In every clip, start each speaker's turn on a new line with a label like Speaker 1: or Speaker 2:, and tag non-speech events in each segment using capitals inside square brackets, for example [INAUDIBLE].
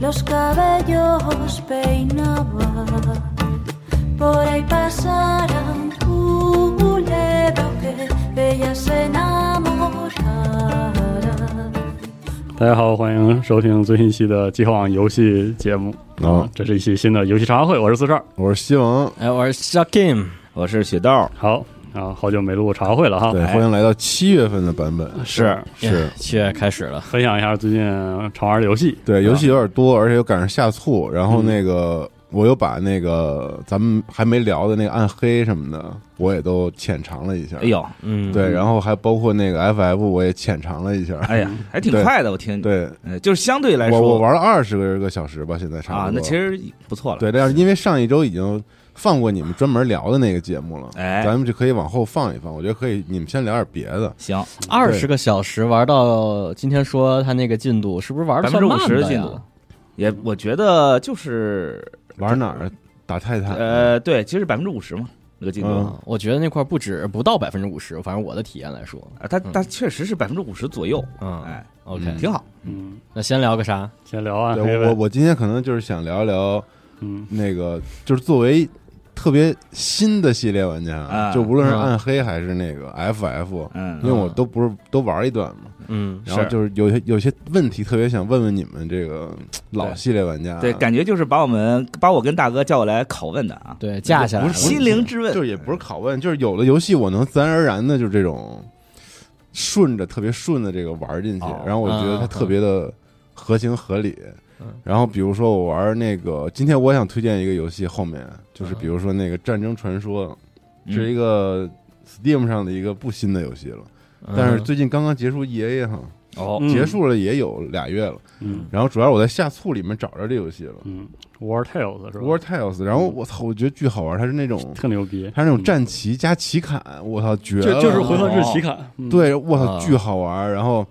Speaker 1: los cabellos peinaba. Por ahí pasara un culebro que de ella se enamorara.
Speaker 2: 大家好，欢迎收听最新一期的《计划网游戏》节目
Speaker 3: 哦
Speaker 2: 啊，这是一期新的游戏茶话会，我是四十二。
Speaker 3: 我是西蒙，
Speaker 4: 哎，我是 Shakim，
Speaker 5: 我是雪豆，
Speaker 2: 好啊，好久没录茶话会了哈，
Speaker 5: 哎
Speaker 3: 对，欢迎来到七月份的版本。
Speaker 5: 啊
Speaker 2: 是
Speaker 3: 是，
Speaker 4: 七月开始了，
Speaker 2: 分享一下最近常玩的游戏。
Speaker 5: 啊
Speaker 3: 对，游戏有点多，而且又赶上下促，然
Speaker 5: 嗯
Speaker 3: 后那个我又把那个咱们还没聊的那个暗黑什么的，我也都浅尝了一下。
Speaker 5: 哎，呦，
Speaker 4: 嗯，
Speaker 3: 对，然后还包括那个 FF，我也浅尝了一下。
Speaker 5: 哎呀，还挺
Speaker 3: 对
Speaker 5: 快的，我听，
Speaker 3: 对，
Speaker 5: 呃，就是相对来
Speaker 3: 我
Speaker 5: 说，
Speaker 3: 我玩了二十个个小时吧，现在差不多。
Speaker 5: 啊，那其实不错了，
Speaker 3: 对，但是因为上一周已经放过你们专门聊的那个节目了，
Speaker 5: 哎
Speaker 3: 咱们就可以往后放一放。我觉得可以，你们先聊点别的。
Speaker 5: 行，
Speaker 4: 二十个小时玩到今天说他那个进度是不是玩
Speaker 5: 百分
Speaker 4: 的算
Speaker 5: 之
Speaker 4: 慢
Speaker 5: 五十
Speaker 4: 的
Speaker 5: 的进
Speaker 4: 呀
Speaker 5: 度，也我觉得就是
Speaker 3: 玩哪儿？打泰坦？
Speaker 5: 呃，对，其实百分之五十嘛，那个进度。
Speaker 3: 嗯
Speaker 4: 啊我觉得那块不止不到百分之五十，反正我的体验来说，
Speaker 5: 啊，它它确实是百分之五十左右，
Speaker 4: 嗯
Speaker 5: 哎，
Speaker 4: ，OK，、
Speaker 5: 挺好。
Speaker 2: 嗯，
Speaker 4: 那先聊个啥？
Speaker 2: 先聊
Speaker 5: 呃
Speaker 2: 啊，黑
Speaker 3: 对，我
Speaker 2: 呗。
Speaker 3: 我今天可能就是想聊一聊
Speaker 2: 嗯，
Speaker 3: 那个，就是作为特别新的系列玩家，
Speaker 5: 啊
Speaker 3: 就无论是
Speaker 4: 嗯
Speaker 3: 暗黑还是那个 FF，、因
Speaker 5: 嗯，
Speaker 3: 为我都不是都玩一段嘛，
Speaker 4: 嗯，
Speaker 3: 然后
Speaker 5: 是
Speaker 3: 就是有些有些问题特别想问问你们这个老系列玩家，啊
Speaker 5: 对，感觉就是把我们把我跟大哥叫过来拷问的啊，
Speaker 4: 对，架下来了，
Speaker 3: 不是
Speaker 5: 心灵质问
Speaker 3: 就是也不是拷问，就是有的游戏我能自然而然的就这种顺着特别顺的这个玩进去，
Speaker 5: 哦
Speaker 3: 然后我觉得它特别的合情合理。
Speaker 5: 嗯
Speaker 3: 然后比如说我玩那个，今天我想推荐一个游戏，后面就是比如说那个《战争传说》，
Speaker 5: 嗯
Speaker 3: 是一个 Steam 上的一个不新的游戏了，
Speaker 4: 嗯，
Speaker 3: 但是最近刚刚结束 EA 哈，
Speaker 5: 哦，
Speaker 2: 嗯
Speaker 3: 结。束了也有俩月了。
Speaker 2: 嗯
Speaker 3: 然后主要我在下促里面找着这游戏了。
Speaker 2: 嗯，War Tales 是吧
Speaker 3: War Tales，然后我操，我觉得巨好玩，它是那种
Speaker 2: 特牛逼，
Speaker 3: 它是那种战旗加旗杆，我操，绝
Speaker 2: 嗯
Speaker 3: 了！
Speaker 2: 就就是回合制棋
Speaker 5: 哦
Speaker 2: 卡。嗯，
Speaker 3: 对，我操，
Speaker 4: 啊
Speaker 3: 巨好玩儿。然后，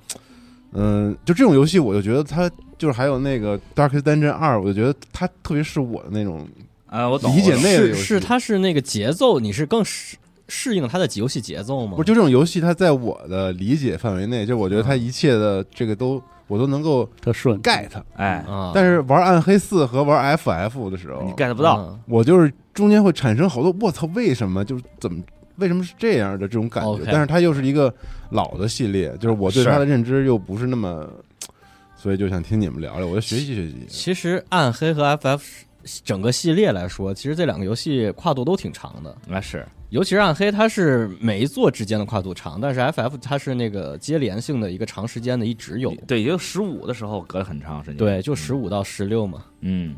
Speaker 3: 嗯，就这种游戏，我就觉得它就是还有那个《Darkest Dungeon 二》，我就觉得它特别是我的那种
Speaker 5: 啊，我懂，
Speaker 3: 理解
Speaker 5: 我懂
Speaker 3: 那个游
Speaker 4: 是
Speaker 3: 戏
Speaker 4: 是它是那个节奏，你是更适适应它的游戏节奏吗？
Speaker 3: 不是，就这种游戏，它在我的理解范围内，就我觉得它
Speaker 2: 嗯
Speaker 3: 一切的这个都我都能够
Speaker 2: 特顺。
Speaker 3: get。
Speaker 5: 哎，
Speaker 4: 啊，
Speaker 3: 但是玩《暗黑四》和玩 FF 的时候，
Speaker 5: 你 get 不
Speaker 4: 不
Speaker 5: 到，
Speaker 3: 我就是中间会产生好多我操，为什么就是怎么为什么是这样的这种感觉
Speaker 4: OK
Speaker 3: 但是它又是一个老的系列，就是我对
Speaker 5: 是
Speaker 3: 它的认知又不是那么，所以就想听你们聊聊，我就学习学习。
Speaker 4: 其实暗黑和 FF 整个系列来说，其实这两个游戏跨度都挺长的。
Speaker 5: 那是
Speaker 4: 尤其是暗黑，它是每一座之间的跨度长，但是 FF 它是那个接连性的一个长时间的，一直有。
Speaker 5: 对，也就十五的时候隔了很长时间，，
Speaker 4: 对，就十五到十六嘛，
Speaker 5: 嗯，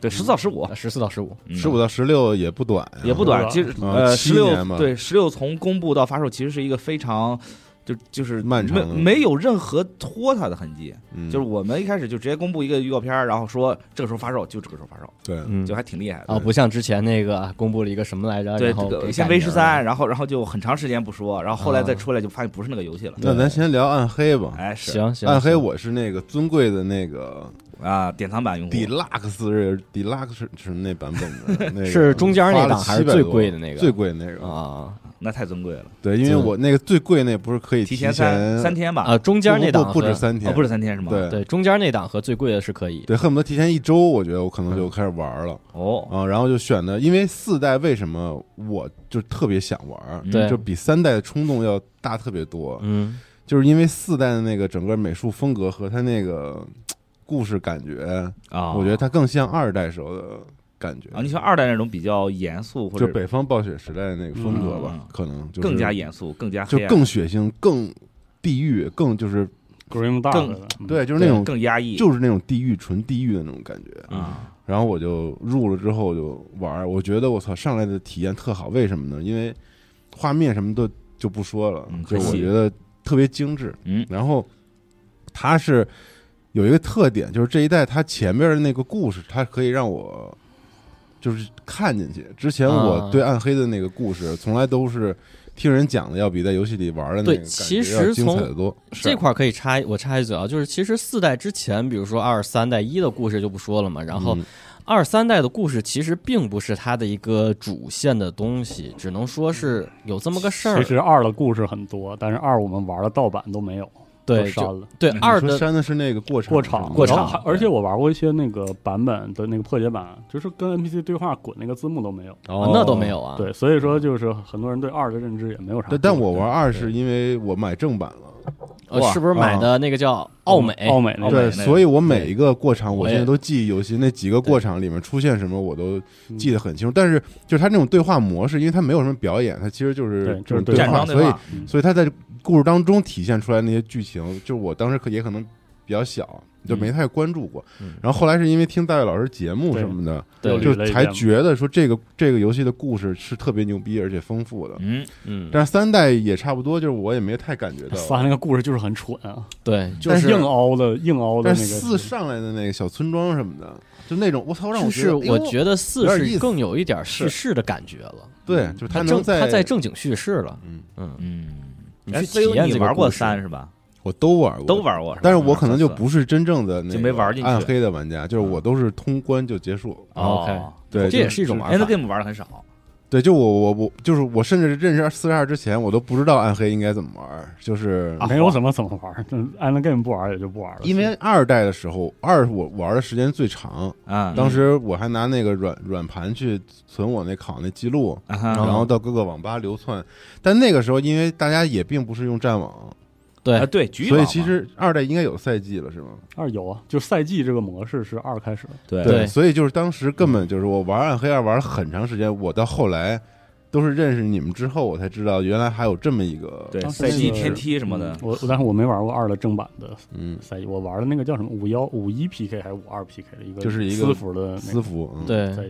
Speaker 5: 对，十到十五，
Speaker 4: 十四到十五。
Speaker 5: 嗯
Speaker 3: 十五到十六也不短呀、
Speaker 5: 也不短，其实
Speaker 3: 啊
Speaker 5: 呃，
Speaker 3: 七
Speaker 5: 十
Speaker 3: 年嘛
Speaker 5: 六对十六从公布到发售，其实是一个非常就就是
Speaker 3: 漫长
Speaker 5: 没
Speaker 3: 的
Speaker 5: 没有任何拖沓的痕迹。
Speaker 3: 嗯，
Speaker 5: 就是我们一开始就直接公布一个预告片儿，然后说这个时候发售，就这个时候发售，
Speaker 3: 对，
Speaker 4: 嗯
Speaker 5: 就还挺厉害的。
Speaker 4: 啊，不像之前那个公布了一个什么来着，
Speaker 5: 对，
Speaker 4: 然
Speaker 5: 这
Speaker 4: 后
Speaker 5: 个
Speaker 4: 给
Speaker 5: 先
Speaker 4: 改名
Speaker 5: V 十
Speaker 4: 了，啊
Speaker 5: 三，然后然后就很长时间不说，然后后来再出来就发现不是那个游戏了。
Speaker 3: 那咱先聊暗黑吧。
Speaker 5: 哎，是
Speaker 4: 嗯行行，
Speaker 3: 暗黑
Speaker 4: 行
Speaker 3: 我是那个尊贵的那个
Speaker 5: 啊，典藏
Speaker 4: 嗯
Speaker 5: 版用户
Speaker 3: deluxe deluxe 是那版本
Speaker 4: [LAUGHS]
Speaker 3: 的，那个
Speaker 4: 是中间那档还是
Speaker 3: 花了700
Speaker 4: 最
Speaker 3: 多
Speaker 4: 贵的那个
Speaker 3: 最贵的那个，
Speaker 4: 啊
Speaker 5: 那太尊贵了，
Speaker 3: 对，因为
Speaker 4: 嗯
Speaker 3: 我那个最贵那不是可以
Speaker 5: 提
Speaker 3: 前
Speaker 5: 前三三天吧？
Speaker 4: 啊，中间那档
Speaker 3: 不不不止
Speaker 4: 和
Speaker 3: 三
Speaker 5: 哦
Speaker 3: 天，
Speaker 5: 不是三天是吗？
Speaker 3: 对
Speaker 4: 对中间那档和最贵的是可以，
Speaker 3: 对，恨不得提前一周，我觉得我可能
Speaker 5: 嗯
Speaker 3: 就开始玩了
Speaker 5: 哦，
Speaker 3: 啊、然后就选的，因为四代为什么我就特别想
Speaker 5: 嗯
Speaker 3: 玩，
Speaker 4: 对
Speaker 3: 就比三代的冲动要大特别多，
Speaker 4: 嗯
Speaker 3: 就是因为四代的那个整个美术风格和它那个嘖故事感觉，
Speaker 5: 啊，
Speaker 3: 我觉得它更像二代时候的感觉，
Speaker 5: 啊，你像二代那种比较严肃或
Speaker 3: 就
Speaker 5: 者
Speaker 3: 北方暴雪时代的那个风格吧，
Speaker 5: 嗯
Speaker 3: 可能就是
Speaker 5: 更加严肃、更加
Speaker 3: 就
Speaker 5: 黑暗
Speaker 3: 更血腥、更地狱、更就是
Speaker 2: Grim Dark
Speaker 5: 更
Speaker 2: 的，嗯
Speaker 3: 对，就是那种
Speaker 5: 更压抑，
Speaker 3: 就是那种地狱纯地狱的那种感觉，
Speaker 6: 嗯
Speaker 5: 啊，
Speaker 3: 然后我就入了之后就玩儿，我觉得我操上来的体验特好，为什么呢？因为画面什么都就不说了，
Speaker 5: 嗯
Speaker 3: 就
Speaker 5: 很
Speaker 3: 我
Speaker 5: 细
Speaker 3: 觉得特别精致。
Speaker 5: 嗯
Speaker 3: 然后它是有一个特点，就是这一代它前面的那个故事，它可以让我就是看进去。之前我
Speaker 4: 啊
Speaker 3: 对暗黑的那个故事，从来都是听人讲的，要比在游戏里玩的那个
Speaker 4: 对
Speaker 3: 感觉
Speaker 4: 其实
Speaker 3: 要精彩
Speaker 4: 从
Speaker 3: 的多。
Speaker 4: 这块儿可以插一我插一嘴啊，就是其实四代之前，比如说二三代一的故事就不说了嘛，然后
Speaker 3: 嗯
Speaker 4: 二三代的故事其实并不是它的一个主线的东西，只能说是有这么个事儿
Speaker 2: 其。实二的故事很多，但是二我们玩的盗版都没有。都
Speaker 4: 对
Speaker 2: 删
Speaker 4: 就
Speaker 2: 了。
Speaker 4: 对
Speaker 6: 嗯
Speaker 4: 二
Speaker 3: 你说
Speaker 4: 的
Speaker 3: 删的是那个过场
Speaker 2: 过
Speaker 3: 过
Speaker 2: 场，
Speaker 4: 过场
Speaker 2: 然后还而且我玩过一些那个版本的那个破解版，就是跟 NPC 对话滚那个字幕都没有。
Speaker 6: 哦
Speaker 4: 啊那都没。有啊，
Speaker 2: 对，所以说就是很多人对二的认知也没有啥不一
Speaker 3: 但
Speaker 2: 样。
Speaker 3: 但我玩二是因为我买正版了，
Speaker 4: 呃
Speaker 6: 哇
Speaker 4: 是不是买的那个叫奥美？
Speaker 2: 奥美哦那
Speaker 6: 奥
Speaker 2: 个
Speaker 6: 美
Speaker 3: 对，
Speaker 6: 那个
Speaker 3: 所以我每一个过场，我
Speaker 4: 我也
Speaker 3: 现在都记忆犹新。那几个过场里面出现什么，我都记得很清楚。但是就是他那种对话模式，因为他没有什么表演，他其实就是
Speaker 2: 对就是
Speaker 3: 这种
Speaker 6: 战
Speaker 3: 话，
Speaker 6: 争
Speaker 3: 所以
Speaker 6: 话，
Speaker 2: 嗯
Speaker 3: 所以他在故事当中体现出来那些剧情，就是我当时可也可能比较小，就没太关注过。
Speaker 4: 嗯
Speaker 3: 然后后来是因为听大卫老师节目什么的，
Speaker 4: 对
Speaker 3: 就
Speaker 2: 捋了一
Speaker 3: 才
Speaker 2: 遍
Speaker 3: 觉得说这个这个游戏的故事是特别牛逼而且丰富的。
Speaker 6: 嗯，
Speaker 4: 嗯，
Speaker 3: 但是三代也差不多，就是我也没太感觉到。
Speaker 2: 仨那个故事就是很蠢啊，
Speaker 4: 对，就
Speaker 2: 但
Speaker 4: 是
Speaker 2: 硬凹的硬凹的
Speaker 3: 但
Speaker 2: 那
Speaker 3: 是
Speaker 2: 个
Speaker 3: 四上来的那个小村庄什么的，就那种我操，让
Speaker 4: 就
Speaker 3: 我哎
Speaker 4: 是
Speaker 3: 我
Speaker 4: 我觉得四
Speaker 3: 有点意
Speaker 4: 是
Speaker 3: 思
Speaker 4: 更有一点叙事的感觉了，
Speaker 3: 对，就是
Speaker 4: 他
Speaker 3: 能
Speaker 4: 正
Speaker 3: 在
Speaker 4: 他在正经叙事了，
Speaker 3: 嗯，
Speaker 4: 嗯，
Speaker 6: 嗯，
Speaker 4: 你
Speaker 6: 哎
Speaker 4: 去
Speaker 6: 所以
Speaker 4: 体验
Speaker 6: 你
Speaker 4: 这个
Speaker 6: 玩过
Speaker 4: 故事
Speaker 6: 三是吧？
Speaker 3: 我都玩过，
Speaker 6: 都。玩过吧，
Speaker 3: 但是我可能就
Speaker 6: 啊
Speaker 3: 不是真正的那
Speaker 6: 就没
Speaker 3: 个
Speaker 6: 玩进去
Speaker 3: 暗黑的玩家，就是我都是通关就结束。
Speaker 6: 哦，
Speaker 3: 对，
Speaker 4: 嗯这
Speaker 3: 就
Speaker 4: 也是一种玩法
Speaker 6: End Game 玩的很少，
Speaker 3: 对，就我我我就是我，甚至认识四十二之前，我都不知道暗黑应该怎么玩儿，就是
Speaker 2: 啊没有怎么怎么玩儿，安了 game 不玩儿也就不玩儿了。
Speaker 3: 因为二代的时候，二我玩的时间最长，
Speaker 4: 嗯
Speaker 6: 啊，
Speaker 3: 当时我还拿那个软软盘去存我那拷那记录，
Speaker 6: 啊
Speaker 4: 嗯
Speaker 6: 哈
Speaker 3: 然后到各个网吧流窜。但那个时候，因为大家也并不是用战网，
Speaker 6: 啊
Speaker 4: 对，
Speaker 6: 对，局域
Speaker 3: 所以
Speaker 6: 网
Speaker 3: 其
Speaker 6: 嘛
Speaker 3: 实二代应该有赛季了，是吗？
Speaker 2: 二有啊，就赛季这个模式是二开始的，
Speaker 6: 对
Speaker 4: 对
Speaker 3: 哎所以就是当时根
Speaker 6: 嗯
Speaker 3: 本就是我玩暗黑二玩了很长时间，我到后来都是认识你们之后，我才知道原来还有这么一个
Speaker 6: 对
Speaker 2: 当时
Speaker 6: 赛季
Speaker 2: 那个
Speaker 6: 天梯什么的
Speaker 2: 嗯，我但是我没玩过二的正版的
Speaker 3: 嗯
Speaker 2: 赛季，我玩的那个叫什么五幺五一 PK 还是五二 PK 的一个，
Speaker 3: 就是一个
Speaker 2: 私服的那
Speaker 3: 私
Speaker 2: 个
Speaker 3: 服，嗯。
Speaker 4: 对
Speaker 2: 在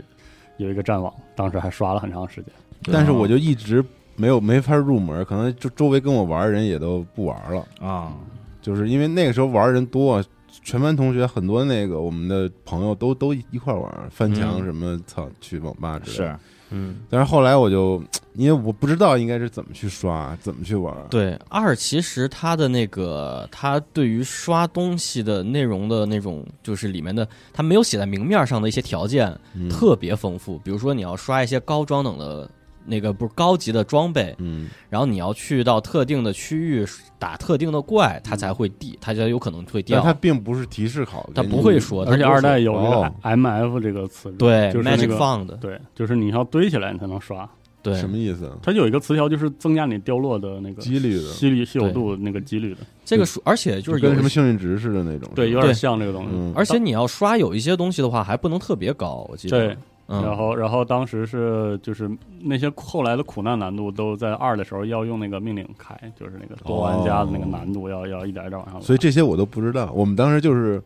Speaker 2: 有一个战网，当时还刷了很长时间。
Speaker 3: 但是
Speaker 4: 嗯
Speaker 3: 我就一直没有没法入门，可能就周围跟我玩的人也都不玩了，
Speaker 6: 啊，
Speaker 3: 就是因为那个时候玩的人多，全班同学很多那个我们的朋友都都一块玩翻墙
Speaker 6: 嗯
Speaker 3: 什么，操、去网吧之类的。
Speaker 6: 是
Speaker 4: 嗯。
Speaker 3: 但是后来我就因为我不知道应该是怎么去刷，怎么去玩，
Speaker 4: 对二，其实它的那个，它对于刷东西的内容的那种，就是里面的，它没有写在明面上的一些条件，
Speaker 3: 嗯
Speaker 4: 特别丰富。比如说，你要刷一些高装等的那个，不是高级的装备，
Speaker 3: 嗯
Speaker 4: 然后你要去到特定的区域打特定的怪，它才会掉，它才有可能会
Speaker 3: 但
Speaker 4: 掉。
Speaker 3: 它并不是提示考，
Speaker 4: 它不会说，它
Speaker 2: 而且
Speaker 4: 不会
Speaker 2: 二代
Speaker 4: 说
Speaker 2: 有那
Speaker 3: 哦
Speaker 2: 个 MF 这个词，
Speaker 4: 对
Speaker 2: 就是那
Speaker 4: Magic
Speaker 2: 个
Speaker 4: Fund，
Speaker 2: 对，就是你要堆起来你才能刷。
Speaker 4: 对
Speaker 3: 什么意思，
Speaker 2: 它有一个词条，就是增加你掉落的那个
Speaker 3: 几率的，嗯
Speaker 2: 稀率稀有度那个几率的，
Speaker 4: 这个属，而且就是有
Speaker 3: 跟什么幸运值似的那种，
Speaker 2: 对，
Speaker 3: 是
Speaker 2: 有
Speaker 3: 吧
Speaker 2: 点像这个东西。
Speaker 3: 嗯，
Speaker 4: 而且你要刷有一些东西的话，还不能特别高，我记得。
Speaker 2: 对，
Speaker 4: 嗯，
Speaker 2: 然后然后当时是就是那些后来的苦难难度都在二的时候要用那个命令开，就是那个多玩家的那个难度要要一点一点往上拉。
Speaker 3: 哦所以这些我都不知道。我们当时就是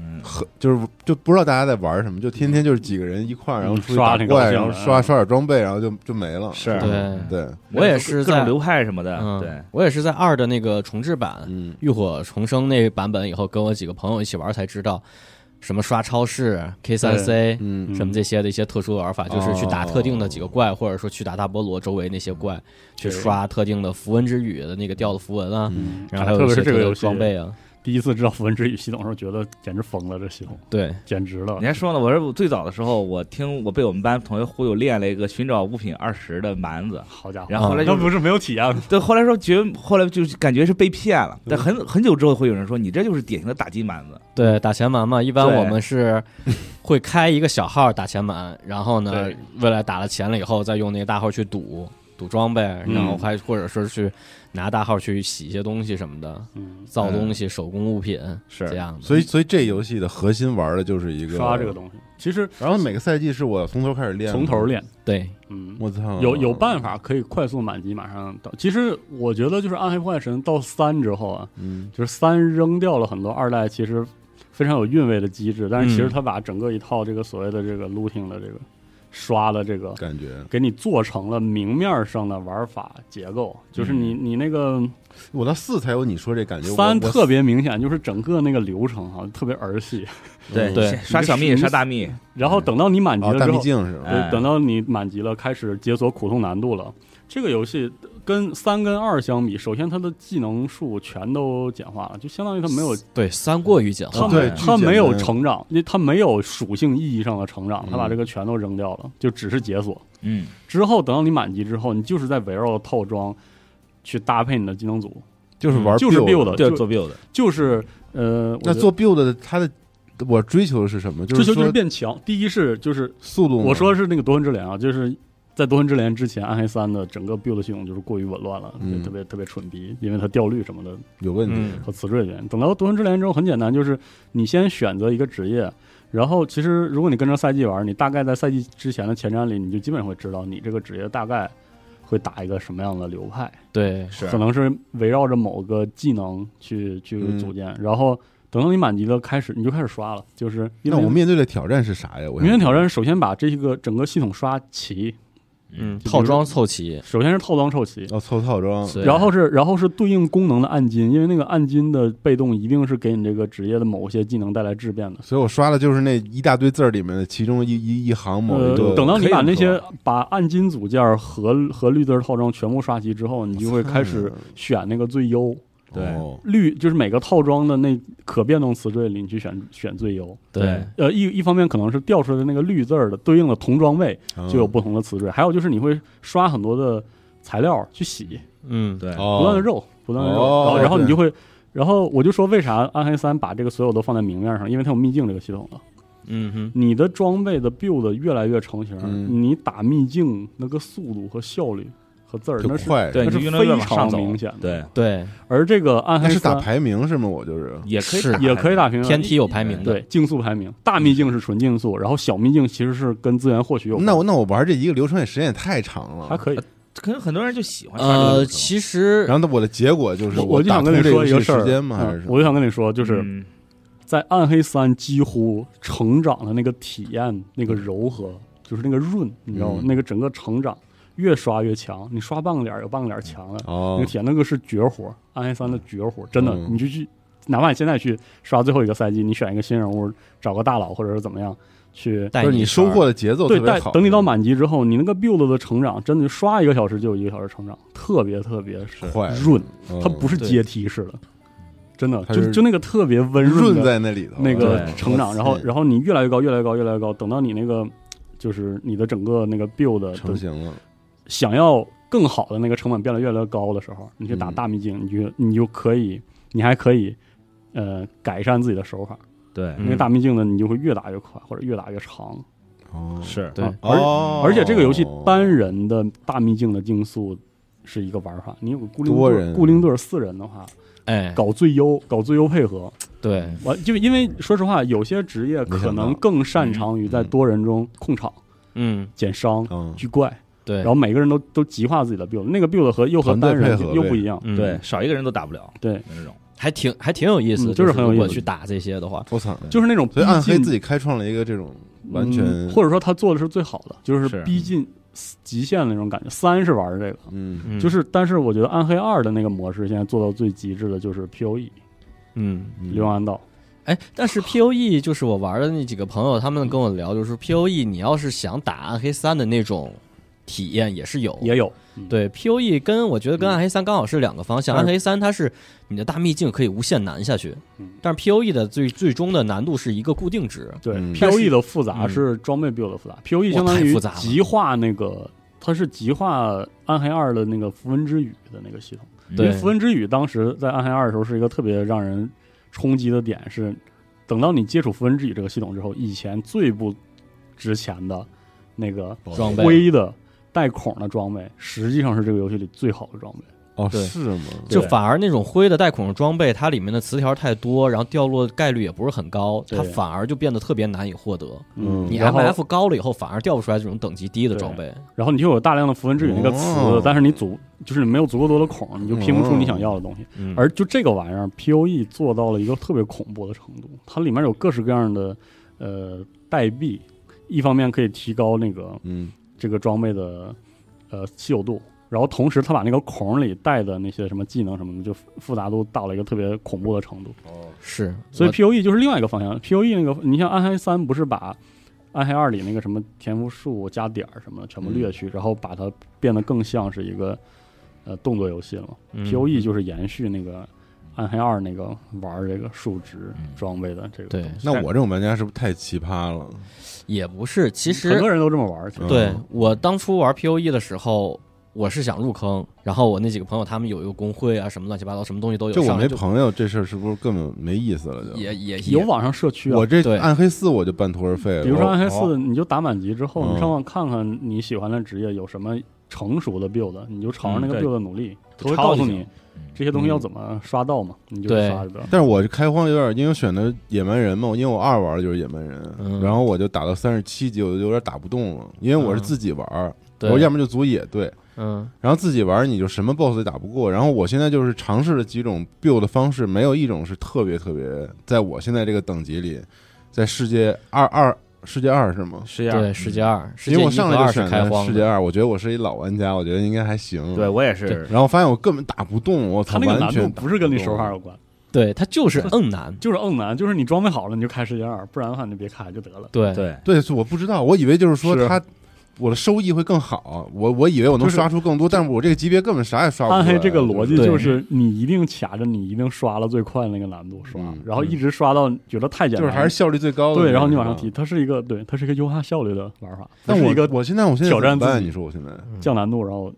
Speaker 6: 嗯，
Speaker 3: 很就是就不知道大家在玩什么，就天天就是几个人一块儿，然后出去
Speaker 2: 嗯刷
Speaker 3: 打
Speaker 2: 那个嗯
Speaker 3: 怪，
Speaker 2: 东西
Speaker 3: 然后刷刷点装备，然后就就没了。
Speaker 6: 是
Speaker 4: 对
Speaker 3: 对，
Speaker 4: 我也是
Speaker 6: 各种
Speaker 4: 在，
Speaker 6: 流派什么的，
Speaker 4: 嗯，
Speaker 6: 对，
Speaker 4: 我也是在二的那个重置版《
Speaker 3: 嗯，
Speaker 4: 浴火重生》那个版本以后，跟我几个朋友一起玩才知道，什么刷超市、K 三 C
Speaker 3: 嗯，
Speaker 4: 什么这些的一些特殊的玩法，就是去打特定的几个
Speaker 2: 哦
Speaker 4: 怪，或者说去打大菠萝周围那些怪，去刷特定的符文之语的那个掉的符文啊，
Speaker 3: 嗯
Speaker 4: 然后还有
Speaker 2: 特
Speaker 4: 一
Speaker 2: 别是
Speaker 4: 些
Speaker 2: 这个
Speaker 4: 特定
Speaker 2: 游
Speaker 4: 的
Speaker 2: 戏
Speaker 4: 装备啊，
Speaker 2: 第一次知道符文之语系统的时候，觉得简直疯了，这系统
Speaker 4: 对，
Speaker 2: 简直了
Speaker 6: 你。还说呢，我说最早的时候，我听我被我们班同学忽悠练了一个寻找物品二十的蛮子，
Speaker 2: 好家伙！
Speaker 6: 然后后来
Speaker 2: 那
Speaker 6: 就
Speaker 2: 不是没有体验吗？
Speaker 6: 对，后来说觉，后来就是感觉是被骗了。但很很久之后，会有人说你这就是典型的打击蛮子，
Speaker 4: 对，打钱蛮嘛，一般
Speaker 6: 对
Speaker 4: 我们是会开一个小号打钱蛮，然后呢，
Speaker 2: 对
Speaker 4: 未来打了钱了以后，再用那个大号去赌赌装备，然后还或者说是去拿大号去洗一些东西什么的，
Speaker 2: 嗯，
Speaker 4: 造东西、手工物品
Speaker 6: 是
Speaker 4: 这样的。
Speaker 3: 所以所以这游戏的核心玩的就是一个
Speaker 2: 刷这个。东西，其实
Speaker 3: 然后每个赛季是我从头开始练，
Speaker 2: 从头。练，
Speaker 4: 对，
Speaker 2: 嗯，
Speaker 3: 我操，
Speaker 2: 有有办法可以快速满级，马上到。其实我觉得就是《暗黑破坏神》到三之后啊，
Speaker 3: 嗯，
Speaker 2: 就是三扔掉了很多二代其实非常有韵味的机制，但是其实
Speaker 4: 嗯
Speaker 2: 他把整个一套这个所谓的这个 looting 的这个刷的这个
Speaker 3: 感觉。
Speaker 2: 给你做成了明面上的玩法结构，就是你你那个
Speaker 3: 我到四才有你说这嗯感觉。我
Speaker 2: 三
Speaker 3: 我
Speaker 2: 特别明显，就是整个那个流程哈、特别儿戏。
Speaker 6: 对
Speaker 4: 对
Speaker 6: 刷小蜜刷大蜜，
Speaker 2: 然后等到你满级
Speaker 3: 啊，
Speaker 2: 了
Speaker 3: 大
Speaker 2: 之
Speaker 3: 秘
Speaker 2: 后，嗯
Speaker 3: 境是吧？
Speaker 6: 哎
Speaker 2: 对，等到你满级了，开始解锁苦痛难度了。这个游戏跟三跟二相比，首先它的技能数全都简化了，就相当于它没有
Speaker 4: 对，三过于简
Speaker 2: 它
Speaker 4: 化，
Speaker 3: 哦对
Speaker 2: 没
Speaker 3: 巨
Speaker 2: 它
Speaker 3: 简
Speaker 2: 没有
Speaker 3: 单
Speaker 2: 成长，因为它没有属性意义上的成长，它把
Speaker 3: 嗯
Speaker 2: 这个全都扔掉了，就只是解锁。
Speaker 6: 嗯，
Speaker 2: 之后等到你满级之后，你就是在围绕着套装去搭配你的技能组，
Speaker 3: 就是玩
Speaker 2: 就是
Speaker 3: build 的
Speaker 5: 嗯
Speaker 2: build，
Speaker 6: 对，
Speaker 2: 就
Speaker 6: 做 build 的
Speaker 2: 就是呃，我觉
Speaker 3: 那
Speaker 2: 得
Speaker 3: 做 build 的，它的我追求的是什么？就
Speaker 2: 追
Speaker 3: 是
Speaker 2: 求就是
Speaker 3: 说
Speaker 2: 变强。第一是就是
Speaker 3: 速度吗。
Speaker 2: 我说是那个夺魂之镰啊，就是在夺魂之镰之前，暗黑三的整个 build 系统就是过于紊乱了，
Speaker 3: 嗯
Speaker 2: 也特别特别蠢逼，因为它掉率什么的
Speaker 3: 有问题，
Speaker 4: 嗯
Speaker 2: 和词缀源。等到夺魂之镰之后，很简单，就是你先选择一个职业，然后其实如果你跟着赛季玩，你大概在赛季之前的前瞻里，你就基本上会知道你这个职业大概会打一个什么样的流派，
Speaker 4: 对，
Speaker 6: 是
Speaker 2: 可能是围绕着某个技能去去
Speaker 3: 嗯
Speaker 2: 组建，然后。等到你满级了，开始你就开始刷了，就是因
Speaker 3: 那
Speaker 2: 为
Speaker 3: 我面对的挑战是啥呀？我
Speaker 2: 明
Speaker 3: 想
Speaker 2: 显挑战首先把这个整个系统刷齐，
Speaker 4: 嗯，
Speaker 2: 就
Speaker 4: 套
Speaker 2: 比如
Speaker 4: 装凑齐，
Speaker 2: 首先是套装凑齐，
Speaker 3: 要哦凑套装，
Speaker 4: 对
Speaker 2: 然后是然后是对应功能的暗金，因为那个暗金的被动一定是给你这个职业的某些技能带来质变的。
Speaker 3: 所以我刷的就是那一大堆字儿里面的其中一一一行某一
Speaker 2: 呃
Speaker 3: 个。，
Speaker 2: 等到你
Speaker 6: 可以
Speaker 2: 把
Speaker 6: 这么
Speaker 2: 那些
Speaker 6: 说
Speaker 2: 把暗金组件和和绿字儿套装全部刷齐之后，你就会开始选那个最优
Speaker 6: 对
Speaker 3: 哦
Speaker 2: 绿，就是每个套装的那可变动词缀里，你去选选最优。
Speaker 4: 对，
Speaker 2: 呃，一一方面可能是调出来的那个绿字儿的对应的同装备
Speaker 3: 嗯
Speaker 2: 就有不同的词缀，还有就是你会刷很多的材料去洗，
Speaker 4: 嗯，
Speaker 6: 对，
Speaker 2: 不断的
Speaker 3: 哦，
Speaker 2: 肉，不断的肉，
Speaker 3: 哦
Speaker 2: 然后然后你
Speaker 3: 对
Speaker 2: 就会，然后我就说为啥暗黑三把这个所有都放在明面上，因为它有秘境这个系统了。
Speaker 4: 嗯哼，
Speaker 2: 你的装备的 build 越来越成型，
Speaker 3: 嗯
Speaker 2: 你打秘境那个速度和效率和字儿，
Speaker 3: 就
Speaker 2: 那是
Speaker 3: 快，
Speaker 6: 对
Speaker 2: 那是
Speaker 6: 你就越来越
Speaker 2: 非
Speaker 6: 往上
Speaker 2: 常
Speaker 6: 走
Speaker 2: 明显的。
Speaker 6: 对，
Speaker 4: 对，
Speaker 2: 而这个暗黑
Speaker 3: 那是打
Speaker 2: 三
Speaker 3: 排名是吗？我就是
Speaker 6: 也可以
Speaker 4: 是
Speaker 6: 打
Speaker 2: 也可以打平衡
Speaker 4: 天梯有排名的，
Speaker 2: 对竞速排名，大秘境是纯竞速，然后小秘境其实是跟资源获取有关。
Speaker 3: 那我那我玩这一个流程也时间也太长了，
Speaker 2: 还可以，
Speaker 6: 可能很多人就喜欢刷这个
Speaker 4: 呃，
Speaker 6: 流程
Speaker 4: 其实
Speaker 3: 然后呢，我的结果就是
Speaker 2: 我我就
Speaker 3: 打
Speaker 2: 想跟
Speaker 3: 通
Speaker 2: 你
Speaker 3: 这
Speaker 2: 说一
Speaker 3: 游
Speaker 2: 个
Speaker 3: 戏
Speaker 2: 事儿，
Speaker 3: 时间吗？还
Speaker 2: 嗯
Speaker 3: 是
Speaker 2: 我就想跟你说，就是
Speaker 6: 嗯
Speaker 2: 在《暗黑三》几乎成长的那个体验、那个柔和，就是那个润，你知道吗？
Speaker 3: 嗯
Speaker 2: 那个整个成长越刷越强，你刷半个脸儿有半个脸儿强了，那
Speaker 3: 哦
Speaker 2: 个体验那个是绝活，《暗黑三》的绝活，真的，
Speaker 3: 嗯
Speaker 2: 你就去，哪怕你现在去刷最后一个赛季，你选一个新人物，找个大佬或者是怎么样去。
Speaker 4: 带
Speaker 3: 就是你
Speaker 4: 一
Speaker 3: 收
Speaker 4: 圈儿
Speaker 3: 获的节奏
Speaker 2: 对，
Speaker 3: 特别
Speaker 2: 但
Speaker 3: 好。
Speaker 2: 等你到满级之后，你那个 build 的成长，真的刷一个小时就有一个小时成长，特别特别
Speaker 3: 快，
Speaker 2: 润，
Speaker 3: 嗯
Speaker 2: 它不是
Speaker 4: 对
Speaker 2: 阶梯式的，真的，
Speaker 3: 它
Speaker 2: 就是就那个特别温润
Speaker 3: 润
Speaker 2: 的
Speaker 3: 在那里头，
Speaker 2: 那个
Speaker 3: 对
Speaker 2: 成长，然后然后你越来越高，越来越高，越来越高，等到你那个就是你的整个那个 build 的
Speaker 3: 成型了，
Speaker 2: 想要更好的那个成本变得越来越高的时候，你去打
Speaker 3: 嗯
Speaker 2: 大秘境，你就你就可以，你还可以呃改善自己的手法，
Speaker 6: 对
Speaker 4: 嗯
Speaker 2: 因为大秘境呢，你就会越打越快或者越打越长。
Speaker 3: 哦，
Speaker 6: 是
Speaker 4: 嗯对
Speaker 2: 啊而
Speaker 3: 哦，
Speaker 2: 而且这个游戏单人的大秘境的竞速。是一个玩法，你有个固定
Speaker 3: 多
Speaker 2: 队
Speaker 3: 人
Speaker 2: 固定队儿四人的话，
Speaker 4: 哎，
Speaker 2: 搞最优，搞最优配合，
Speaker 4: 对，
Speaker 2: 我就因为说实话，有些职业可能更擅长于在多人中控场、
Speaker 4: 嗯，
Speaker 2: 减伤、
Speaker 3: 嗯，
Speaker 2: 聚怪，
Speaker 4: 对
Speaker 2: 然，后每个人都都极化自己的 build，那个 build 和又和单
Speaker 3: 团队
Speaker 2: 人
Speaker 3: 配合
Speaker 2: 又
Speaker 3: 呗
Speaker 2: 不一样。
Speaker 4: 嗯
Speaker 6: 对，，少一个人都打不了
Speaker 2: 对，
Speaker 6: 那种，
Speaker 4: 还挺还挺有意思的，
Speaker 2: 嗯就是很有
Speaker 4: 如果
Speaker 2: 意思
Speaker 4: 去打这些的话，
Speaker 3: 我操，
Speaker 2: 就是那种逼
Speaker 3: 啊所以
Speaker 2: 近
Speaker 3: 暗黑自己开创了一个这种完全
Speaker 2: 嗯或者说他做的是最好的，就是
Speaker 6: 是
Speaker 2: 逼近极限的那种感觉。三是玩这个，
Speaker 3: 嗯
Speaker 4: 嗯
Speaker 2: 就是但是我觉得暗黑二的那个模式现在做到最极致的就是 P O E
Speaker 4: 嗯。
Speaker 3: 嗯
Speaker 2: 流亡道，
Speaker 4: 哎，但是 P O E 就是我玩的那几个朋友，他们跟我聊，就是 P O E，你要是想打暗黑三的那种体验也是有，
Speaker 2: 也有
Speaker 4: 对 P O E 跟我觉得跟
Speaker 2: 嗯
Speaker 4: 暗黑三刚好是两个方向，
Speaker 2: 但
Speaker 4: 暗
Speaker 2: 是
Speaker 4: 黑三它是你的大秘境可以无限难下去
Speaker 2: 嗯，
Speaker 4: 但是 P O E 的最最终的难度是一个固定值，
Speaker 2: 对
Speaker 3: 嗯
Speaker 2: P O E 的复杂
Speaker 4: 嗯
Speaker 2: 是装备 build 的复杂，P O E
Speaker 4: 哇
Speaker 2: 相当
Speaker 4: 太
Speaker 2: 于
Speaker 4: 复杂了
Speaker 2: 极化那个，它是极化暗黑二的那个符文之雨的那个系统。因为
Speaker 4: 对
Speaker 2: 符文之雨当时在暗黑二的时候是一个特别让人冲击的点，是等到你接触符文之雨这个系统之后，以前最不值钱的那个
Speaker 4: 装备
Speaker 2: 灰的带孔的装备，实际上是这个游戏里最好的装备。
Speaker 3: 哦
Speaker 4: 对
Speaker 3: 是吗？
Speaker 4: 就
Speaker 6: 对
Speaker 4: 反而那种灰的带孔装备，它里面的词条太多，然后掉落概率也不是很高，
Speaker 2: 对
Speaker 4: 它反而就变得特别难以获得。
Speaker 3: 嗯
Speaker 4: 你
Speaker 2: 然
Speaker 4: M
Speaker 2: 后
Speaker 4: F 高了以后，反而掉不出来这种等级低的
Speaker 2: 对
Speaker 4: 装备。
Speaker 2: 然后你就有大量的符文之雨那个词，
Speaker 3: 哦
Speaker 2: 但是你组就是你没有足够多的孔，你就拼不出你想要的东西。
Speaker 4: 嗯，
Speaker 2: 而就这个玩意儿，P O E 做到了一个特别恐怖的程度，它里面有各式各样的呃代币，一方面可以提高那个
Speaker 3: 嗯，
Speaker 2: 这个装备的呃稀有度，然后同时它把那个孔里带的那些什么技能什么的，就复复杂度到了一个特别恐怖的程度。
Speaker 4: 是，
Speaker 2: 所以
Speaker 4: 我
Speaker 2: P O E 就是另外一个方向，P O E 那个你像暗黑三不是把暗黑二里那个什么田服术加点儿什么的全部略
Speaker 4: 嗯
Speaker 2: 去，然后把它变得更像是一个呃动作游戏了吗？
Speaker 4: 嗯
Speaker 2: P O E 就是延续那个暗黑二那个玩儿这个数值装备的这个。，
Speaker 4: 对
Speaker 3: 嗯那我这种玩家是不是太奇葩了？
Speaker 4: 也不是，其
Speaker 2: 很
Speaker 4: 实
Speaker 2: 多人都这么玩儿。其实
Speaker 3: 嗯
Speaker 4: 对我当初玩 P O E 的时候，我是想入坑，然后我那几个朋友他们有一个工会啊，什么乱七八糟，什么东西都有。
Speaker 3: 就我
Speaker 4: 上来
Speaker 3: 没朋友这事儿是不是根本没意思了？就
Speaker 4: 也也
Speaker 2: 有
Speaker 4: 也
Speaker 2: 网上社区啊
Speaker 3: 我，这
Speaker 4: 对
Speaker 3: 暗黑四我就半途而废了。
Speaker 2: 比如说
Speaker 3: 我
Speaker 2: 暗黑
Speaker 3: 哦
Speaker 2: 四，你就打满级之后，
Speaker 3: 嗯
Speaker 2: 你上网看看你喜欢的职业有什么成熟的 build，你就朝着那
Speaker 5: 嗯
Speaker 2: 个
Speaker 5: 对
Speaker 2: build 努力，他
Speaker 5: 就
Speaker 2: 会
Speaker 5: 抄
Speaker 2: 告
Speaker 5: 就
Speaker 2: 诉
Speaker 5: 行嗯
Speaker 2: 你
Speaker 3: 嗯
Speaker 2: 这些东西要怎么刷到嘛，你就
Speaker 4: 对
Speaker 2: 刷就得了。
Speaker 3: 但是我开荒有点，因为我选的野蛮人嘛，因为我二玩的就是野蛮人，
Speaker 4: 嗯
Speaker 3: 然后我就打到三十七级，我就有点打不动了，因为
Speaker 2: 嗯
Speaker 3: 我是自己玩儿，
Speaker 4: 对，
Speaker 3: 我要么就组野队，
Speaker 4: 嗯
Speaker 3: 然后自己玩儿你就什么 BOSS 也打不过。然后我现在就是尝试了几种 build 的方式，没有一种是特别特别，在我现在这个等级里，在世界二二世界二是吗？
Speaker 5: 是这样。
Speaker 4: 对，世界二，世
Speaker 3: 因
Speaker 4: 界
Speaker 3: 为
Speaker 4: 一
Speaker 3: 我上
Speaker 4: 和
Speaker 3: 来
Speaker 4: 二
Speaker 3: 就是选
Speaker 4: 开
Speaker 3: 了
Speaker 4: 荒
Speaker 3: 世界二，我觉得我是一老玩家，我觉得应该还行。
Speaker 5: 嗯对，我也是，
Speaker 3: [LAUGHS] 然后发现我根本打不动，我
Speaker 2: 他
Speaker 3: 操，
Speaker 2: 那个
Speaker 3: 完
Speaker 2: 难
Speaker 3: 全
Speaker 2: 度
Speaker 3: 打
Speaker 2: 不是跟你
Speaker 3: 动
Speaker 2: 手法有关，
Speaker 4: 对，它就是摁难，
Speaker 2: 就是硬难，就是你装备好了你就开世界二，不然的话你就别开就得了。
Speaker 4: 对
Speaker 5: 对
Speaker 3: 对，是我不知道，我以为就是说
Speaker 2: 是
Speaker 3: 他我的收益会更好，我我以为我能
Speaker 2: 就是
Speaker 3: 刷出更多，但是我这个级别根本啥也刷不出来。
Speaker 2: 暗黑这个逻辑
Speaker 3: 就是
Speaker 4: 对
Speaker 2: 就是你一定卡着，你一定刷了最快那个难度刷
Speaker 3: 嗯，
Speaker 2: 然后一直刷到觉得太简
Speaker 3: 就
Speaker 2: 单
Speaker 3: 是
Speaker 2: 了，
Speaker 3: 还是效率最高的那种。
Speaker 2: 对，然后你往上
Speaker 3: 是
Speaker 2: 提，
Speaker 3: 吧。
Speaker 2: 它是一个对，它是一个优化效率的玩法，它
Speaker 3: 但
Speaker 2: 是
Speaker 3: 我
Speaker 2: 一个
Speaker 3: 我现在我现在
Speaker 2: 挑战
Speaker 3: 怎么办
Speaker 2: 自己
Speaker 3: 你说我现在
Speaker 2: 降难度，然后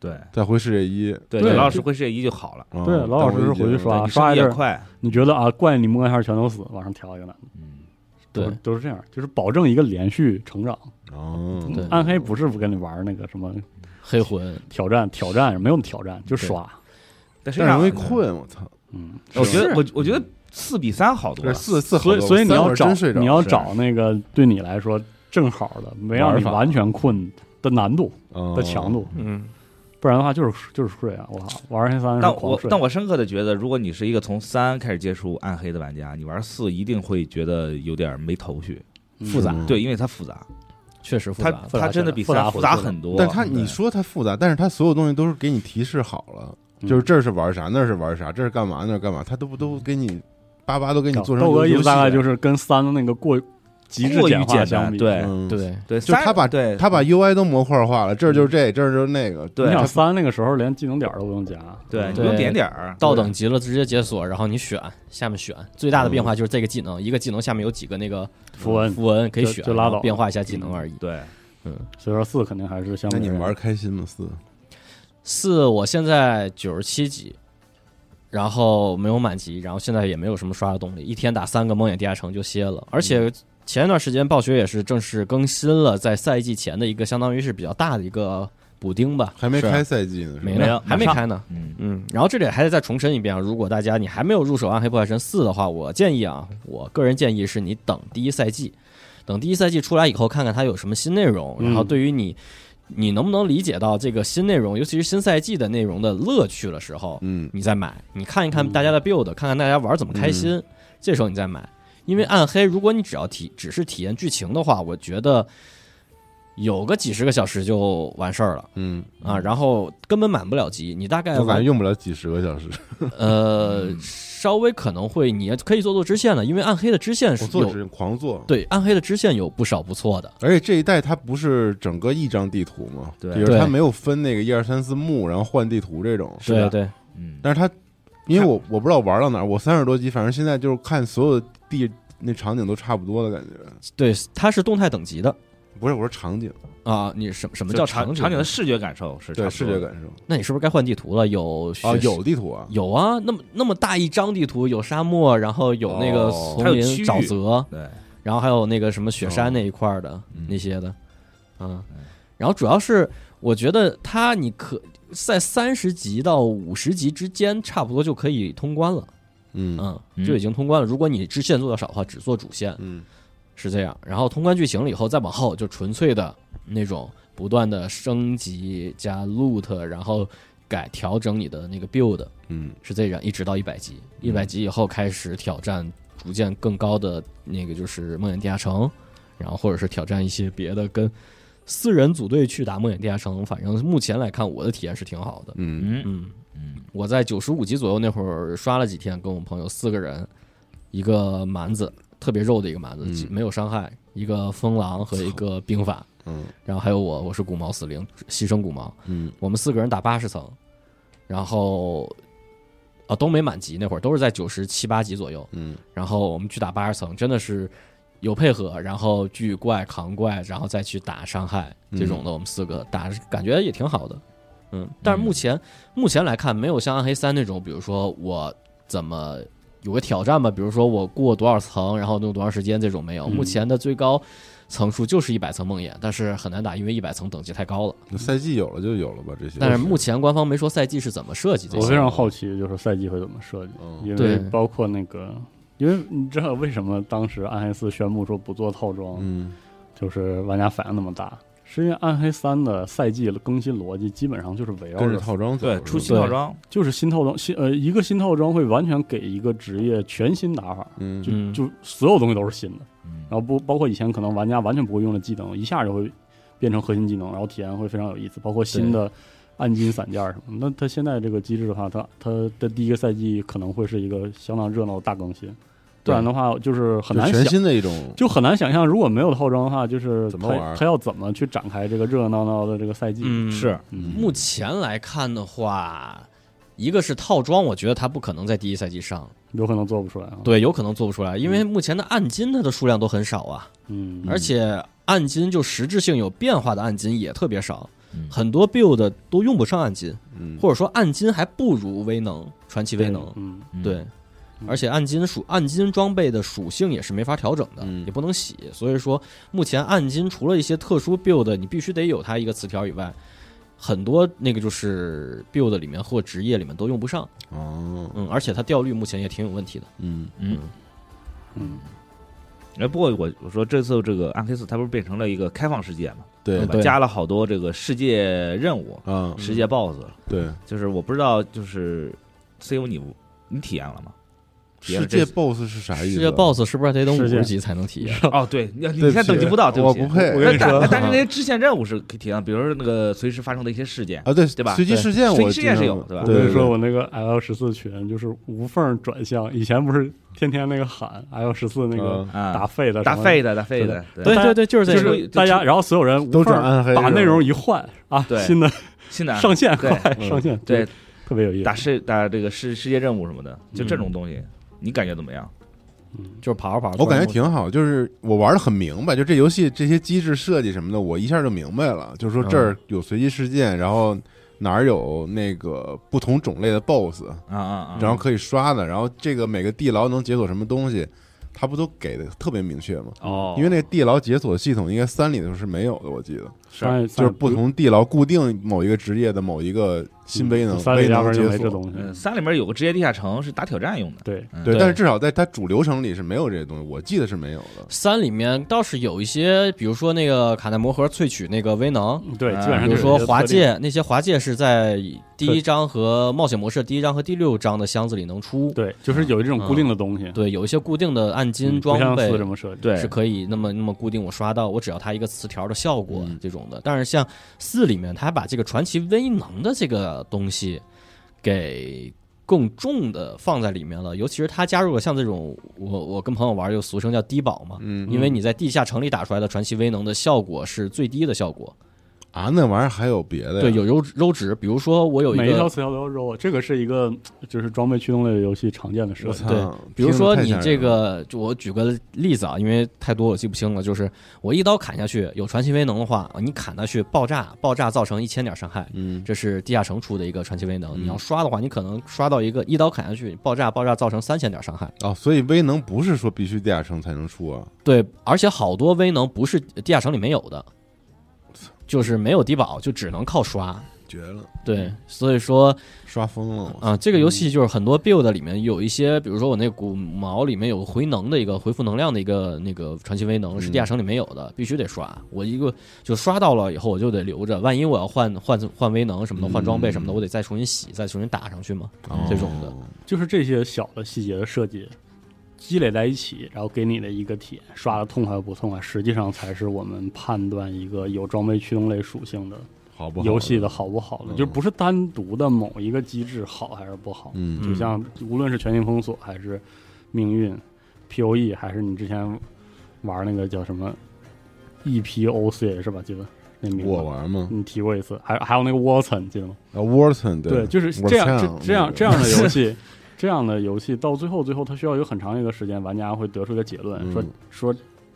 Speaker 5: 对
Speaker 3: 再回世界一，
Speaker 5: 对，
Speaker 2: 对
Speaker 5: 老老师会世界一就好了，
Speaker 3: 嗯
Speaker 2: 对老老实实回去刷
Speaker 5: 对你
Speaker 2: 刷
Speaker 5: 升
Speaker 2: 一
Speaker 5: 级也
Speaker 2: 阵儿
Speaker 5: 快，
Speaker 2: 你觉得啊怪你摸一下全都死，往上调一个难度，
Speaker 5: 嗯
Speaker 4: 对
Speaker 2: 都是都是这样，就是保证一个连续成长。
Speaker 3: 但我已经
Speaker 4: 对
Speaker 3: 哦，
Speaker 2: 暗黑不是不跟你玩那个什么
Speaker 4: 黑魂，
Speaker 2: 挑战，挑战没有挑战，就刷。
Speaker 5: 但实际
Speaker 3: 但是
Speaker 5: 上
Speaker 3: 容易困，我操，
Speaker 2: 嗯，
Speaker 5: 我觉得
Speaker 4: 是
Speaker 5: 我我觉得四比三好多
Speaker 3: 对
Speaker 5: 了，
Speaker 3: 四四好
Speaker 2: 所以
Speaker 3: 多
Speaker 2: 所以你
Speaker 3: 三会
Speaker 2: 要
Speaker 3: 儿
Speaker 2: 找
Speaker 3: 真睡着
Speaker 2: 你要
Speaker 5: 是
Speaker 2: 找那个对你来说正好的，没让
Speaker 4: 玩
Speaker 2: 你
Speaker 4: 法
Speaker 2: 完全困的难度
Speaker 3: 的
Speaker 2: 的强度，
Speaker 4: 嗯，
Speaker 2: 不然的话就是就是睡啊！我靠，玩暗黑三
Speaker 5: 但我
Speaker 2: 是狂睡
Speaker 5: 但。我深刻的觉得，如果你是一个从三开始接触暗黑的玩家，你玩四一定会觉得有点没头绪，
Speaker 2: 嗯
Speaker 3: 复杂。
Speaker 5: 对，因为它复杂，
Speaker 4: 确实复
Speaker 5: 它
Speaker 4: 杂，
Speaker 2: 复杂
Speaker 5: 它真的比
Speaker 2: 复杂
Speaker 5: 三
Speaker 2: 复
Speaker 5: 复
Speaker 2: 杂
Speaker 5: 杂很多。嗯
Speaker 3: 但是它你
Speaker 5: 对
Speaker 3: 说它复杂，但是它所有东西都是给你提示好了，
Speaker 2: 嗯
Speaker 3: 就是这是玩啥，那是玩啥，这是干嘛，那是干嘛，它都不都给你巴巴都给你做成
Speaker 2: 豆哥意
Speaker 3: 游
Speaker 2: 思
Speaker 3: 戏
Speaker 2: 大概
Speaker 3: 了
Speaker 2: 就是跟三的那个过极致
Speaker 5: 过于
Speaker 2: 简化
Speaker 5: 简
Speaker 2: 相
Speaker 5: 单
Speaker 2: 比，
Speaker 5: 对
Speaker 3: 嗯
Speaker 4: 对，
Speaker 5: 对，
Speaker 3: 就是
Speaker 5: 三
Speaker 3: 他把
Speaker 5: 对
Speaker 3: 他把 UI 都模块化了，这儿
Speaker 2: 嗯
Speaker 3: 就是这，这儿就是那个，
Speaker 5: 对
Speaker 2: 你想
Speaker 3: 它
Speaker 2: 三那个时候连技能点儿都不用加，
Speaker 3: 嗯
Speaker 2: 嗯
Speaker 5: 对，你
Speaker 4: 对
Speaker 5: 用点点儿
Speaker 4: 到等级了直接解锁，然后你选下面选，最大的变化就是这个技能，一个技能下面有几个那个
Speaker 2: 符文。
Speaker 4: 符文可以
Speaker 2: 就
Speaker 4: 选，
Speaker 2: 就拉倒
Speaker 4: 然后变化一下技能而已。
Speaker 5: 对，
Speaker 2: 所以说四肯定还是相
Speaker 3: 那
Speaker 2: 对
Speaker 3: 你们
Speaker 2: 而言
Speaker 3: 玩开心吗？四
Speaker 4: 四，我现在九十七级，然后没有满级，然后现在也没有什么刷的动力，一天打三个梦魇地下城就歇了。而
Speaker 2: 嗯
Speaker 4: 且前一段时间暴雪也是正式更新了，在赛季前的一个相当于是比较大的一个补丁吧，
Speaker 3: 还没
Speaker 4: 是
Speaker 3: 开赛季呢，是吧
Speaker 4: 没
Speaker 5: 没
Speaker 4: 呢
Speaker 5: 有，
Speaker 4: 还没
Speaker 5: 马上
Speaker 4: 开呢。
Speaker 5: 嗯，
Speaker 4: 嗯，然后这里还得再重申一遍啊，如果大家你还没有入手《暗黑破坏神四》的话，我建议啊，我个人建议是你等第一赛季，等第一赛季出来以后，看看它有什么新内容，
Speaker 2: 嗯
Speaker 4: 然后对于你，你能不能理解到这个新内容，尤其是新赛季的内容的乐趣的时候，
Speaker 3: 嗯，
Speaker 4: 你再买，你看一看
Speaker 2: 嗯
Speaker 4: 大家的 build，、看看大家玩怎么开心，这时候你再买。因为暗黑，如果你只要体只是体验剧情的话，我觉得有个几十个小时就完事儿了
Speaker 3: 嗯，
Speaker 4: 啊，然后根本满不了级，你大概
Speaker 3: 我感
Speaker 4: 玩
Speaker 3: 觉用不了几十个小时，
Speaker 4: 呃，稍微可能会，你也可以做做支线了，因为暗黑的支线
Speaker 3: 我
Speaker 4: 是
Speaker 3: 做
Speaker 4: 有
Speaker 3: 只狂做。
Speaker 4: 对暗黑的支线有不少不错的，
Speaker 3: 而且这一代它不是整个一张地图嘛，
Speaker 5: 对
Speaker 3: 比如它
Speaker 4: 对
Speaker 3: 没有分那个一二三四幕，然后换地图这种。
Speaker 4: 对对，
Speaker 5: 嗯，
Speaker 3: 但是它，因为我我不知道玩到哪儿，我三十多级，反正现在就是看所有地那场景都差不多的感觉。
Speaker 4: 对，它是动态等级的
Speaker 3: 不是，我说场景，
Speaker 4: 啊。你什什么
Speaker 5: 就
Speaker 4: 叫
Speaker 5: 场
Speaker 4: 景
Speaker 5: 景的？视觉感受是
Speaker 3: 对
Speaker 5: 差
Speaker 3: 视
Speaker 5: 不多
Speaker 3: 觉
Speaker 5: 的，
Speaker 3: 感受
Speaker 4: 那你是不是该换地图了？有
Speaker 3: 啊，
Speaker 4: 雪
Speaker 3: 有地图啊，
Speaker 4: 有啊，那么那么大一张地图，有沙漠，然后有那个
Speaker 3: 哦
Speaker 4: 丛
Speaker 5: 还有
Speaker 4: 林、
Speaker 5: 区域
Speaker 4: 沼泽，
Speaker 5: 对，
Speaker 4: 然后还有那个什么雪山那一块儿的、
Speaker 3: 嗯
Speaker 4: 那些的，嗯，然后主要是我觉得它你可在三十级到五十级之间，差不多就可以通关了，
Speaker 3: 嗯
Speaker 4: 嗯，就已经通关了。如果你支线做的少的话，只做主线
Speaker 3: 嗯
Speaker 4: 是这样。然后通关剧情了以后，再往后就纯粹的那种不断的升级加 loot，然后改调整你的那个 build，
Speaker 3: 嗯，
Speaker 4: 是这样，一直到一百级，一百级以后开始挑战逐渐更高的那个就是梦魇地下城，然后或者是挑战一些别的跟四人组队去打梦魇地下城，反正目前来看我的体验是挺好的。
Speaker 3: 嗯，
Speaker 5: 嗯，
Speaker 4: 嗯我在九十五级左右那会儿刷了几天，跟我朋友四个人，一个蛮子特别肉的一个蛮子，
Speaker 3: 嗯哦
Speaker 4: 几没有伤害，一个风狼和一个兵法，
Speaker 3: 嗯
Speaker 4: 然后还有我，我是古毛死灵，牺牲古毛，
Speaker 3: 嗯，
Speaker 4: 我们四个人打八十层，然后啊都没满级，那会儿都是在九十七八级左右，
Speaker 3: 嗯，
Speaker 4: 然后我们去打八十层，真的是有配合，然后聚怪扛怪，然后再去打伤害这种的，我们四个打感觉也挺好的，嗯，但是目前、目前来看，没有像暗黑三那种，比如说我怎么有个挑战吧，比如说我过多少层，然后用多长时间这种没有。
Speaker 2: 嗯
Speaker 4: 目前的最高层数就是一百层梦魇，但是很难打，因为一百层等级太高了。
Speaker 3: 那赛季有了就有了吧，这些。
Speaker 4: 但是目前官方没说赛季是怎么设计这
Speaker 2: 我
Speaker 4: 些。
Speaker 2: 非常好奇，就是赛季会怎么设计，
Speaker 3: 嗯
Speaker 2: 因为
Speaker 4: 对
Speaker 2: 包括那个，因为你知道为什么当时暗黑四宣布说不做套装，
Speaker 3: 嗯
Speaker 2: 就是玩家反应那么大，是因为暗黑三的赛季更新逻辑基本上就是围绕
Speaker 3: 跟着
Speaker 2: 着
Speaker 3: 套装走
Speaker 5: 对
Speaker 3: 是，吧
Speaker 5: 出新套装，
Speaker 2: 就是新套装新呃一个新套装会完全给一个职业全新打法，
Speaker 3: 嗯
Speaker 2: 就
Speaker 4: 嗯
Speaker 2: 就所有东西都是新的，
Speaker 5: 嗯
Speaker 2: 然后不包括以前可能玩家完全不会用的技能，一下就会变成核心技能，然后体验会非常有意思，包括新的暗金散件儿什么。那它现在这个机制的话，它它的第一个赛季可能会是一个相当热闹的大更新，不然的话就是很
Speaker 3: 就
Speaker 2: 难
Speaker 3: 全
Speaker 2: 想。
Speaker 3: 新的一种，
Speaker 2: 就很难想象，如果没有套装的话，就是
Speaker 3: 怎么
Speaker 2: 它
Speaker 3: 玩
Speaker 2: 它要怎么去展开这个热热闹闹的这个赛季？
Speaker 4: 嗯，
Speaker 5: 是
Speaker 2: 嗯
Speaker 4: 目前来看的话，一个是套装，我觉得它不可能在第一赛季上，
Speaker 2: 有可能做不出来啊。，
Speaker 4: 对，有可能做不出来，因为目前的暗金它的数量都很少啊，
Speaker 2: 嗯，
Speaker 4: 而且暗金就实质性有变化的暗金也特别少
Speaker 5: 嗯，
Speaker 4: 很多 build 都用不上暗金，
Speaker 3: 嗯，
Speaker 4: 或者说暗金还不如威能传奇威能，
Speaker 2: 嗯，
Speaker 5: 嗯
Speaker 4: 对。而且暗金属暗金装备的属性也是没法调整的，
Speaker 3: 嗯
Speaker 4: 也不能洗，所以说目前暗金除了一些特殊 build，你必须得有它一个词条以外，很多那个就是 build 里面或职业里面都用不上，
Speaker 3: 哦，
Speaker 4: 嗯，而且它掉率目前也挺有问题的，
Speaker 3: 嗯
Speaker 5: 嗯，
Speaker 2: 嗯
Speaker 5: 哎，不过我我说这次这个暗黑四它不是变成了一个开放世界嘛，
Speaker 3: 对
Speaker 6: 嗯
Speaker 5: 吧加了好多这个世界任务、
Speaker 3: 啊，
Speaker 5: 世界 BOSS，
Speaker 3: 对，
Speaker 5: 就是我不知道就是 C U 你你体验了吗？也
Speaker 3: 世
Speaker 5: 是
Speaker 3: 界
Speaker 5: 这
Speaker 3: BOSS 是啥意思？啊
Speaker 4: 世界 BOSS 是不是还得等五
Speaker 2: 世界
Speaker 4: 十级才能体验？
Speaker 5: [LAUGHS] 哦，对，你你
Speaker 3: 对不
Speaker 5: 现在
Speaker 3: 起
Speaker 5: 等级不到，对
Speaker 3: 我
Speaker 5: 起，
Speaker 3: 不配
Speaker 5: 我跟你
Speaker 2: 说
Speaker 5: 但是那些支线任务是可以体验，比如说那个随时发生的一些事件，
Speaker 3: 啊，对
Speaker 5: 对吧
Speaker 3: 随机
Speaker 5: 对
Speaker 3: 事件
Speaker 5: 随
Speaker 3: 我
Speaker 5: 机事件是
Speaker 3: 经
Speaker 5: 有
Speaker 3: 常
Speaker 5: 对吧
Speaker 2: 我
Speaker 3: 对
Speaker 2: 跟
Speaker 3: 对
Speaker 2: 你说，我那个 L 十四群就是无缝转向，以前不是天天那个喊 L 十四那个
Speaker 3: 嗯
Speaker 5: 啊，
Speaker 2: 打废的
Speaker 5: 打
Speaker 2: 什么
Speaker 5: 废的，打废的，
Speaker 4: 对对对，就是这
Speaker 2: 就
Speaker 4: 个。
Speaker 2: 是大家，然后所有人无
Speaker 3: 都
Speaker 2: 缝
Speaker 3: 转暗黑，
Speaker 2: 把内容一换啊
Speaker 5: 对，
Speaker 2: 新的
Speaker 5: 新的啊
Speaker 2: 上线快
Speaker 3: 嗯
Speaker 2: 上线，
Speaker 5: 对，
Speaker 2: 特别有意思
Speaker 5: 打。世打这个世世界任务什么的，就这种东西，你感觉怎么样？
Speaker 2: 嗯
Speaker 4: 就是跑着跑着，
Speaker 3: 我感觉挺好，就是我玩的很明白，就这游戏这些机制设计什么的，我一下就明白了。就是说这
Speaker 5: 嗯
Speaker 3: 儿有随机事件，然后哪儿有那个不同种类的 BOSS，
Speaker 5: 啊啊啊！
Speaker 3: 然后可以刷的，然后这个每个地牢能解锁什么东西，它不都给的特别明确吗？
Speaker 5: 哦，
Speaker 3: 因为那个地牢解锁系统应该三里头是没有的，我记得
Speaker 2: 上一
Speaker 3: 就是不同地牢固定某一个职业的某一个
Speaker 4: 嗯
Speaker 3: 新威能
Speaker 2: 嗯三
Speaker 3: 威
Speaker 2: 里压
Speaker 3: 能
Speaker 2: 根就
Speaker 3: 解
Speaker 2: 没这
Speaker 3: 锁。
Speaker 2: 东
Speaker 5: 嗯，
Speaker 2: 西。
Speaker 5: 三里面有个职业地下城是打挑战用的，
Speaker 2: 对，
Speaker 5: 嗯
Speaker 3: 对，
Speaker 4: 对
Speaker 3: 但是至少在它主流程里是没有这些东西，我记得是没有的。
Speaker 4: 三里面倒是有一些，比如说那个卡耐魔核萃取那个威
Speaker 3: 嗯
Speaker 4: 能，
Speaker 2: 对，基本上
Speaker 4: 比
Speaker 2: 就
Speaker 4: 如
Speaker 2: 是
Speaker 4: 说
Speaker 2: 这些
Speaker 4: 滑
Speaker 2: 特定，
Speaker 4: 界，那些滑界是在第一章和冒险模式第一章和第六章的箱子里能出。
Speaker 2: 对，就是有这种固定的东西，
Speaker 4: 嗯对，有一些固定的暗金
Speaker 2: 嗯不像
Speaker 4: 装备
Speaker 2: 四这么设计。
Speaker 5: 对
Speaker 4: 是可以那么那么固定，我刷到我只要它一个词条的效果
Speaker 3: 嗯
Speaker 4: 这种的。但是像四里面，它还把这个传奇威能的这个东西给。更重的放在里面了，尤其是它加入了像这种我我跟朋友玩，就俗称叫低保嘛，
Speaker 3: 嗯
Speaker 4: 因为你在地下城里打出来的传奇威能的效果是最低的效果，
Speaker 3: 啊，那玩意儿还有别的呀？
Speaker 4: 对，有柔柔值，比如说我有一
Speaker 2: 啊每一条
Speaker 4: 个，
Speaker 2: 词条都要揉，这个是一个就是装备驱动类的游戏常见的设
Speaker 3: 我
Speaker 2: 计
Speaker 3: 操。
Speaker 4: 对，比如
Speaker 3: 听着
Speaker 4: 说
Speaker 3: 太
Speaker 4: 你
Speaker 3: 吓人
Speaker 4: 这
Speaker 3: 了
Speaker 4: 个，就我举个例子啊，因为太多我记不清了，就是我一刀砍下去，有传奇威能的话，你砍下去爆炸，爆炸造成一千点伤害，
Speaker 3: 嗯
Speaker 4: 这是地下城出的一个传奇威能。
Speaker 3: 嗯
Speaker 4: 你要刷的话，你可能刷到一个一刀砍下去，爆炸，爆炸造成三千点伤害。
Speaker 3: 哦，所以威能不是说必须地下城才能出啊，
Speaker 4: 对，而且好多威能不是地下城里没有的，就是没有低保，就只能靠刷。
Speaker 3: 绝了，
Speaker 4: 对，所以说
Speaker 3: 刷疯了我。
Speaker 4: 啊，这个游戏就是很多 build 里面有一些，比如说我那古矛里面有回能的一个回复能量的一个那个传奇威能，
Speaker 3: 嗯
Speaker 4: 是地下城里没有的，必须得刷。我一个就刷到了以后，我就得留着，万一我要换换换威能什么的，换装备什么的，我得再重新洗，再重新打上去嘛。
Speaker 3: 嗯哦
Speaker 4: 这种的，
Speaker 2: 就是这些小的细节的设计积累在一起，然后给你的一个体验，刷的痛快不痛快，实际上才是我们判断一个有装备驱动类属性的
Speaker 3: 好不好？
Speaker 2: 游戏的，好不好的，
Speaker 3: 嗯
Speaker 2: 就不是单独的某一个机制好还是不好。
Speaker 3: 嗯
Speaker 2: 就像无论是全境封锁还是命运 P O E，还是你之前玩那个叫什么 E P O C 是吧？记得那
Speaker 4: 嗯
Speaker 2: 名
Speaker 3: 我
Speaker 2: 字。
Speaker 3: 玩吗？
Speaker 2: 你提过一次，还还有那个 Watson 记得吗？
Speaker 3: 啊，Warton 对，
Speaker 2: 就是这样，这
Speaker 3: Warton，
Speaker 2: 这样这
Speaker 3: 那个
Speaker 2: 样的游
Speaker 3: [LAUGHS]
Speaker 2: 戏，这样的游戏到最后，最后它需要有很长一个时间，玩家会得出一个结论，
Speaker 3: 嗯
Speaker 2: 说说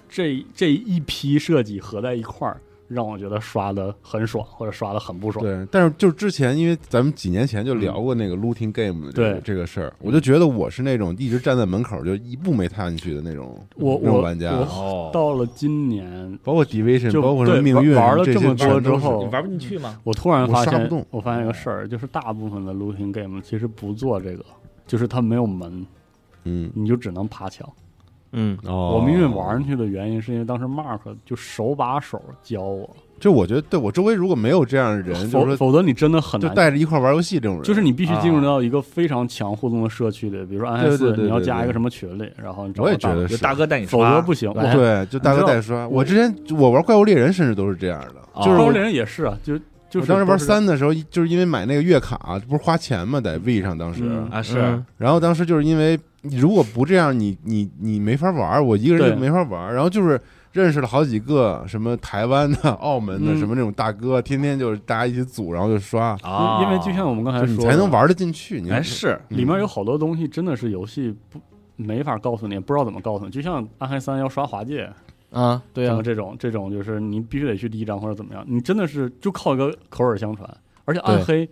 Speaker 2: 这这一批设计合在一块儿，让我觉得刷的很爽，或者刷的很不爽。嗯
Speaker 3: 对，但是就是之前，因为咱们几年前就聊过那个 looting game 的这个
Speaker 2: 对
Speaker 3: 这个事儿，我就觉得我是那种一直站在门口就一步没踏进去的那种
Speaker 2: 我
Speaker 3: 那种
Speaker 2: 我
Speaker 3: 玩家，哦
Speaker 2: 我到了今年，
Speaker 3: 包括 division，
Speaker 2: 就
Speaker 3: 包括什么
Speaker 2: 对
Speaker 3: 命运，
Speaker 2: 玩玩了
Speaker 3: 这
Speaker 2: 这
Speaker 3: 些
Speaker 2: 么多
Speaker 3: 全都
Speaker 2: 之
Speaker 3: 是
Speaker 2: 后，
Speaker 6: 玩不进去吗？
Speaker 2: 我突然发
Speaker 3: 我杀不
Speaker 2: 现
Speaker 3: 动，
Speaker 2: 我发现一个事儿，就是大部分的 looting game 其实不做这个，就是它没有门，
Speaker 3: 嗯，
Speaker 2: 你就只能爬墙。
Speaker 4: 嗯，
Speaker 3: 哦
Speaker 2: 我命运玩上去的原因是因为当时 Mark 就手把手教我，
Speaker 3: 就我觉得，对我周围如果没有这样的人，就
Speaker 2: 否
Speaker 3: 是说
Speaker 2: 否则你真的很
Speaker 3: 就
Speaker 2: 难。
Speaker 3: 带着一块玩游戏这种人，
Speaker 2: 就是你必须进入到一个非常强互动的社区里，比如说暗黑
Speaker 3: 啊对对
Speaker 2: 四，
Speaker 3: 对
Speaker 2: 你要
Speaker 3: 对
Speaker 2: 加
Speaker 3: 对
Speaker 2: 一个什么群里，然后你找
Speaker 3: 我也
Speaker 2: 到大
Speaker 3: 觉
Speaker 2: 佬
Speaker 3: 得哎
Speaker 5: 就是大哥带你
Speaker 2: [LAUGHS] 否
Speaker 5: 刷
Speaker 2: 则不行。我
Speaker 3: 对，就大
Speaker 2: 你知
Speaker 3: 哥
Speaker 2: 道
Speaker 3: 带刷。我之前我玩怪物猎人，甚至都是这样的，就是
Speaker 2: 高
Speaker 3: 我
Speaker 2: 人也是啊，就就是
Speaker 3: 我当时玩
Speaker 2: 都是这样
Speaker 3: 三的时候，就是因为买那个月卡，不是花钱嘛，在 V 上当时，
Speaker 2: 嗯
Speaker 5: 啊，是
Speaker 4: 嗯
Speaker 3: 然后当时就是因为你如果不这样，你你你没法玩儿，我一个人就
Speaker 2: 对
Speaker 3: 没法玩儿。然后就是认识了好几个什么台湾的、 [LAUGHS] 澳门的
Speaker 2: 嗯
Speaker 3: 什么这种大哥，天天就是大家一起组，然后就刷，
Speaker 5: 啊，
Speaker 2: 因因为就像我们刚才
Speaker 3: 就
Speaker 2: 说
Speaker 3: 是
Speaker 2: 的，
Speaker 3: 你才能玩得进去。你
Speaker 5: 哎是
Speaker 3: 嗯
Speaker 2: 里面有好多东西真的是游戏不没法告诉你，也不知道怎么告诉你。就像《暗黑三》要刷滑界，
Speaker 4: 啊，对
Speaker 2: 像
Speaker 4: 啊，
Speaker 2: 这种这种就是你必须得去第一章或者怎么样，你真的是就靠一个口耳相传。而且《暗黑》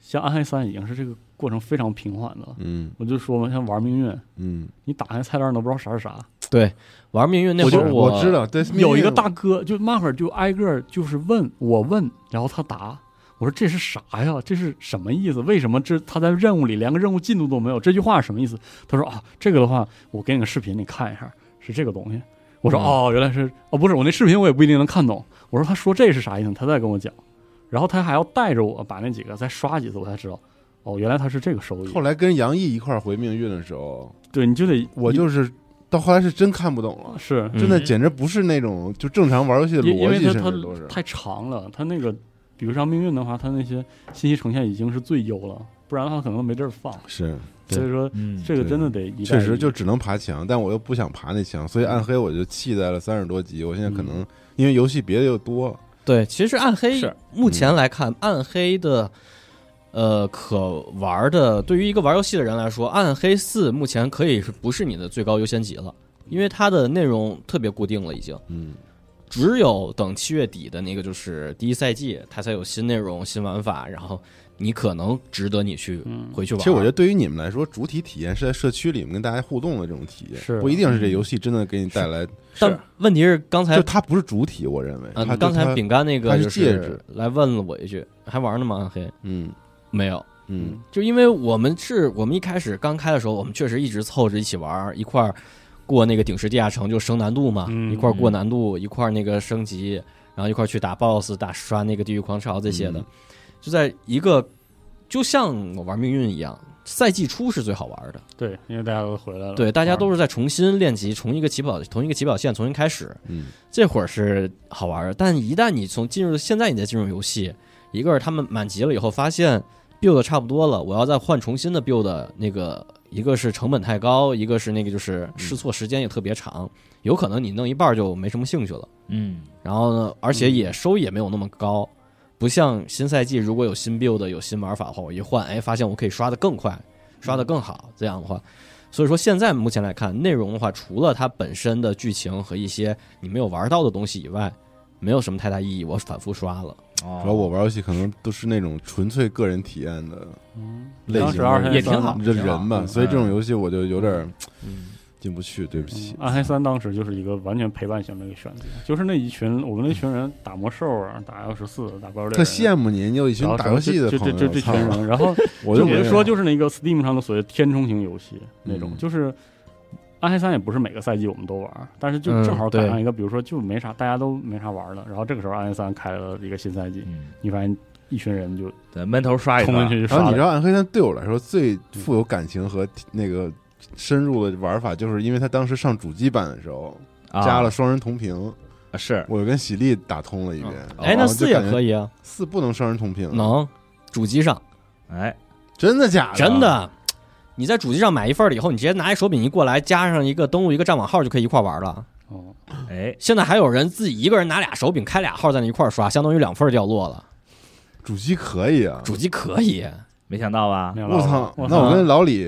Speaker 2: 像《暗黑三》已经是这个过程非常平缓的了。
Speaker 3: 嗯
Speaker 2: 我就说嘛，像玩命运，
Speaker 3: 嗯，
Speaker 2: 你打开菜单都不知道啥是啥。
Speaker 4: 玩命运那
Speaker 3: 我
Speaker 4: 会
Speaker 3: 就
Speaker 4: 儿
Speaker 3: 我知，道，对，
Speaker 2: 有一个
Speaker 3: 命运
Speaker 2: 大哥就慢会儿就挨个儿就是问我问，然后他答。我说这是啥呀？这是什么意思？为什么这他在任务里连个任务进度都没有？这句话是什么意思？他说啊，这个的话，我给你个视频，你看一下，是这个东西。我说、
Speaker 4: 嗯
Speaker 2: 哦，原来是哦，不是我那视频我也不一定能看懂。我说他说这是啥意思？他再跟我讲，然后他还要带着我把那几个再刷几次，我才知道哦，原来他是这个收益
Speaker 3: 后。来跟杨毅一块儿回命运的时候，
Speaker 2: 对，你就得
Speaker 3: 我就是到后来是真看不懂了。
Speaker 2: 是
Speaker 4: 嗯
Speaker 3: 真的简直不是那种就正常玩游戏的
Speaker 2: 因因
Speaker 3: 逻
Speaker 2: 为
Speaker 3: 辑，
Speaker 2: 它
Speaker 3: 甚至都是
Speaker 2: 它太长了，它那个，比如像命运的话，它那些信息呈现已经是最优了，不然的话可能没地儿放。
Speaker 3: 是对
Speaker 2: 所以说，
Speaker 5: 嗯
Speaker 2: 这个
Speaker 3: 对
Speaker 2: 真的得一代
Speaker 3: 确
Speaker 2: 一
Speaker 3: 实就只能爬墙，但我又不想爬那墙，所以暗黑我就弃在了三十多集。我现在可能、因为游戏别的又多，
Speaker 4: 对，其实暗黑
Speaker 5: 是
Speaker 4: 目
Speaker 3: 嗯
Speaker 4: 前来看，暗黑的呃可玩的，对于一个玩游戏的人来说，暗黑四目前可以是不是你的最高优先级了，因为它的内容特别固定了，已经
Speaker 3: 嗯，
Speaker 4: 只有等七月底的那个就是第一赛季，它才有新内容、新玩法，然后你可能值得你去
Speaker 2: 嗯
Speaker 4: 回去玩。
Speaker 3: 其实我觉得对于你们来说，主体体验是在社区里面跟大家互动的这种体验，
Speaker 2: 是
Speaker 3: 不一定是这游戏真的给你带来，
Speaker 4: 但问题是刚才
Speaker 3: 就它不是主体，我认为，它
Speaker 4: 嗯，
Speaker 3: 就
Speaker 4: 刚才
Speaker 3: 它
Speaker 4: 饼干那
Speaker 3: 它
Speaker 4: 个
Speaker 3: 是
Speaker 4: 就
Speaker 3: 戒指
Speaker 4: 是来问了我一句，还玩呢吗？暗黑
Speaker 3: 嗯
Speaker 4: 没有。
Speaker 3: 嗯
Speaker 4: 就因为我们是我们一开始刚开的时候，我们确实一直凑着一起玩儿，一块儿过那个顶石地下城，就升难度嘛，
Speaker 2: 嗯
Speaker 4: 一块儿过难度，一块儿那个升级，然后一块儿去打 BOSS、打刷那个地狱狂潮这些的，
Speaker 3: 嗯
Speaker 4: 就在一个就像我玩命运一样，赛季初是最好玩的，
Speaker 2: 对，因为大家都回来了，
Speaker 4: 对，大家都是在重新练级，从一个起跑同一个起跑线重新开始，
Speaker 3: 嗯，
Speaker 4: 这会儿是好玩儿的，但一旦你从进入现在你再进入游戏，一个是他们满级了以后发现 build 得差不多了，我要再换重新的 build 的那个，一个是成本太高，一个是那个就是试错时间也特别长，有可能你弄一半儿就没什么兴趣了。
Speaker 5: 嗯
Speaker 4: 然后呢，而且也收益也没有那么高，不像新赛季如果有新 build 有新玩法的话，我一换，哎，发现我可以刷得更快，刷得更好，这样的话，所以说现在目前来看，内容的话，除了它本身的剧情和一些你没有玩到的东西以外，没有什么太大意义。我反复刷了，
Speaker 5: 哦
Speaker 3: 主要我玩游戏可能都是那种纯粹个人体验的
Speaker 2: 嗯，
Speaker 3: 类
Speaker 2: 当
Speaker 3: 型
Speaker 2: 时二黑
Speaker 3: 的，
Speaker 5: 也挺好
Speaker 3: 这人嘛，
Speaker 5: 嗯
Speaker 3: 所以这种游戏我就有点儿进不去，对不起，
Speaker 2: 暗嗯黑三当时就是一个完全陪伴型的一个选择，就是那一群我们那群人打魔兽啊，打幺十四，打怪物猎
Speaker 3: 特
Speaker 2: 人，
Speaker 3: 羡慕你，你有一群
Speaker 2: 然后
Speaker 3: 打游戏的
Speaker 2: 这
Speaker 3: 朋
Speaker 2: 这
Speaker 3: 友。
Speaker 2: 这这这群
Speaker 3: 操
Speaker 2: 人，然后
Speaker 3: 我
Speaker 2: 就我
Speaker 3: 就
Speaker 2: 就
Speaker 3: 没有
Speaker 2: 说，就是那个 Steam 上的所谓填充型游戏那种，
Speaker 3: 嗯
Speaker 2: 就是《暗黑三》也不是每个赛季我们都玩，但是就
Speaker 4: 嗯
Speaker 2: 正好赶上一个，比如说就没啥，大家都没啥玩的，然后这个时候《暗黑三》开了一个新赛季，
Speaker 5: 嗯，
Speaker 2: 你发现一群人就
Speaker 5: 对，闷头刷一
Speaker 2: 冲
Speaker 5: 刷，
Speaker 2: 进去就
Speaker 3: 然后
Speaker 2: 刷
Speaker 3: 你知
Speaker 2: 了，
Speaker 3: 道《暗黑三》对我来说最富有感情和那个深入的玩法，就是因为它当时上主机版的时候
Speaker 5: 啊
Speaker 3: 加了双人同屏，
Speaker 5: 啊是
Speaker 3: 我跟喜力打通了一遍。
Speaker 4: 哎，那四也可
Speaker 3: 以，
Speaker 4: 以嗯啊，
Speaker 3: 四不能双人同屏，
Speaker 4: 能主机上
Speaker 5: 哎
Speaker 3: 真的假的？
Speaker 4: 真的。你在主机上买一份儿了以后，你直接拿一手柄一过来，加上一个登录一个战网号就可以一块儿玩了。
Speaker 2: 哦，
Speaker 5: 哎，
Speaker 4: 现在还有人自己一个人拿俩手柄开俩号在那一块儿刷，相当于两份儿掉落了。
Speaker 3: 主机可以啊！
Speaker 4: 主机可以，
Speaker 5: 没想到吧
Speaker 2: 没？有
Speaker 3: 我
Speaker 2: 了
Speaker 3: 操！
Speaker 2: 我
Speaker 3: 那我
Speaker 4: 操
Speaker 3: 跟老李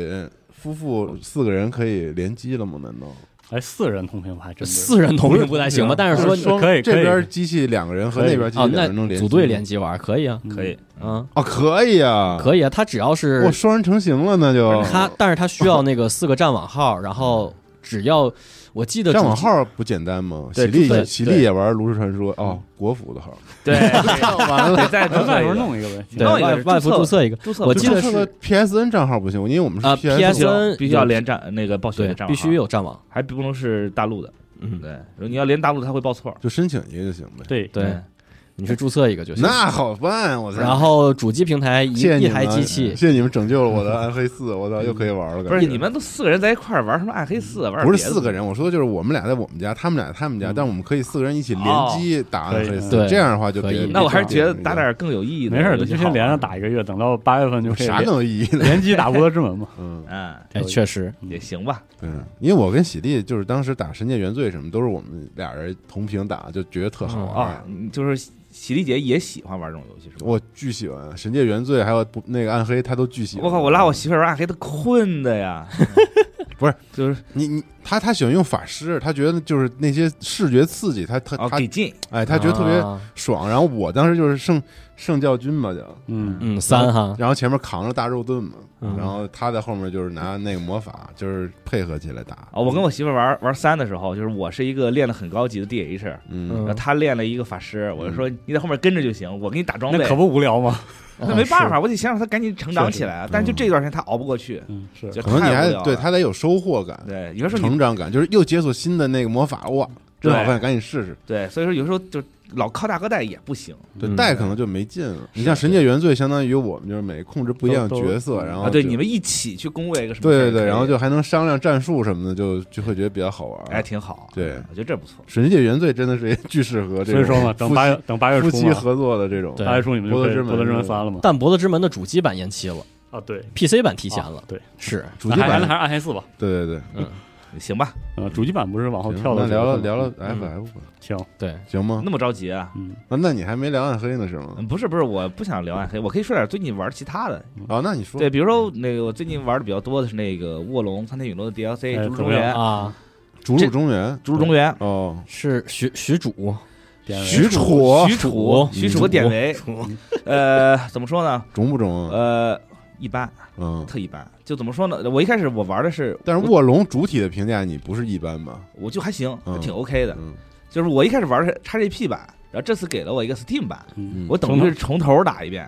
Speaker 3: 夫妇四个人可以联机了吗？难道
Speaker 2: 哎，四人同频我还真的
Speaker 4: 四人同频不太行吧？但是说
Speaker 2: 就是
Speaker 4: 你
Speaker 3: 双
Speaker 2: 可以
Speaker 3: 这
Speaker 2: 可以
Speaker 3: 边机器两个人和
Speaker 2: 可以
Speaker 3: 那边机器
Speaker 4: 啊，
Speaker 3: 两个人能
Speaker 4: 那
Speaker 3: 连
Speaker 4: 组队
Speaker 3: 连
Speaker 4: 联机玩可以啊，
Speaker 6: 可以，
Speaker 4: 嗯，
Speaker 3: 哦，可以啊，
Speaker 4: 可以啊。它只要是
Speaker 3: 哇，双人成型了那就
Speaker 4: 它，但是它需要那个四个战网号，然后只要我记得
Speaker 3: 战
Speaker 4: 主
Speaker 3: 网
Speaker 4: 机
Speaker 3: 号不简单吗？喜
Speaker 6: 对
Speaker 3: 力
Speaker 6: 对
Speaker 3: 喜
Speaker 6: 对
Speaker 3: 力也玩炉石传说哦，国服的号
Speaker 6: 对，
Speaker 2: [LAUGHS]
Speaker 3: 完了，
Speaker 6: 得再
Speaker 2: 咱
Speaker 6: 弄
Speaker 2: 外
Speaker 6: 一
Speaker 2: 边
Speaker 6: 个
Speaker 2: 弄一个呗。
Speaker 4: 对
Speaker 6: 弄一个
Speaker 4: 外
Speaker 6: 哦是
Speaker 4: 外服
Speaker 6: 注册
Speaker 4: 注册一个
Speaker 6: 注册
Speaker 4: 我
Speaker 6: 不
Speaker 4: 记
Speaker 6: 是
Speaker 4: 得
Speaker 3: 注册个 PSN 账号不行，因为我们是
Speaker 4: 啊
Speaker 3: PS
Speaker 6: 不行
Speaker 4: PSN
Speaker 6: 必须要连战那个报喜
Speaker 4: 对
Speaker 6: 的账号，
Speaker 4: 必须，有战网，
Speaker 6: 还不能是大陆的。
Speaker 4: 嗯，
Speaker 6: 对，如果你要连大陆，它会报错。
Speaker 3: 就申请一个就行呗。
Speaker 2: 对
Speaker 4: 对，
Speaker 6: 嗯
Speaker 4: 你去注册一个就行。
Speaker 3: 那好办，我操！
Speaker 4: 然后主机平台一
Speaker 3: 谢谢你
Speaker 4: 一
Speaker 3: 们啊
Speaker 4: 台机器
Speaker 3: 谢，谢你们拯救了我的暗黑四，我操，又可以玩了。
Speaker 6: 嗯不
Speaker 3: 感
Speaker 6: 是
Speaker 3: 觉
Speaker 6: 你们都四个人在一块儿玩什么暗黑四？啊玩
Speaker 3: 不是
Speaker 6: 别的
Speaker 3: 四个人，我说的就是我们俩在我们家，他们俩在他们家，但我们可以四个人一起联机打暗黑四
Speaker 4: 可，以
Speaker 3: 这样的话就
Speaker 4: 可以
Speaker 3: 别
Speaker 6: 那我还是觉得
Speaker 3: 别
Speaker 6: 打点更有意义的。
Speaker 2: 没事儿，
Speaker 6: 就
Speaker 2: 就先连着。打一个月，等到八月份就可以
Speaker 3: 啥
Speaker 2: 连
Speaker 3: 能有意义呢？
Speaker 2: [LAUGHS] 联机打《博德之门》嘛。
Speaker 3: 嗯，
Speaker 6: 嗯，
Speaker 4: 哎，确实，
Speaker 6: 也行吧。
Speaker 3: 对，因为我跟喜力就是当时打《神界原罪》什么，都是我们俩人同屏打，就觉得特好玩
Speaker 6: 啊。，你就是喜力姐也喜欢玩这种游戏是吧？
Speaker 3: 我巨喜欢《神界原罪》，还有不那个暗黑，他都巨喜欢。
Speaker 6: 我靠！我拉我媳妇儿玩暗黑，她困的呀。
Speaker 3: [LAUGHS] 不是，
Speaker 6: 就是
Speaker 3: 你你他他喜欢用法师，他觉得就是那些视觉刺激，他他
Speaker 6: 哦，
Speaker 3: 他
Speaker 6: 给劲。
Speaker 3: 哎，他觉得特别
Speaker 4: 啊
Speaker 3: 爽。然后我当时就是圣圣教军嘛，就
Speaker 2: 嗯，
Speaker 4: 嗯三哈，
Speaker 3: 然后前面扛着大肉盾嘛，
Speaker 4: 嗯
Speaker 3: 然后他在后面就是拿那个魔法，就是配合起来打。
Speaker 6: 哦，我跟我媳妇儿玩玩三的时候，就是我是一个练的很高级的 DH，然
Speaker 3: 嗯，
Speaker 6: 后她练了一个法师，我就说你在后面跟着就行，我给你打装备
Speaker 2: 那。可不无聊吗？
Speaker 6: 那没
Speaker 3: 啊
Speaker 6: 办法，我得先让她赶紧成长起来啊。但是就这段时间她熬不过去，
Speaker 2: 嗯，是
Speaker 6: 就
Speaker 3: 嗯可能你
Speaker 6: 太无
Speaker 3: 还
Speaker 6: 聊
Speaker 3: 对
Speaker 6: 了
Speaker 3: 他得有收获感、
Speaker 6: 对，有时候你
Speaker 3: 成长感，就是又解锁新的那个魔法，哇，真好
Speaker 6: 对
Speaker 3: 看，赶紧试试。
Speaker 6: 对，所以说有时候就老靠大哥带也不行
Speaker 3: 对
Speaker 4: 嗯
Speaker 3: 带可能就没劲了。你像《神界原罪》，相当于我们就是每控制不一样
Speaker 2: 都都
Speaker 3: 角色，然后
Speaker 6: 啊。对，
Speaker 3: 就
Speaker 6: 你们一起去攻略一个什么事
Speaker 3: 对哦
Speaker 6: 儿可
Speaker 3: 对
Speaker 6: 以？
Speaker 3: 对，然后就还能商量战术什么的，就就会觉得比较好玩。
Speaker 6: 哎挺好。
Speaker 3: 对
Speaker 6: 我觉得这不错。
Speaker 3: 《神界原罪》真的是巨适合这
Speaker 2: 所
Speaker 3: 种
Speaker 2: 以说嘛，等
Speaker 3: 夫
Speaker 2: 八
Speaker 3: 妻
Speaker 2: 月等八月
Speaker 3: 夫
Speaker 2: 初
Speaker 3: 妻
Speaker 2: 嘛，
Speaker 3: 合作的这种。
Speaker 4: 对
Speaker 2: 八月初你们就
Speaker 3: 博
Speaker 2: 可
Speaker 3: 德
Speaker 2: 以
Speaker 3: 之
Speaker 2: 《
Speaker 3: 门
Speaker 2: 博德之门
Speaker 3: 是
Speaker 2: 三》了嘛？
Speaker 4: 但《博德之门》的主机版延期了
Speaker 2: 啊，对，
Speaker 4: ，PC 版提前了
Speaker 2: 啊，对，
Speaker 4: 是
Speaker 3: 主
Speaker 2: 那
Speaker 3: 机
Speaker 2: 还那
Speaker 3: 版
Speaker 2: 还是暗黑四吧？
Speaker 3: 对对对，
Speaker 6: 行吧，
Speaker 2: 呃，主机版不是往后
Speaker 3: 行
Speaker 2: 跳
Speaker 3: 那
Speaker 2: 了几
Speaker 3: 聊
Speaker 2: 个
Speaker 3: 了
Speaker 2: 分
Speaker 3: 聊了
Speaker 4: 嗯
Speaker 3: FF 吧，
Speaker 2: 行，
Speaker 4: 对，
Speaker 3: 行吗？
Speaker 6: 那么着急啊？
Speaker 2: 嗯，
Speaker 3: 啊那你还没聊暗黑呢是吗？
Speaker 6: 嗯不是不是，我不想聊暗黑，我可以说点最近玩其他的。
Speaker 3: 啊，那你说
Speaker 6: 对，比如说那个我最近玩的比较多的是那个《卧龙苍天陨落》的
Speaker 2: 哎
Speaker 6: DLC《逐
Speaker 2: 怎
Speaker 6: 鹿中
Speaker 2: 么样
Speaker 6: 原》，《
Speaker 4: 啊，
Speaker 3: 逐鹿中原
Speaker 6: 逐鹿中原》
Speaker 3: 哦，
Speaker 4: 是许许主呃
Speaker 2: 点
Speaker 3: 许褚
Speaker 2: 哦
Speaker 6: 许褚、许
Speaker 2: 嗯
Speaker 6: 褚和典韦， [LAUGHS] 呃，怎么说呢？
Speaker 3: 中不中啊？
Speaker 6: 呃，一般，
Speaker 3: 嗯，
Speaker 6: 特一般。就怎么说呢？我一开始我玩的是，
Speaker 3: 但是卧龙主体的评价你不是一般吧？
Speaker 6: 我就还行
Speaker 3: 嗯，
Speaker 6: 挺 OK 的。
Speaker 3: 嗯
Speaker 6: 就是我一开始玩的是 XGP 版，然后这次给了我一个 Steam 版，
Speaker 2: 嗯，
Speaker 3: 嗯
Speaker 6: 我等于是从头打一遍。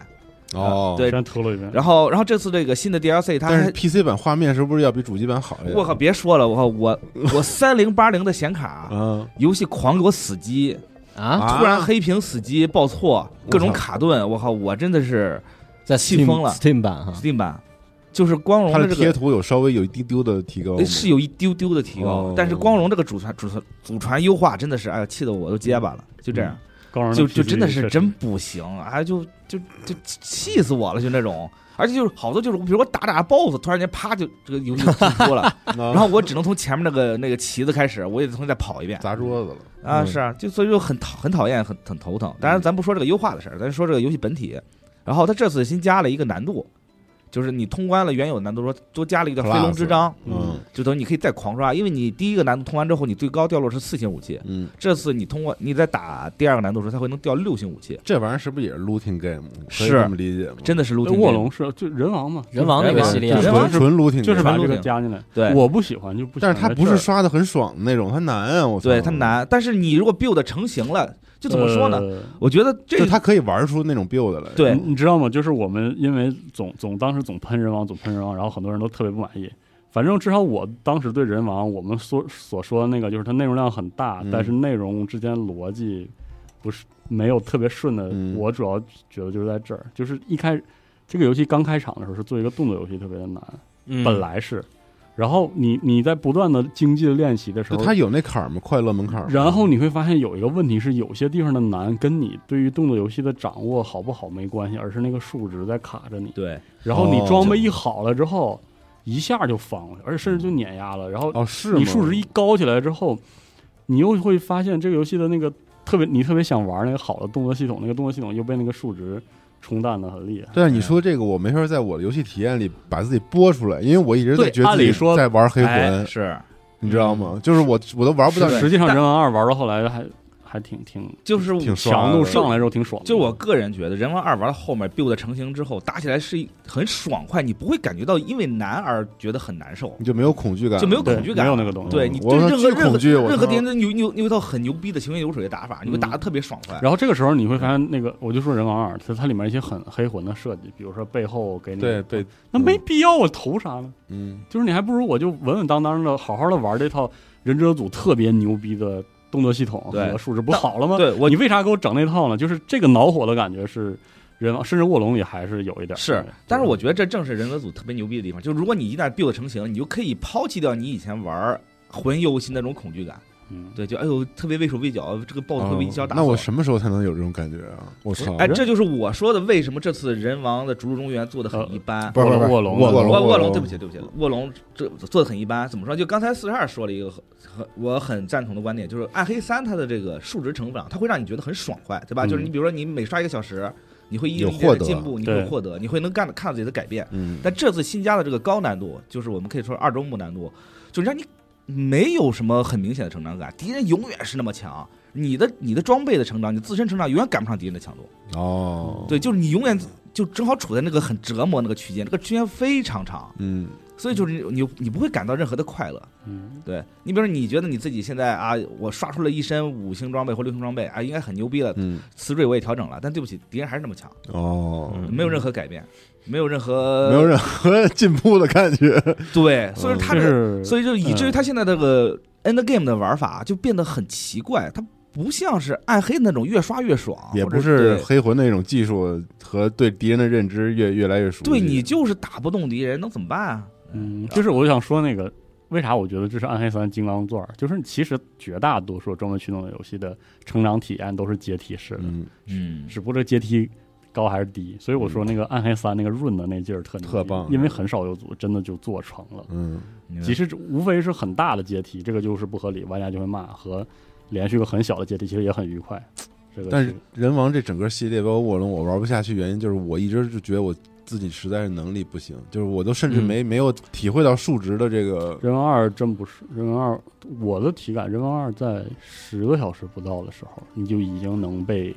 Speaker 3: 哦，
Speaker 6: 对
Speaker 2: 全秃噜一遍。
Speaker 6: 然后，然后这次这个新的 DLC 它
Speaker 3: 但是哎
Speaker 6: 还。
Speaker 3: PC 版画面是不是要比主机版好一点？
Speaker 6: 我靠！别说了，我靠，我
Speaker 3: [LAUGHS]
Speaker 6: 我三零八零的显卡，
Speaker 3: 嗯
Speaker 6: 游戏狂给我死机，
Speaker 4: 啊，
Speaker 3: 啊
Speaker 6: 突然黑屏死机报错，
Speaker 3: 我
Speaker 6: 各种
Speaker 3: 操
Speaker 6: 卡顿，我靠，我真的是
Speaker 4: 在
Speaker 6: 气
Speaker 4: Steam-
Speaker 6: 疯了
Speaker 4: Steam 版哈，
Speaker 6: Steam 版，就是光荣
Speaker 3: 它
Speaker 6: 的
Speaker 3: 的
Speaker 6: 这
Speaker 3: 贴
Speaker 6: 个
Speaker 3: 图有稍微有一丢丢的提高吗
Speaker 6: 呃，是有一丢丢的提
Speaker 3: 哦
Speaker 6: 高，但是光荣这个祖传祖传祖传优化真的是，哎呀，气得我都结巴了，就这样，
Speaker 2: 高
Speaker 3: 嗯
Speaker 2: 人
Speaker 6: 就就真的
Speaker 2: 确
Speaker 6: 是
Speaker 2: 实
Speaker 6: 真不行，哎，就就就气死我了，就那种。而且就是好多就是，比如我打打 BOSS，突然间啪就这个游戏就退出了，
Speaker 3: 啊
Speaker 6: 然后我只能从前面那个那个旗子开始，我也得重新再跑一遍。
Speaker 3: 砸桌子了。
Speaker 6: 啊，
Speaker 4: 嗯
Speaker 6: 是啊，就所以就很讨很讨厌，很很头疼。
Speaker 3: 嗯
Speaker 6: 当然，咱不说这个优化的事儿，咱说这个游戏本体。然后它这次新加了一个难度，就是你通关了原有的难度，说多加了一个叫
Speaker 3: Plus
Speaker 6: 飞龙之章，
Speaker 3: 嗯
Speaker 6: 就等于你可以再狂刷，因为你第一个难度通完之后，你最高掉落是四星武器，
Speaker 3: 嗯，
Speaker 6: 这次你通过你在打第二个难度的时候，它会能掉六星武器，
Speaker 3: 这玩意儿是不是也是 looting game？可以
Speaker 6: 是
Speaker 3: 这么理解吗？
Speaker 6: 真的是撸
Speaker 2: 哎卧龙是就人王嘛，
Speaker 4: 人王那个系列
Speaker 3: 啊就是
Speaker 6: 人王
Speaker 3: 纯纯 looting，
Speaker 2: 就是把
Speaker 3: game
Speaker 2: 这个
Speaker 6: 人
Speaker 2: 加进来。
Speaker 6: 对
Speaker 2: 我不喜欢就不喜
Speaker 3: 但
Speaker 2: 欢
Speaker 3: 是
Speaker 2: 这事
Speaker 3: 它
Speaker 2: 儿。
Speaker 3: 不是刷的很爽的那种，它难啊！我操
Speaker 6: 对它，难，但是你如果 build 成型了，就怎么说呢？
Speaker 2: 嗯呃嗯
Speaker 6: 我觉得
Speaker 3: 就
Speaker 6: 这
Speaker 3: 是它可以玩出那种 build 来。
Speaker 6: 对
Speaker 2: 你你知道吗？就是我们因为总总当时总喷人王，总喷人王，然后很多人都特别不满意。反正至少我当时对人王，我们所所说的那个就是它内容量很大，
Speaker 3: 嗯
Speaker 2: 但是内容之间逻辑不是没有特别顺的。
Speaker 3: 嗯
Speaker 2: 我主要觉得就是在这儿，就是一开这个游戏刚开场的时候是做一个动作游戏特别的难，
Speaker 4: 嗯
Speaker 2: 本来是，然后你你在不断的精进练习的时
Speaker 3: 就
Speaker 2: 候，
Speaker 3: 它有那坎儿吗？快乐门槛儿吗。
Speaker 2: 然后你会发现有一个问题是，有些地方的难跟你对于动作游戏的掌握好不好没关系，而是那个数值在卡着你。
Speaker 6: 对
Speaker 2: 然后
Speaker 3: 哦
Speaker 2: 你装备一好了之后，一下就翻过去，而且甚至就碾压了。然后
Speaker 3: 哦，是
Speaker 2: 你
Speaker 3: 吗？
Speaker 2: 数值一高起来之后，你又会发现这个游戏的那个特别，你特别想玩那个好的动作系统，那个动作系统又被那个数值冲淡的很厉害。
Speaker 3: 对啊，你说这个我没法在我的游戏体验里把自己播出来，因为我一直在
Speaker 6: 对
Speaker 3: 觉得
Speaker 2: 按
Speaker 3: 自
Speaker 2: 理
Speaker 3: 己
Speaker 2: 说
Speaker 3: 在玩黑
Speaker 6: 哎
Speaker 3: 魂，
Speaker 6: 是
Speaker 3: 你知道吗？就是我我都玩不到，
Speaker 2: 实际上人王二玩到后来还还挺挺
Speaker 6: 就是
Speaker 3: 挺爽
Speaker 2: 强
Speaker 3: 的
Speaker 2: 度上来之后挺爽的，
Speaker 6: 就我个人觉得，人王二玩到后面 build 成型之后，打起来是一很爽快，你不会感觉到因为难而觉得很难受，
Speaker 3: 你就没有恐惧感，
Speaker 6: 就没有
Speaker 2: 对
Speaker 6: 恐惧感
Speaker 2: 没有那个东西。
Speaker 6: 对
Speaker 3: 嗯
Speaker 6: 你
Speaker 3: 我
Speaker 6: 对任
Speaker 3: 巨
Speaker 6: 何任
Speaker 3: 恐
Speaker 6: 何
Speaker 3: 惧我
Speaker 6: 任何
Speaker 3: 操嗯
Speaker 6: 敌人有有有一套很牛逼的行云流水的打法，你会打的特别爽快。
Speaker 2: 然后这个时候你会发现，那个我就说人王二，它它里面一些很黑魂的设计，比如说背后给你，
Speaker 3: 对被
Speaker 2: 那没
Speaker 6: 嗯
Speaker 2: 必要，我投啥呢？
Speaker 3: 嗯
Speaker 2: 就是你还不如我就稳稳当当的好好的玩这套忍者组特别牛逼的动作系统
Speaker 6: 对
Speaker 2: 和数值，不好了吗？
Speaker 6: 对我
Speaker 2: 你为啥给我整那套呢？就是这个恼火的感觉是人王，甚至卧龙里还是有一点儿。
Speaker 3: 嗯
Speaker 6: 是
Speaker 2: 对，
Speaker 6: 但是我觉得这正是人格组特别牛逼的地方，就是如果你一旦 build 成型，你就可以抛弃掉你以前玩魂游戏那种恐惧感。
Speaker 2: 嗯，
Speaker 6: 对，就哎呦特别畏手畏脚，这个 BOSS 会不会一
Speaker 3: 哦
Speaker 6: 脚打死
Speaker 3: 那
Speaker 6: 我
Speaker 3: 我什么时候才能有这种感觉啊？我操！
Speaker 6: 哎，这就是我说的为什么这次人王的逐鹿中原做的
Speaker 3: 呃
Speaker 6: 很一般。
Speaker 3: 不是不是
Speaker 2: 卧龙
Speaker 3: 卧
Speaker 2: 卧
Speaker 3: 龙
Speaker 6: 卧
Speaker 3: 卧
Speaker 6: 卧龙，对不起，对不起，卧龙这做的很一般。怎么说？就刚才四十二说了一个很很我很赞同的观点，就是《暗黑三》它的这个数值成长，它会让你觉得很爽快，对吧？
Speaker 2: 嗯
Speaker 6: 就是你比如说你每刷一个小时，你会一
Speaker 3: 有
Speaker 6: 点一点
Speaker 3: 获得
Speaker 6: 地进步，你会有
Speaker 2: 对
Speaker 6: 获得，你会能干看到自己的改变。
Speaker 3: 嗯，
Speaker 6: 但这次新加的这个高难度，就是我们可以说是二周目难度，就让你没有什么很明显的成长感，敌人永远是那么强。你的你的装备的成长，你自身成长永远赶不上敌人的强度。
Speaker 3: 哦，
Speaker 6: 对，就是你永远就正好处在那个很折磨那个区间，这个区间非常长，
Speaker 3: 嗯，
Speaker 6: 所以就是你你你不会感到任何的快乐。
Speaker 2: 嗯，
Speaker 6: 对你比如说，你觉得你自己现在啊，我刷出了一身五星装备或六星装备啊，应该很牛逼了，
Speaker 3: 嗯
Speaker 6: 词缀我也调整了，但对不起，敌人还是那么强，
Speaker 3: 哦，
Speaker 4: 嗯
Speaker 6: 没有任何改变，没有任何
Speaker 3: 没有任嗯何进步的感
Speaker 6: [LAUGHS]
Speaker 3: 觉。
Speaker 6: 对，所以说他
Speaker 2: 这
Speaker 6: 这
Speaker 2: 是
Speaker 6: 所以就以至
Speaker 3: 嗯
Speaker 6: 于他现在这个 end game 的玩法啊就变得很奇怪，它不像是暗黑那种越刷越爽，
Speaker 3: 也
Speaker 6: 或
Speaker 3: 不
Speaker 6: 者
Speaker 3: 是
Speaker 6: 对
Speaker 3: 黑魂那种技术和对敌人的认知越越来越熟悉。
Speaker 6: 对你就是打不动敌人，能怎么办啊？
Speaker 2: 嗯，就是我想说那个，为啥我觉得这是《暗黑三》金刚钻儿？就是其实绝大多数中文驱动的游戏的成长体验都是阶梯式的，
Speaker 3: 嗯，
Speaker 6: 嗯，
Speaker 2: 只不过这阶梯高还是低。所以我说那个《暗黑三》那个润的那劲儿特牛逼
Speaker 3: 特棒
Speaker 2: 因为很少有组真的就做成了。
Speaker 3: 嗯
Speaker 6: 明白
Speaker 2: 其实这无非是很大的阶梯，这个就是不合理，玩家就会骂；和连续个很小的阶梯，其实也很愉快。这个
Speaker 3: 但是人王这整个系列，包括卧龙，我玩不下去，原因就是我一直就觉得我自己实在是能力不行，就是我都甚至
Speaker 6: 嗯
Speaker 3: 没、没有体会到数值的这个
Speaker 2: 人王二真不是人王二，我的体感，人王二在十个小时不到的时候，你就已经能被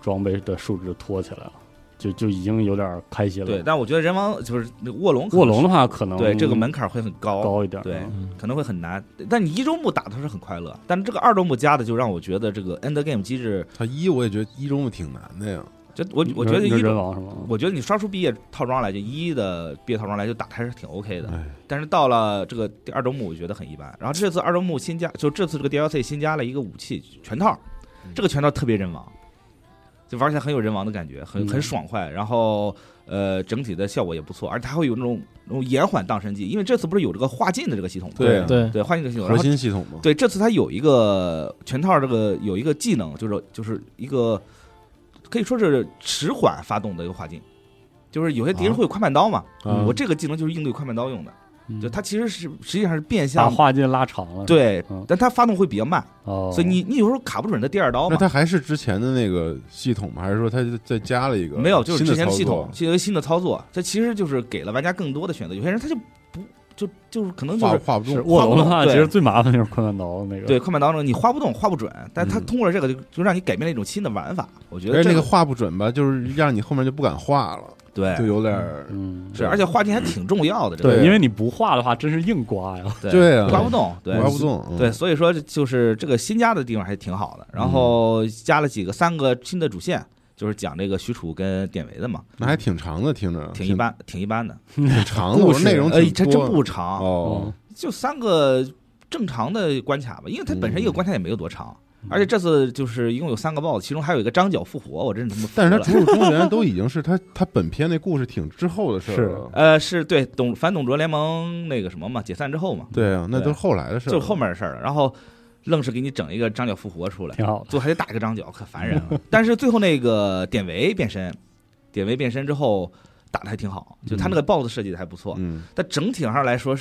Speaker 2: 装备的数值拖起来了，就就已经有点开心了。
Speaker 6: 对，但我觉得人王就是那个卧龙，
Speaker 2: 卧龙的话可能
Speaker 6: 对这
Speaker 3: 嗯
Speaker 6: 个门槛会很高，
Speaker 2: 高一点，
Speaker 6: 对
Speaker 2: 嗯
Speaker 6: 可能会很难。但你一周目打的是很快乐，但这个二周目加的就让我觉得这个 end game 机制，
Speaker 3: 他一，我也觉得一中挺难的呀。
Speaker 6: 就我我觉得
Speaker 2: 你说
Speaker 6: 一
Speaker 2: 人
Speaker 6: 周。
Speaker 2: 王是吗？
Speaker 6: 我觉得你刷出毕业套装来，就一的毕业套装来就打的还是挺 OK
Speaker 2: 嗯
Speaker 6: 的。
Speaker 3: 哎，
Speaker 6: 但是到了这个第二周目，我觉得很一般。然后这次二周目新加，就这次这个 DLC 新加了一个武器拳套，
Speaker 2: 嗯
Speaker 6: 这个拳套特别人王，就玩起来很有人王的感觉，很
Speaker 2: 嗯
Speaker 6: 很爽快。然后呃，整体的效果也不错，而且它会有那种那种延缓荡身技，因为这次不是有这个化境的这个系统吗？
Speaker 3: 对啊
Speaker 4: 对，
Speaker 6: 对，化境的系统，然
Speaker 3: 核
Speaker 6: 后
Speaker 3: 心系统嘛，
Speaker 6: 对这次它有一个拳套，这个有一个技能，就是就是一个可以说是迟缓发动的一个化境，就是有些敌人
Speaker 3: 啊
Speaker 6: 会有快慢刀嘛，
Speaker 3: 嗯
Speaker 6: 我这个技能就是应对快慢刀用的。
Speaker 2: 嗯
Speaker 6: 就它其实是实际上是变
Speaker 2: 把
Speaker 6: 相
Speaker 2: 画界拉长了，，
Speaker 6: 对
Speaker 2: 嗯，
Speaker 6: 但它发动会比较慢，
Speaker 2: 哦，
Speaker 6: 所以你你有时候卡不准它第二刀
Speaker 3: 那
Speaker 6: 嘛。
Speaker 3: 他还是之前的那个系统吗？还是说他再加了一个
Speaker 6: 没有，就是
Speaker 3: 新
Speaker 6: 之前的
Speaker 3: 操
Speaker 6: 系
Speaker 3: 作
Speaker 6: 统，是一个新的操作，这其实就是给了玩家更多的选择。有些人他就不就就是可能就
Speaker 3: 画
Speaker 6: 是
Speaker 3: 画不
Speaker 2: 是
Speaker 3: 动，
Speaker 2: 卧龙的
Speaker 6: 画
Speaker 2: 话，
Speaker 6: 不
Speaker 2: 其
Speaker 6: 动
Speaker 2: 实最麻烦就是困难刀那个，
Speaker 6: 对快慢刀呢，你画不动，画不准，但他
Speaker 3: 嗯
Speaker 6: 通过这个就就让你改变了一种新的玩法。我觉
Speaker 3: 而
Speaker 6: 得
Speaker 3: 且
Speaker 6: 这
Speaker 3: 那个画不准吧，就是让你后面就不敢画了，
Speaker 6: 对
Speaker 3: 就有点儿
Speaker 2: 嗯，
Speaker 6: 是，而且画境还挺重要的，这
Speaker 2: 对，
Speaker 6: 个
Speaker 2: 因为你不画的话，真是硬刮呀，
Speaker 6: 对
Speaker 3: 对啊
Speaker 6: 刮不动，对
Speaker 3: 画不动。嗯
Speaker 6: 对，，所以说就是这个新加的地方还挺好的，然后加了几个三个新的主线，就是讲这个许褚跟典韦的嘛，
Speaker 3: 那还挺长的，听着
Speaker 6: 挺一，般，挺一般的。
Speaker 3: 挺长 [LAUGHS] 的，
Speaker 2: 故
Speaker 3: 我
Speaker 2: 事
Speaker 3: 内容
Speaker 6: 呃，
Speaker 3: 挺
Speaker 6: 它真
Speaker 3: 多啊
Speaker 6: 不长，嗯
Speaker 3: 哦，
Speaker 2: 嗯
Speaker 6: 就三个正常的关卡吧，因为它本身
Speaker 3: 嗯
Speaker 6: 一个关卡也没有多长，而且这次就是一共有三个 BOSS，其中还有一个张角复活，我真是他妈服
Speaker 3: 但是他
Speaker 6: 了
Speaker 3: 《逐鹿中原》都已经是他他本片那故事挺之后的事儿啊了，
Speaker 6: 呃是对董反董卓联盟那个什么嘛，解散之后嘛，
Speaker 3: 对啊，那都是后来的事儿
Speaker 6: 就
Speaker 3: 了，
Speaker 6: 是后面的事儿了，然后愣是给你整一个张角复活出来，
Speaker 2: 挺好的，
Speaker 6: 最后还得打一个张角，可烦人了。但是最后那个典韦变身，典韦变身之后打的还挺好，就他那个
Speaker 2: 嗯
Speaker 6: BOSS 设计的还不错，
Speaker 3: 嗯，
Speaker 6: 但整体上来说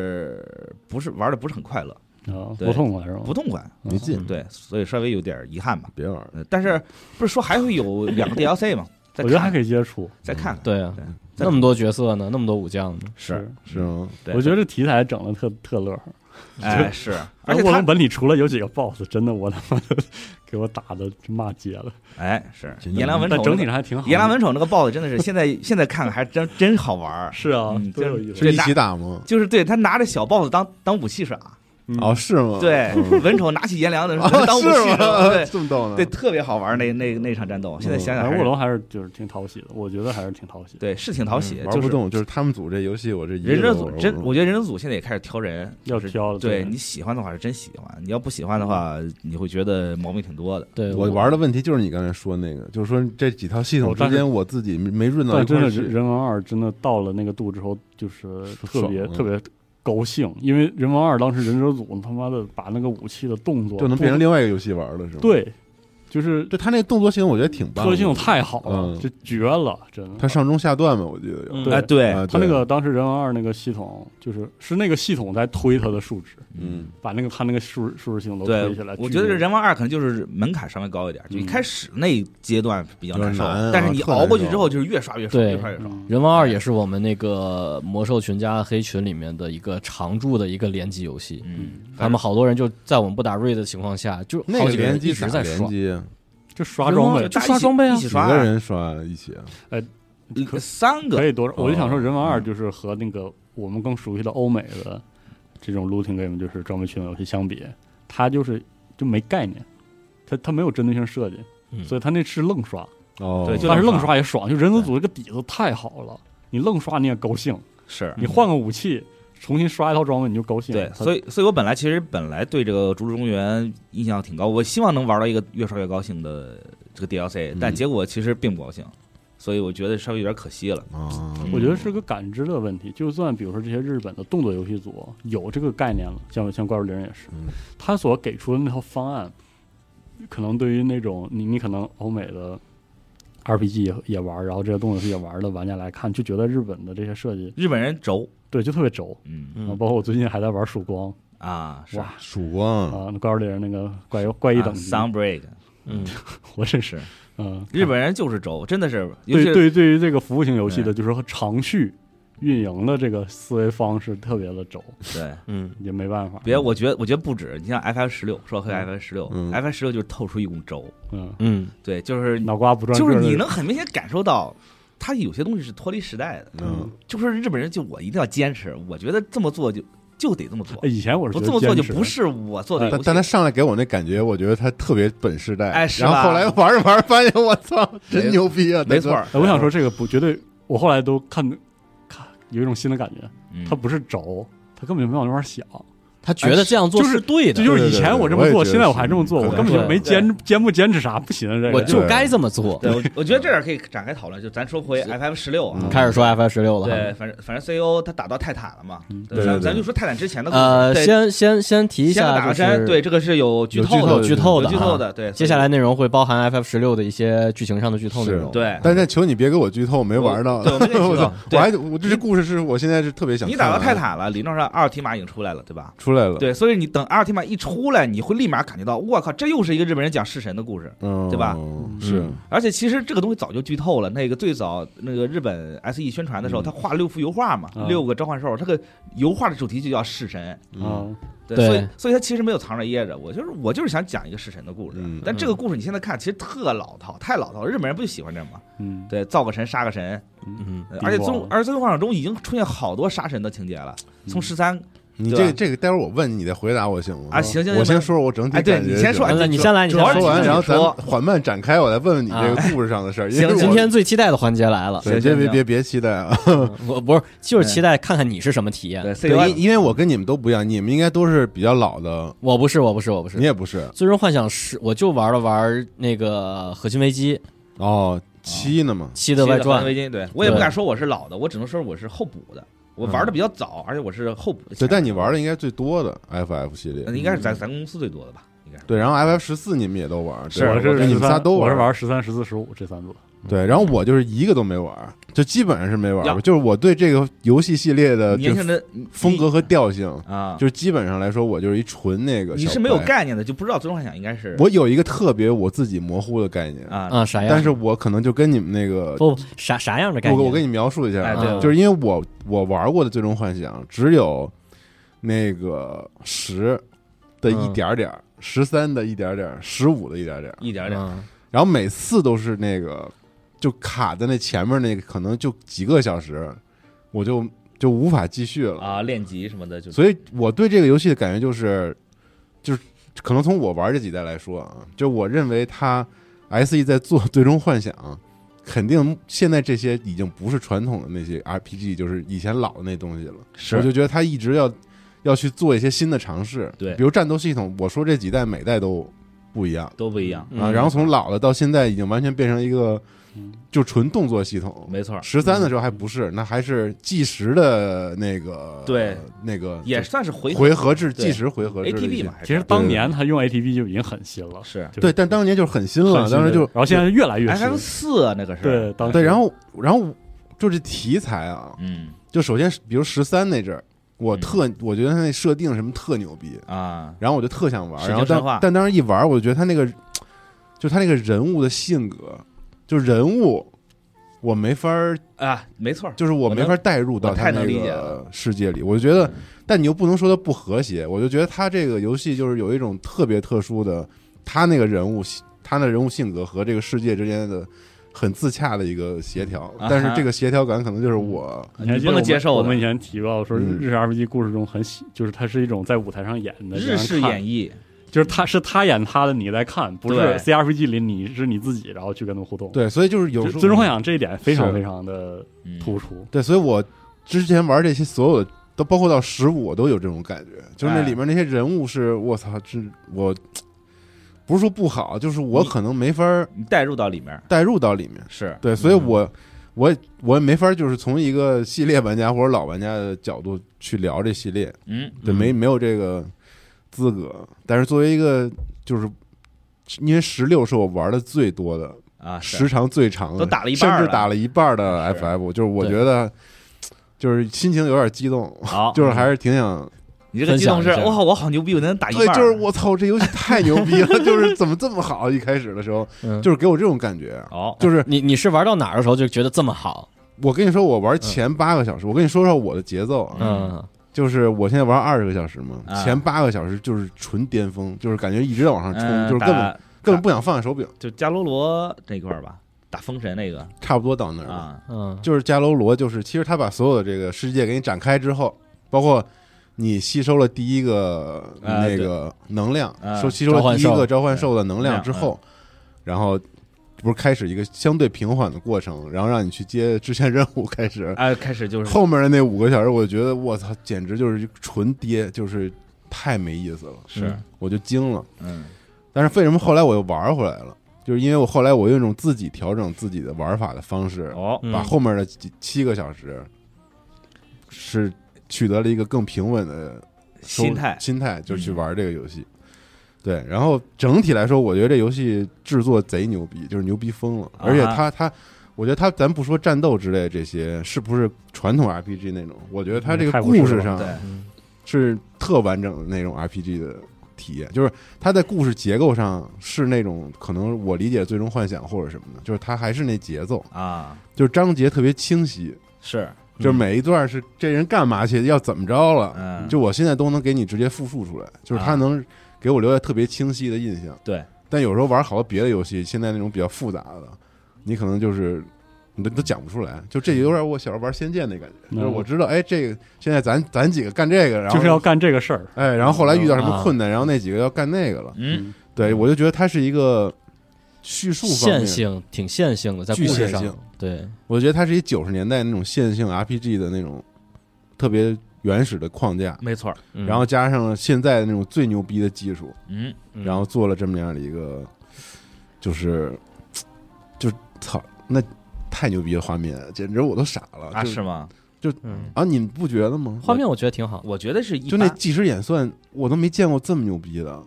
Speaker 6: 是不是玩的不是很快乐，
Speaker 2: 啊，
Speaker 6: 对
Speaker 2: 不痛快是吧？
Speaker 6: 不痛快，
Speaker 3: 没
Speaker 2: 嗯
Speaker 3: 劲，
Speaker 6: 对，所以稍微有点遗憾吧。
Speaker 3: 别玩儿了，
Speaker 6: 呃但是不是说还会有两个 DLC 吗？再
Speaker 2: 我觉得还
Speaker 6: 看
Speaker 2: 可以接触。
Speaker 6: 再看看，
Speaker 4: 对啊
Speaker 6: 对，
Speaker 4: 那么多角色呢，那么多武将呢，
Speaker 6: 是，
Speaker 3: 是吗？
Speaker 6: 对
Speaker 2: 我觉得这题材整的特特乐儿。
Speaker 6: 哎是，而且
Speaker 2: 卧
Speaker 6: 他
Speaker 2: 龙本体除了有几个 BOSS，真的我他妈的给我打的真骂街了。
Speaker 6: 哎是
Speaker 3: 真的
Speaker 6: 颜良文
Speaker 2: 但
Speaker 6: 丑
Speaker 2: 整
Speaker 6: 那
Speaker 2: 体
Speaker 6: 个，
Speaker 2: 上还挺好。
Speaker 6: 颜良文丑那个 BOSS 真的是现在现在看看还真真好
Speaker 2: [LAUGHS]
Speaker 6: 玩儿，
Speaker 2: 是啊
Speaker 6: 嗯，
Speaker 2: 多有意
Speaker 6: 就
Speaker 2: 思
Speaker 3: 是
Speaker 6: 对。
Speaker 3: 一
Speaker 6: 那
Speaker 3: 起打吗？
Speaker 6: 就是对他拿着小 BOSS 当当武器耍，
Speaker 2: 嗯
Speaker 3: 哦，是吗？ [LAUGHS]
Speaker 6: 对
Speaker 3: 嗯，
Speaker 6: 文丑拿起颜良的
Speaker 3: 哦，
Speaker 6: 当武器
Speaker 3: 是
Speaker 6: 耍，
Speaker 3: 吗？嗯
Speaker 6: 对
Speaker 3: [LAUGHS] 这么逗呢？
Speaker 6: 对，特别好玩儿那那那场战斗，现
Speaker 3: 嗯
Speaker 6: 在想想
Speaker 2: 反
Speaker 6: 还
Speaker 2: 正卧
Speaker 6: 是
Speaker 2: 哎龙还是就是挺讨喜的，我觉得还是挺讨喜的。
Speaker 6: 对是挺讨喜，
Speaker 3: 嗯玩
Speaker 6: 就
Speaker 3: 不
Speaker 6: 是
Speaker 3: 动，就是他们组这游戏，我这一
Speaker 6: 忍
Speaker 3: 个
Speaker 6: 者
Speaker 3: 都
Speaker 6: 组
Speaker 3: 玩不
Speaker 6: 真，
Speaker 3: 动
Speaker 6: 我觉得忍者组现在也开始挑人，
Speaker 2: 要
Speaker 6: 就是
Speaker 2: 挑了
Speaker 6: 对
Speaker 2: 对
Speaker 6: 你喜欢的话是真喜欢，你要不喜欢的话，你会觉得毛病挺多的。
Speaker 4: 对
Speaker 3: 我玩的问题就是你刚才说那个，就是说这几套系统之间我自己没没润到一
Speaker 2: 但真
Speaker 3: 块
Speaker 2: 的
Speaker 3: 儿
Speaker 2: 人
Speaker 3: 去。
Speaker 2: 人王二真的到了那个度之后，就是
Speaker 3: 爽
Speaker 2: 特别
Speaker 3: 嗯
Speaker 2: 特别高兴，因为人王二当时忍者组他妈的把那个武器的动作
Speaker 3: 就能变
Speaker 2: 布
Speaker 3: 成另外一个游戏玩了，是吗？，
Speaker 2: 对，就是
Speaker 3: 就他那个动作系统，我觉得挺棒的。
Speaker 2: 特性太好了，
Speaker 3: 嗯
Speaker 2: 这绝了，真的。
Speaker 3: 他上中下段嘛，我记得有。
Speaker 4: 嗯
Speaker 2: 对
Speaker 6: 哎，对
Speaker 3: 啊
Speaker 2: 他
Speaker 3: 对
Speaker 2: 那个当时人王二那个系统，就是是那个系统在推他的数值，
Speaker 3: 嗯，
Speaker 2: 把那个他那个数数值系统都推
Speaker 6: 对
Speaker 2: 起来。，
Speaker 6: 我
Speaker 2: 巨
Speaker 6: 觉得这
Speaker 2: 牛
Speaker 6: 人王二可能就是门槛稍微高一点，就一
Speaker 2: 嗯
Speaker 6: 开始那阶段比较难受
Speaker 3: 有点难啊，
Speaker 6: 但是你
Speaker 3: 特难
Speaker 6: 熬过去
Speaker 3: 受
Speaker 6: 之后，就是越刷越爽，
Speaker 4: 对
Speaker 6: 越刷越爽。
Speaker 2: 嗯
Speaker 4: 人王二也是我们那个魔兽群加黑群里面的一个常驻的一个联机游戏，
Speaker 6: 嗯，
Speaker 4: 他们好多人就在我们不打瑞的情况下，就
Speaker 3: 那
Speaker 4: 好
Speaker 3: 个
Speaker 4: 几个人
Speaker 3: 联
Speaker 4: 一
Speaker 3: 机
Speaker 4: 直
Speaker 3: 打
Speaker 4: 在
Speaker 3: 联
Speaker 4: 刷，
Speaker 3: 机啊，
Speaker 2: 就刷装备
Speaker 6: 人王
Speaker 4: 就
Speaker 6: 二大家
Speaker 4: 刷
Speaker 6: 一起
Speaker 4: 装备啊
Speaker 6: 一起
Speaker 3: 几
Speaker 6: 刷
Speaker 3: 个
Speaker 6: 啊，
Speaker 3: 人刷一起啊？
Speaker 6: 一嗯三个嗯
Speaker 2: 可以多少？我就想说，
Speaker 3: 哦
Speaker 2: 人王二就是和那个我们更熟悉的欧美的这种 looting game，就是装备驱动游戏相比，它就是就没概念，它它没有针对性设计，
Speaker 4: 嗯
Speaker 2: 所以它那是愣刷，
Speaker 3: 哦，
Speaker 6: 对就
Speaker 2: 但是
Speaker 6: 愣
Speaker 2: 愣
Speaker 6: 刷
Speaker 2: 刷也爽。就人族组这个底子太好了，你愣刷你也高兴，
Speaker 6: 是
Speaker 2: 你换个武器重新刷一套装备你就高兴。
Speaker 6: 对，
Speaker 2: 它
Speaker 6: 所以所以我本来其实本来对这个《逐鹿中原》印象挺高，我希望能玩到一个越刷越高兴的这个 DLC，
Speaker 3: 嗯
Speaker 6: 但结果其实并不高兴，所以我觉得稍微有点可惜
Speaker 2: 嗯
Speaker 6: 了。
Speaker 3: 啊，
Speaker 2: 我
Speaker 6: 嗯
Speaker 2: 觉得是个感知的问题。就算比如说这些日本的动作游戏组有这个概念了，像像怪物猎人也是
Speaker 3: 嗯，
Speaker 2: 他所给出的那套方案，可能对于那种你你可能欧美的 RPG 也也玩，然后这些动作游戏也玩的玩家来看，就觉得日本的这些设计
Speaker 6: 日本人轴，
Speaker 2: 对就特别轴。
Speaker 6: 嗯
Speaker 2: 啊
Speaker 4: 嗯，
Speaker 2: 包括我最近还在玩曙光
Speaker 6: 啊，是嗯啊
Speaker 2: 哇
Speaker 3: 曙光
Speaker 2: 啊，那怪物猎人那个怪游怪异等级，啊
Speaker 6: Sunbreak
Speaker 4: 嗯，
Speaker 2: 我真是
Speaker 6: 是
Speaker 2: 嗯，
Speaker 6: 日本人就是轴，真的是，尤
Speaker 2: 对对
Speaker 6: 其是嗯
Speaker 2: 对，对于这个服务型游戏的就是和长续运营的这个思维方式特别的轴，
Speaker 6: 对
Speaker 4: 嗯，
Speaker 2: 也没办法，
Speaker 6: 别，我觉得我觉得不止，你像 FF 十六，说回 FF 十六
Speaker 3: 嗯
Speaker 6: ，FF 十六就是透出一股轴，
Speaker 2: 嗯，
Speaker 4: 嗯，
Speaker 6: 对，就是
Speaker 2: 脑瓜不转
Speaker 6: 就
Speaker 2: 个
Speaker 6: 是
Speaker 2: 儿的
Speaker 6: 你能很明显感受到，它有些东西是脱离时代的，
Speaker 3: 嗯，
Speaker 6: 就是日本人就我一定要坚持，我觉得这么做就就得这么做
Speaker 2: 哎，，以前我是
Speaker 6: 不
Speaker 2: 觉
Speaker 6: 这
Speaker 2: 得
Speaker 6: 么做就
Speaker 2: 坚持
Speaker 6: 不是我做的游
Speaker 3: 但
Speaker 6: 戏。
Speaker 3: 但他上来给我那感觉，我觉得他特别本世代。
Speaker 6: 哎是吧
Speaker 3: 然后后来玩着玩，发现我操，真
Speaker 6: 没
Speaker 3: 牛逼啊！
Speaker 6: 没错
Speaker 3: 大哥，
Speaker 6: 儿，
Speaker 2: 哎我想说这个不绝对，我后来都看看有一种新的感觉，
Speaker 6: 嗯
Speaker 2: 他不是轴，他根本就没往那边想，
Speaker 4: 他觉
Speaker 3: 哎
Speaker 4: 得这样做是对
Speaker 2: 这
Speaker 4: 的，
Speaker 2: 就是以
Speaker 3: 对对
Speaker 2: 前
Speaker 3: 对
Speaker 2: 我这
Speaker 3: 我
Speaker 2: 么
Speaker 3: 也
Speaker 2: 做，
Speaker 3: 觉得
Speaker 2: 现在我
Speaker 3: 是
Speaker 2: 还这么做，我
Speaker 3: 对
Speaker 2: 根本就没
Speaker 6: 对
Speaker 2: 坚坚不坚持啥，不行，啊这
Speaker 4: 我
Speaker 2: 个
Speaker 4: 就该这么做。
Speaker 6: 对，我我觉得这点可以展开讨论，就咱说回 FF 十六啊
Speaker 3: 嗯，
Speaker 4: 开始说 FF 十六了，
Speaker 6: 对，反正反正 CEO 他打到泰坦了嘛，
Speaker 3: 对
Speaker 6: 咱
Speaker 3: 对
Speaker 6: 咱
Speaker 3: 对
Speaker 6: 就说泰坦之前的故事
Speaker 4: 呃，
Speaker 6: 对
Speaker 4: 先先先提一
Speaker 6: 先
Speaker 4: 下，
Speaker 6: 打
Speaker 4: 就
Speaker 6: 个山，
Speaker 4: 是
Speaker 6: 对，这个是有剧
Speaker 3: 有
Speaker 6: 透
Speaker 3: 剧透
Speaker 4: 有剧
Speaker 6: 的，
Speaker 4: 透
Speaker 6: 有
Speaker 4: 的
Speaker 6: 剧透
Speaker 4: 啊，
Speaker 6: 的，对，所以
Speaker 4: 接下来内容会包含 FF 十六的一些剧情上的剧透内容。
Speaker 6: 对。
Speaker 3: 哎但是求你别给我剧透，我没玩到。
Speaker 6: 对
Speaker 3: [LAUGHS]
Speaker 6: 我没跟你
Speaker 3: 我
Speaker 6: 说
Speaker 3: 操！
Speaker 6: 对
Speaker 3: 我还我这是故事是我现在是特别想看
Speaker 6: 你
Speaker 3: 啊。
Speaker 6: 打到泰坦了，理论上阿尔提玛已经出来了，对吧？
Speaker 3: 出来了，
Speaker 6: 对，所以你等阿尔提玛一出来，你会立马感觉到，我靠，这又是一个日本人讲弑神的故事。
Speaker 3: 嗯，
Speaker 6: 对吧？嗯
Speaker 3: 是
Speaker 6: 而且其实这个东西早就剧透了。那个最早那个日本 S E 宣传的时候，
Speaker 3: 嗯
Speaker 6: 他画了六幅油画嘛，
Speaker 2: 啊
Speaker 6: 六个召唤兽，这个油画的主题就叫弑神。
Speaker 3: 嗯
Speaker 2: 啊，
Speaker 4: 对
Speaker 6: 所以所以他其实没有藏着掖着，我就是我就是想讲一个弑神的故事。
Speaker 3: 嗯
Speaker 6: 但这个故事你现在看，其实特老套，太老套了。日本人不就喜欢这嘛？
Speaker 2: 嗯，
Speaker 6: 对，造个神杀个神，
Speaker 4: 嗯，
Speaker 6: 呃
Speaker 2: 帝
Speaker 6: 而且
Speaker 2: 国
Speaker 6: 宗而且《最终幻想》中已经出现好多杀神的情节了。从十三，
Speaker 3: 你
Speaker 6: 对
Speaker 3: 这
Speaker 6: 吧
Speaker 3: 个这个，待会儿我问你你再回答我行吗？
Speaker 6: 啊行行行
Speaker 3: 我先说，我整体
Speaker 6: 哎对
Speaker 3: 感觉
Speaker 6: 你先说
Speaker 3: 行
Speaker 4: 那你先来，你
Speaker 6: 主
Speaker 4: 先来。
Speaker 6: 要是
Speaker 3: 说完，
Speaker 6: 你
Speaker 3: 然后咱
Speaker 6: 说啊
Speaker 3: 缓慢展开，我再问问你这个故事上的事儿。因为
Speaker 6: [LAUGHS] 行
Speaker 3: 我
Speaker 4: 今天最期待的环节来了，
Speaker 3: 对别
Speaker 6: 行行
Speaker 3: 别
Speaker 6: 行
Speaker 3: 别别期待啊！
Speaker 4: 我不是就是期待看看你是什么体验。
Speaker 6: 对 C
Speaker 3: 对，因因为我跟你们都不一样，你们应该都是比较老的，
Speaker 4: 我不是，我不是，我不
Speaker 3: 你
Speaker 4: 是。
Speaker 3: 也不是
Speaker 4: 最终幻想十，我就玩了玩那个《核心危机》
Speaker 3: 哦，七呢嘛，
Speaker 4: 七的外传，
Speaker 6: 围巾，对我也
Speaker 4: 对
Speaker 6: 不敢说我是老的，我只能说我是候补的。我玩的比较早，而且我是候补的。
Speaker 3: 对，但你玩的应该最多的 FF 系列
Speaker 6: 那，应该是咱咱公司最多的吧？应该是
Speaker 3: 对，然后 FF 十四你们也都玩，
Speaker 6: 是
Speaker 3: 对
Speaker 2: 我
Speaker 3: 吧
Speaker 2: 是
Speaker 3: 你们仨
Speaker 2: 13
Speaker 3: 都
Speaker 2: 我是
Speaker 3: 玩，
Speaker 2: 玩十三、十四、十五这三组，
Speaker 3: 对，然后我就是一个都没玩儿，就基本上是没玩儿
Speaker 5: 呀
Speaker 3: 过。就是我对这个游戏系列的
Speaker 5: 年
Speaker 3: 这
Speaker 5: 轻
Speaker 3: 个
Speaker 5: 人
Speaker 3: 风格和调性，
Speaker 5: 啊，
Speaker 3: 呃就是基本上来说，我就是一纯那个。
Speaker 5: 你是没有，概念的，就不知道《最终幻想》应该是
Speaker 3: 我嗯有一个特别我自己模糊的概念，
Speaker 5: 啊
Speaker 4: 啊，啥样？
Speaker 3: 但是我可能就跟你们那个，
Speaker 4: 不啥啥样的概
Speaker 3: 我
Speaker 4: 念？
Speaker 3: 我给你描述一下
Speaker 5: 哎
Speaker 3: 啊，
Speaker 4: 对
Speaker 3: 就是因为我我玩过的《最终幻想》只有那个十的
Speaker 4: 嗯
Speaker 3: 一点儿点儿，十三的一点儿点儿，十五的一点儿点儿，
Speaker 5: 一点点
Speaker 4: 嗯
Speaker 3: 然后每次都是那个就卡在那前面那个，可能就几个小时，我就就无法继续了。
Speaker 5: 啊，练级什么的，就是
Speaker 3: 嗯所以我对这个游戏的感觉就是，就是可能从我玩这几代来说啊，就我认为它 S E 在做 [LAUGHS] 《最终幻想》，肯定现在这些已经不是传统的那些 R P G，就是以前老的那东西了。
Speaker 5: 是
Speaker 3: 我就觉得它一直要要去做一些新的尝试，
Speaker 5: 对
Speaker 3: 比如战斗系统，我说这几代每代都不一样
Speaker 5: 都不一样，
Speaker 3: 啊，
Speaker 4: 嗯
Speaker 3: 然后从老的到现在已经完全变成一个
Speaker 2: 嗯
Speaker 3: 就纯动作系统。
Speaker 5: 没错，
Speaker 3: 十三的时候还不是，那还是计时的那个，
Speaker 5: 对，
Speaker 3: 那个
Speaker 5: 也算是回
Speaker 3: 回合制
Speaker 5: 对
Speaker 3: 计时回合制的
Speaker 5: ATB
Speaker 3: 一
Speaker 5: 嘛
Speaker 3: 些，，
Speaker 5: 还是
Speaker 2: 其实当年他用 ATP 就已经很新了，
Speaker 5: 是
Speaker 2: 就是
Speaker 3: 对，但当年就是很新
Speaker 2: 很
Speaker 3: 了，
Speaker 2: 新的
Speaker 3: 啊当时就
Speaker 2: 然后现在越来越
Speaker 5: F
Speaker 2: 新，
Speaker 5: 四啊，那啊个是
Speaker 2: 对，当时
Speaker 3: 对，然后然后就这题材啊，
Speaker 5: 嗯
Speaker 3: 就首先是比如十三那阵儿，我特我觉得他那设定什么特牛逼，
Speaker 5: 啊，
Speaker 3: 然后我就特想玩
Speaker 5: 使，劲
Speaker 3: 然后
Speaker 5: 深化
Speaker 3: 当但当时一玩，我就觉得他那个就他那个人物的性格，就人物。我没法儿，
Speaker 5: 啊，没错，
Speaker 3: 就是我
Speaker 5: 我能
Speaker 3: 没法带入到
Speaker 5: 我
Speaker 3: 他
Speaker 5: 太
Speaker 3: 那
Speaker 5: 能理解
Speaker 3: 个
Speaker 5: 了嗯
Speaker 3: 世界里，我就觉得，但你又不能说它不和谐，我就觉得他这个游戏就是有一种特别特殊的，他那个人物，他的人物性格和这个世界之间的很自洽的一个协调，
Speaker 5: 啊哈嗯
Speaker 3: 但是这个协调感可能就是我，
Speaker 2: 你还
Speaker 5: 你
Speaker 2: 记
Speaker 5: 不
Speaker 2: 得
Speaker 5: 能
Speaker 2: 我
Speaker 5: 接
Speaker 2: 们
Speaker 5: 受的
Speaker 2: 我们以前提到说，
Speaker 3: 嗯
Speaker 2: 日式 RPG 故事中很喜，就是它是一种在舞台上演的，
Speaker 5: 日式
Speaker 2: 让人
Speaker 5: 演
Speaker 2: 看，
Speaker 5: 绎
Speaker 2: 就是他是他演他的，你在看，不是
Speaker 5: 对
Speaker 2: CRPG 里你是你自己，然后去跟他们互动。，
Speaker 3: 对，所以就是有时候
Speaker 2: 最终幻想这一点非常
Speaker 3: 是嗯
Speaker 2: 非常的
Speaker 5: 嗯
Speaker 2: 突出。
Speaker 3: 对，所以我之前玩这些所有的，都包括到十五，我都有这种感觉，就是那
Speaker 5: 哎
Speaker 3: 里面那些人物是，我操，这我不是说不好，就是我
Speaker 5: 你
Speaker 3: 可能没法儿
Speaker 5: 你带入到里面
Speaker 3: 带入到里面。
Speaker 5: 是
Speaker 3: 对，所以我、我我也没法儿就是从一个系列玩家或者老玩家的角度去聊这系列，
Speaker 5: 嗯
Speaker 3: 对，没没有这个资格。但是作为一个就是。因为十六是我玩的最多的，
Speaker 5: 啊是
Speaker 3: 时长最长的，
Speaker 5: 都打了一半儿
Speaker 3: 甚至
Speaker 5: 了啊
Speaker 3: 打了一半儿的
Speaker 5: 是
Speaker 3: FF，就是我
Speaker 4: 对
Speaker 3: 觉得就是心情有点激动，
Speaker 5: 好，
Speaker 3: 就是还是挺想，
Speaker 5: 你这个激动是
Speaker 4: 分享一下
Speaker 5: 哇，我好牛逼，我能啊打一
Speaker 3: 对
Speaker 5: 半，儿，
Speaker 3: 就是我操，这游戏太牛逼了， [LAUGHS] 就是怎么这么好？一开始的时候
Speaker 4: 嗯
Speaker 3: 就是给我这种感觉，
Speaker 5: 好
Speaker 3: 就是
Speaker 4: 你你是玩到哪儿的时候就觉得这么好？
Speaker 3: 我跟你说，我玩前
Speaker 5: 嗯
Speaker 3: 八个小时，我跟你说说我的节奏啊，
Speaker 4: 嗯，
Speaker 3: 就是我现在玩二十个小时嘛，
Speaker 5: 啊
Speaker 3: 前八个小时就是纯巅峰，就是感觉一直在往上冲，
Speaker 5: 嗯
Speaker 3: 就是根本
Speaker 5: 打
Speaker 3: 根本不想放下手柄，
Speaker 5: 就伽罗罗那块儿吧，打封神那个
Speaker 3: 差不多到那儿了。
Speaker 5: 啊
Speaker 4: 嗯，
Speaker 3: 就是伽罗罗，就是其实他把所有的这个世界给你展开之后，包括你吸收了第一个
Speaker 5: 啊
Speaker 3: 那个能量，
Speaker 5: 啊
Speaker 3: 说吸收了第一个召唤兽的能量之
Speaker 5: 召唤
Speaker 3: 后，然后不是开始一个相对平缓的过程，然后让你去接支线任务开始。
Speaker 5: 哎，开始就是
Speaker 3: 后面的那五个小时，我觉得我操，简直就是纯爹，就是太没意思了，
Speaker 5: 是
Speaker 3: 我就惊了。
Speaker 5: 嗯
Speaker 3: 但是为什么后来我又玩回来了？就是因为我后来我用一种自己调整自己的玩法的方式，
Speaker 5: 哦
Speaker 4: 嗯
Speaker 3: 把后面的几七个小时是取得了一个更平稳的收
Speaker 5: 心态嗯
Speaker 3: 心态就去玩这个游戏。对，然后整体来说，我觉得这游戏制作贼牛逼，就是牛逼疯了。而且
Speaker 5: 啊哈
Speaker 3: 它它，我觉得它，咱不说战斗之类这些，是不是传统 RPG 那种？我觉得
Speaker 5: 嗯
Speaker 3: 它这个
Speaker 2: 太不
Speaker 3: 故
Speaker 2: 是
Speaker 3: 事
Speaker 2: 了
Speaker 3: 上
Speaker 5: 对
Speaker 3: 是特完整的那种 RPG 的体验，就是它在故事结构上是那种可能我理解《最终幻想》或者什么的，就是它还是那节奏，
Speaker 5: 啊
Speaker 3: 就是章节特别清晰，
Speaker 5: 是
Speaker 3: 就是每一段是这人干嘛去，要怎么着了，
Speaker 5: 嗯
Speaker 3: 啊就我现在都能给你直接复述出来，就是它
Speaker 5: 啊
Speaker 3: 能给我留下特别清晰的印象。
Speaker 5: 对，
Speaker 3: 但有时候玩好多别的游戏，现在那种比较复杂的，你可能就是。你都都讲不出来，就这有点我小时候玩《仙剑》那感觉，
Speaker 2: 嗯
Speaker 3: 就是我知道，哎，这个现在咱咱几个干这个，然后
Speaker 2: 就是要干这个事儿，
Speaker 3: 哎，然后后来遇到什么困难，然后那几个要干那个了。
Speaker 5: 嗯
Speaker 3: 对，我就觉得它是一个叙述方
Speaker 4: 线
Speaker 3: 面，
Speaker 4: 性挺线性的，在故
Speaker 3: 巨
Speaker 4: 事
Speaker 3: 线性
Speaker 4: 上，对，
Speaker 3: 我觉得它是一九十年代那种线性 RPG 的那种特别原始的框架，
Speaker 5: 没错儿
Speaker 4: 嗯
Speaker 3: 然后加上现在的那种最牛逼的技术，
Speaker 5: 嗯
Speaker 4: 嗯
Speaker 3: 然后做了这么样的一个，就是就操那。太牛逼的画面，简直我都傻了！
Speaker 5: 啊
Speaker 3: 就是
Speaker 5: 吗？
Speaker 4: 嗯，
Speaker 3: 啊，你们不觉
Speaker 2: 哦
Speaker 3: 得吗？
Speaker 4: 画面我觉得挺好，
Speaker 5: 我觉得是一
Speaker 3: 就那
Speaker 5: 般
Speaker 3: 即时演算，我都没见过这么牛逼的。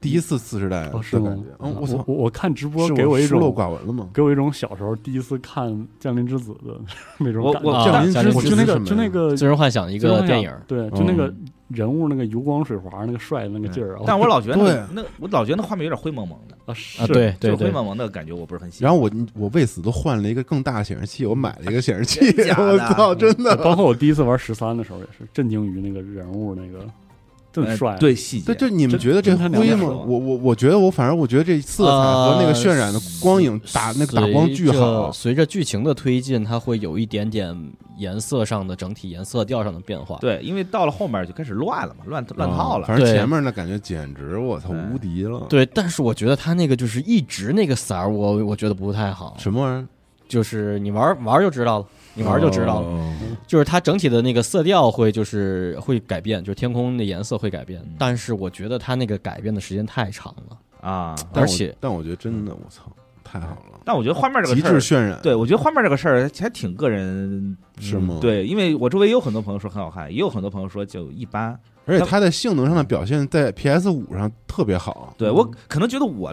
Speaker 3: 第一次次世代的
Speaker 2: 哦，是吗
Speaker 3: 感觉。嗯，
Speaker 2: 我
Speaker 3: 操，
Speaker 2: 我我看直播
Speaker 3: 是
Speaker 2: 给
Speaker 3: 我
Speaker 2: 一
Speaker 3: 疏漏
Speaker 2: 种
Speaker 3: 寡闻了吗？
Speaker 2: 给我一种小时候第一次看《降临之子》的 [LAUGHS] 那种
Speaker 6: 我
Speaker 2: 感
Speaker 6: 我
Speaker 2: 觉。
Speaker 4: 啊
Speaker 3: 降临
Speaker 4: 降
Speaker 3: 之
Speaker 2: 就
Speaker 3: 子
Speaker 4: 临
Speaker 2: 那个
Speaker 3: 是
Speaker 2: 就
Speaker 3: 什么
Speaker 2: 那
Speaker 3: 呀
Speaker 2: 个
Speaker 4: 最终幻想一
Speaker 2: 最终
Speaker 4: 个
Speaker 2: 幻想
Speaker 4: 电影，
Speaker 2: 对，就那个
Speaker 3: 嗯
Speaker 2: 人物那个油光水滑那个帅的那个劲儿啊，
Speaker 6: 嗯但我老觉得
Speaker 3: 对
Speaker 6: 那那我老觉得那画面有点灰蒙蒙的，
Speaker 2: 啊
Speaker 4: 啊，
Speaker 2: 是，
Speaker 4: 对
Speaker 6: 就
Speaker 4: 对
Speaker 6: 是灰
Speaker 4: 对，
Speaker 6: 蒙蒙的感觉，我不是很喜
Speaker 3: 然
Speaker 6: 欢。
Speaker 3: 后我我为此都换了一个更大的显示器，我买了一个显示器，
Speaker 6: 假的
Speaker 3: [LAUGHS] 我操，真的，
Speaker 2: 包括我第一次玩十三的时候也是震惊于那个人物那个真
Speaker 6: 呃
Speaker 2: 帅，，啊
Speaker 6: 对细
Speaker 3: 对，
Speaker 6: 节，
Speaker 3: 就你们
Speaker 2: 真
Speaker 3: 觉得这
Speaker 2: 真他娘
Speaker 3: 灰
Speaker 2: 的
Speaker 3: 吗？
Speaker 2: 爽
Speaker 3: 我我我觉得我反正我觉得这色彩和那个渲染的光影打、那个打光巨好，
Speaker 4: 呃随着剧情的推进，它会有一点点颜色上的整体颜色调上的变化。
Speaker 6: 对，因为到了后面就开始乱了嘛，乱乱套
Speaker 3: 啊
Speaker 6: 了。
Speaker 3: 反正
Speaker 4: 对
Speaker 3: 前面那感觉简直我操
Speaker 6: 哎
Speaker 3: 无敌了。，
Speaker 4: 对，但是我觉得它那个就是一直那个色儿，我我觉得不太好。
Speaker 3: 什么玩意儿？
Speaker 4: 就是你玩儿玩儿就知道了，你玩儿就知道了。
Speaker 3: 哦
Speaker 4: 就是它整体的那个色调会就是会改变，就是天空的颜色会改变，
Speaker 3: 嗯
Speaker 4: 但是我觉得它那个改变的时间太长了。
Speaker 3: 哦
Speaker 6: 啊，
Speaker 3: 但我
Speaker 4: 而且
Speaker 3: 但我觉得真的我操太好了，
Speaker 6: 但我觉得画面这个
Speaker 3: 极
Speaker 6: 事
Speaker 3: 致
Speaker 6: 儿，
Speaker 3: 渲染
Speaker 6: 对我觉得画面这个事儿还挺个人，
Speaker 3: 是吗？，
Speaker 6: 对，因为我周围也有很多朋友说很好看，也有很多朋友说就一般。
Speaker 3: 而且它在性能上的表现在 PS 五上特别好。
Speaker 6: 对
Speaker 2: 嗯
Speaker 6: 我可能觉得我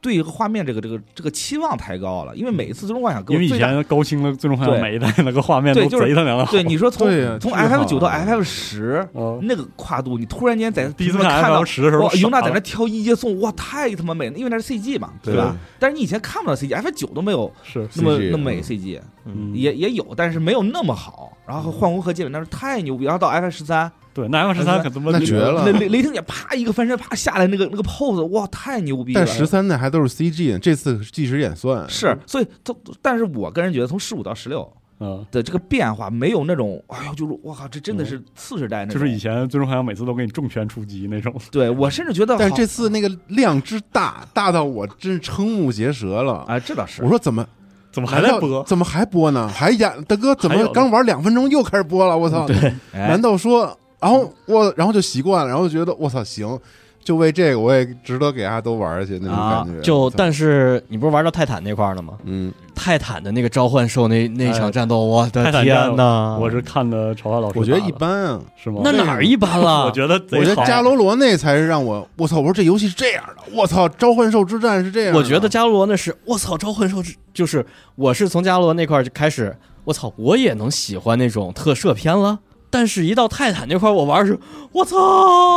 Speaker 6: 对画面这个这个这个期望太高了，因为每一次《最终幻想》给
Speaker 2: 因
Speaker 6: 我
Speaker 2: 为以
Speaker 6: 最大
Speaker 2: 前高清的《最终幻想》
Speaker 6: 对
Speaker 2: 每一代那个画面都
Speaker 6: 对就是
Speaker 2: 贼他
Speaker 6: [LAUGHS]
Speaker 2: 娘的好，
Speaker 6: 对你说从
Speaker 3: 对呀
Speaker 6: 从
Speaker 3: 巨好啊
Speaker 6: FF 九到 FF 十
Speaker 2: 哦，
Speaker 6: 那个跨度，嗯你突然间在
Speaker 2: 第一次
Speaker 6: 看
Speaker 2: 看 F
Speaker 6: 到。
Speaker 2: 十的时候
Speaker 6: 哇，，尤娜在那
Speaker 2: 那
Speaker 6: 挑音乐颂，哇，太他妈美了，因为那是 CG 嘛，
Speaker 3: 对
Speaker 6: 吧？但是你以前看不到 CG，F 九都没有
Speaker 2: 是，
Speaker 6: 那么
Speaker 3: CG
Speaker 6: 那么美
Speaker 3: 嗯
Speaker 6: CG，
Speaker 2: 嗯，
Speaker 6: 也也有，但是没有那么好。然后幻红和接吻那是太牛逼，然后到 F 十三，
Speaker 2: 对，那 F 十三可他妈
Speaker 3: 那绝了
Speaker 6: 雷雷雷霆姐啪一个翻身，啪下来那个那个 pose，哇，太牛逼了！
Speaker 3: 但十三代还都是 CG，呢这次即时演算
Speaker 6: 是，所以它，但是我个人觉得从十五到十六
Speaker 2: 嗯，
Speaker 6: 的这个变化没有那种，哎呦，就是我靠，这真的是次世代那
Speaker 2: 就
Speaker 6: 种。
Speaker 2: 是以前《最终幻想》每次都给你重拳出击那种，
Speaker 6: 对我甚至觉得好，
Speaker 3: 但是这次那个量之大，大到我真是瞠目结舌了。
Speaker 6: 啊，这倒是
Speaker 3: 我说怎么
Speaker 2: 怎么还
Speaker 3: 难
Speaker 2: 在
Speaker 3: 道
Speaker 2: 播？
Speaker 3: 怎么还播呢？还演大哥怎
Speaker 2: 还有
Speaker 3: 么
Speaker 2: 呢
Speaker 3: 刚玩两分钟又开始播了？我操！
Speaker 6: 哎
Speaker 3: 难道说，然后我然后就习惯了，然后觉得我操行，就为这个我也值得给大家都玩下去那种感觉。
Speaker 4: 就
Speaker 3: 我操
Speaker 4: 但是你不是玩到泰坦那块儿了吗？
Speaker 3: 嗯，
Speaker 4: 泰坦的那个召唤兽那那场战斗，我
Speaker 2: 哎泰
Speaker 4: 的
Speaker 2: 坦
Speaker 4: 天呐！
Speaker 2: 我是看的朝华老师打的，
Speaker 3: 啊我觉得一般啊。
Speaker 2: 是吗？
Speaker 4: 那哪儿一般啊了？
Speaker 2: 我觉得
Speaker 3: 我
Speaker 2: 贼
Speaker 3: 觉得
Speaker 2: 好，
Speaker 3: 伽罗罗那才是让我我操！我说这游戏是这样的，我操！召唤兽之战是这样的，
Speaker 4: 我觉得伽罗那是我操，召唤兽之就是我是从伽罗那块儿就开始，我操，我也能喜欢那种特摄片了。但是，一到泰坦那块儿，我玩儿是，我操，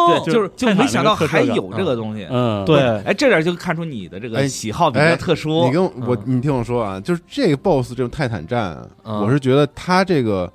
Speaker 6: 对，就是就
Speaker 2: 泰坦
Speaker 6: 没
Speaker 2: 那
Speaker 6: 想
Speaker 2: 个
Speaker 6: 到
Speaker 2: 特
Speaker 6: 还
Speaker 2: 色感
Speaker 6: 有这个东西。
Speaker 2: 嗯，
Speaker 4: 对，
Speaker 6: 哎，这点就看出你的这
Speaker 3: 哎
Speaker 6: 个喜好比较
Speaker 3: 哎
Speaker 6: 特殊
Speaker 3: 你。跟我，
Speaker 4: 嗯
Speaker 3: 你听我说啊，就是这个 BOSS 这种泰坦战啊，
Speaker 4: 嗯
Speaker 3: 我是觉得他这个，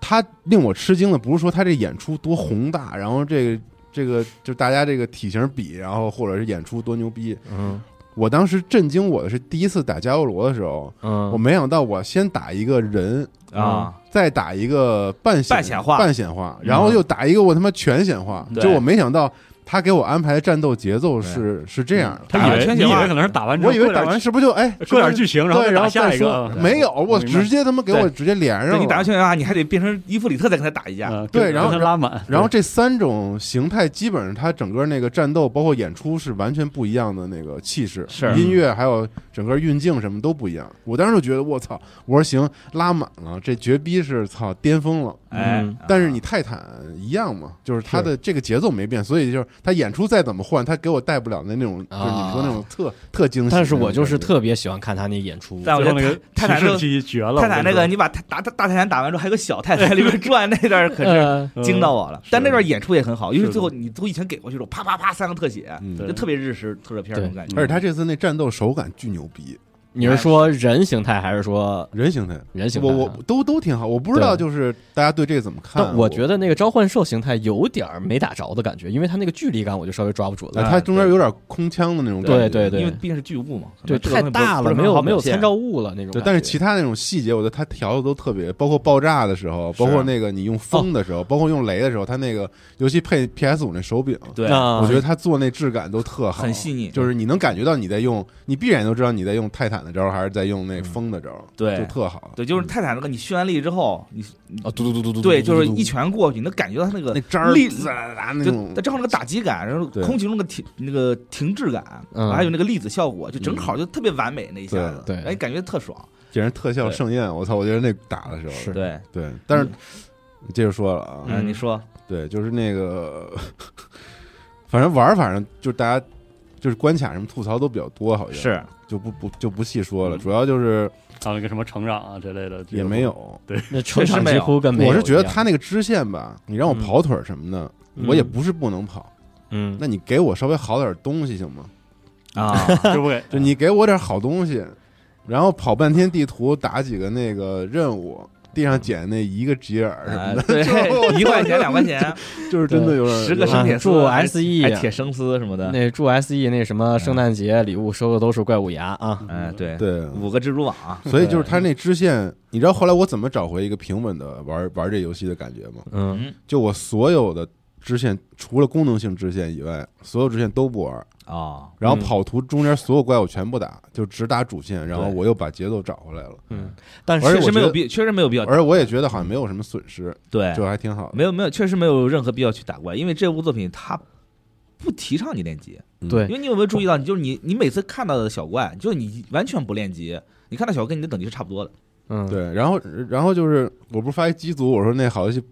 Speaker 3: 他令我吃惊的不是说他这演出多宏大，然后这个这个就是大家这个体型比，然后或者是演出多牛逼。
Speaker 4: 嗯
Speaker 3: 我当时震惊我的是第一次打加油罗的时候，我
Speaker 4: 嗯，
Speaker 3: 没想到我先打一个人，
Speaker 6: 啊，
Speaker 3: 再打一个半显
Speaker 6: 半显化嗯
Speaker 3: 半显化，然后又打一个我他妈全显化，
Speaker 6: 对
Speaker 3: 就我没想到他给我安排的战斗节奏是是这样的。
Speaker 2: 他以
Speaker 6: 打啊完
Speaker 2: 为
Speaker 6: 全
Speaker 2: 你
Speaker 6: 景
Speaker 2: 以
Speaker 6: 化
Speaker 2: 为可能是打完之后
Speaker 3: 我以
Speaker 2: 嗯
Speaker 3: 为
Speaker 2: 过
Speaker 3: 打
Speaker 2: 点
Speaker 3: 完是不是就哎
Speaker 2: 过点
Speaker 3: 是不是
Speaker 2: 剧情，然后
Speaker 3: 对，然
Speaker 2: 打
Speaker 3: 后
Speaker 2: 下
Speaker 3: 再
Speaker 2: 一个啊
Speaker 3: 说，没有，我直接他妈给我直接连
Speaker 6: 对
Speaker 3: 上
Speaker 6: 你打完
Speaker 3: 了。
Speaker 6: 拳啊，你还得变成伊芙里特再跟他打一架。
Speaker 2: 嗯
Speaker 3: 对
Speaker 2: 跟
Speaker 3: 然后
Speaker 2: 跟他拉满，
Speaker 3: 然后这三种形态基本上它整个那个战斗，包括演出是完全不一样的那个气势，
Speaker 6: 是
Speaker 3: 音乐还有整个运镜什么都不一样。我当时就觉得我操，我说行拉满了，这绝逼是操巅峰了。
Speaker 6: 哎
Speaker 4: 嗯，
Speaker 3: 但是你泰坦一样嘛，就是它的这个节奏没变，所以就是它演出再怎么换，它给我带不了那那种，就是你说那种特特惊喜。
Speaker 4: 但是我就是，特别喜欢看他那演出，
Speaker 6: 但我
Speaker 2: 最
Speaker 6: 觉
Speaker 2: 后那
Speaker 6: 得
Speaker 2: 个
Speaker 6: 泰坦
Speaker 2: 骑
Speaker 6: 那
Speaker 2: 士
Speaker 6: 个
Speaker 2: 期绝了，
Speaker 6: 泰坦
Speaker 2: 我跟
Speaker 6: 那
Speaker 2: 你
Speaker 6: 个，
Speaker 2: 说
Speaker 6: 你把泰打大大泰坦打完之后，还有个小泰坦在里边转，那段儿可是
Speaker 4: 呃，
Speaker 2: 嗯
Speaker 6: 惊到我了。但那段演出也很好，因
Speaker 2: 是
Speaker 6: 为
Speaker 2: 的
Speaker 6: 最后你都以前给过去了，啪啪啪三个特写，
Speaker 3: 嗯
Speaker 2: 对
Speaker 6: 就特别日式特摄片儿那种感觉。
Speaker 3: 而且它这次那战斗手感巨牛逼，
Speaker 4: 你是说人形态还是说
Speaker 3: 人形态。
Speaker 4: 人形态
Speaker 3: 我
Speaker 4: 啊？
Speaker 3: 我都都挺好，我不知道
Speaker 4: 对
Speaker 3: 就是大家对这个怎么看。
Speaker 4: 但我觉得那个召唤兽形态有点儿没打着的感觉，因为它那个距离感我就稍微抓不住
Speaker 3: 呃，
Speaker 4: 了。
Speaker 3: 它中间有点空腔的那种感觉，
Speaker 4: 对对对，
Speaker 6: 因为毕竟是巨物嘛，可
Speaker 4: 对
Speaker 6: 能这个
Speaker 4: 太
Speaker 6: 东西不
Speaker 4: 大
Speaker 6: 不
Speaker 4: 了，
Speaker 6: 是
Speaker 4: 没
Speaker 6: 很好
Speaker 4: 有没有
Speaker 6: 表现
Speaker 4: 参照物了那种感觉。
Speaker 3: 对但是其他那种细节，我觉得它调的都特别，包括爆炸的时候，包括那个你用风的时候，包括用雷的时候，它那个尤其配 PS 五那手柄，
Speaker 6: 对，
Speaker 4: 啊
Speaker 3: 我觉得它做那质感都特好，
Speaker 6: 很细腻
Speaker 3: 就是你能感觉到你在用，你必然都知道你在用泰坦的招还是在
Speaker 4: 嗯
Speaker 3: 用那风的招，
Speaker 6: 对
Speaker 3: 就特好。
Speaker 6: 对，就是泰坦那个你渲染力之后，你
Speaker 4: 啊，嗯嘟嘟嘟嘟嘟，
Speaker 6: 对，就是一拳过去，你能感觉到它那
Speaker 3: 那
Speaker 6: 个
Speaker 3: 渣儿
Speaker 6: 力
Speaker 3: 滋啦啦那
Speaker 6: 就
Speaker 3: 种
Speaker 6: 它，正好那个打击感，然后
Speaker 3: 对
Speaker 6: 空气中那个停那个停滞感，
Speaker 4: 嗯
Speaker 6: 还有那个粒子效果，就正好就特别完美那一下子，
Speaker 4: 对对
Speaker 6: 哎，感觉特爽。
Speaker 3: 简直特效盛宴。我操，我觉得那打的时候，
Speaker 4: 是
Speaker 6: 对，
Speaker 3: 对，但
Speaker 4: 嗯
Speaker 3: 是接着说了啊，
Speaker 6: 嗯，你说
Speaker 3: 对，就是那个，反正玩儿反正就是大家就是关卡什么吐槽都比较多，好像
Speaker 6: 是
Speaker 4: [LAUGHS]
Speaker 3: 就不不就不细说
Speaker 4: 嗯
Speaker 3: 了，主要就是
Speaker 2: 还有一个什么成长啊之类的，这
Speaker 3: 也
Speaker 2: 个
Speaker 3: 没有。
Speaker 4: 那成
Speaker 6: 确实
Speaker 4: 长
Speaker 6: 没
Speaker 4: 几
Speaker 6: 有
Speaker 4: 乎跟没有
Speaker 3: 我是觉得
Speaker 4: 一样
Speaker 3: 他那个支线吧，你让我跑腿儿什么的，
Speaker 4: 嗯
Speaker 3: 我也不是不能跑，
Speaker 4: 嗯，
Speaker 3: 那你给我稍微好点儿东西行吗？
Speaker 6: 啊，
Speaker 4: [LAUGHS]
Speaker 2: 就不给
Speaker 3: 就
Speaker 4: 嗯
Speaker 3: 你给我点好东西，然后跑半天地图打几个那个任务，地上捡那一个吉尔什么
Speaker 6: 哎
Speaker 3: 的，
Speaker 4: [LAUGHS]
Speaker 6: 对，一块钱两块钱，
Speaker 4: 哎
Speaker 3: 就是真的有点
Speaker 6: 十个生铁丝
Speaker 4: 祝
Speaker 6: 还
Speaker 4: SE
Speaker 6: 还铁生丝什么
Speaker 4: E
Speaker 6: 的，
Speaker 4: 啊那祝 SE 那什么圣诞节礼物收的都是怪物牙啊，
Speaker 6: 哎，对，
Speaker 3: 对。
Speaker 6: 五个蜘蛛
Speaker 4: [LAUGHS]
Speaker 6: 网，啊 [LAUGHS]
Speaker 3: 所以就是他那支线，你知道后来我怎么找回一个平稳的玩玩这游戏的感觉吗？
Speaker 4: 嗯
Speaker 3: 就我所有的支线，除了功能性支线以外，所有支线都不玩，
Speaker 6: 啊，
Speaker 3: 然后
Speaker 4: 嗯
Speaker 3: 跑图中间所有怪我全部打，就只打主线，然后
Speaker 6: 对
Speaker 3: 我又把节奏找回来了，
Speaker 4: 嗯，但
Speaker 3: 而
Speaker 4: 是
Speaker 3: 且
Speaker 6: 确
Speaker 3: 我
Speaker 6: 实
Speaker 3: 觉
Speaker 6: 没
Speaker 3: 得
Speaker 6: 有必，确实没有必要，
Speaker 3: 而我也觉得好像没有什么损失，
Speaker 6: 对，
Speaker 3: 就还挺好的。
Speaker 6: 没有没有，确实没有任何必要去打怪，因为这部作品它不提倡你练级。
Speaker 4: 对
Speaker 3: 嗯
Speaker 6: 因为你有没有注意到，你就是你，你每次看到的小怪，就是你完全不练级，你看到小怪，你的等级是差不多的。
Speaker 4: 嗯
Speaker 3: 对，然后然后就是我不是发一机组，我说那好游戏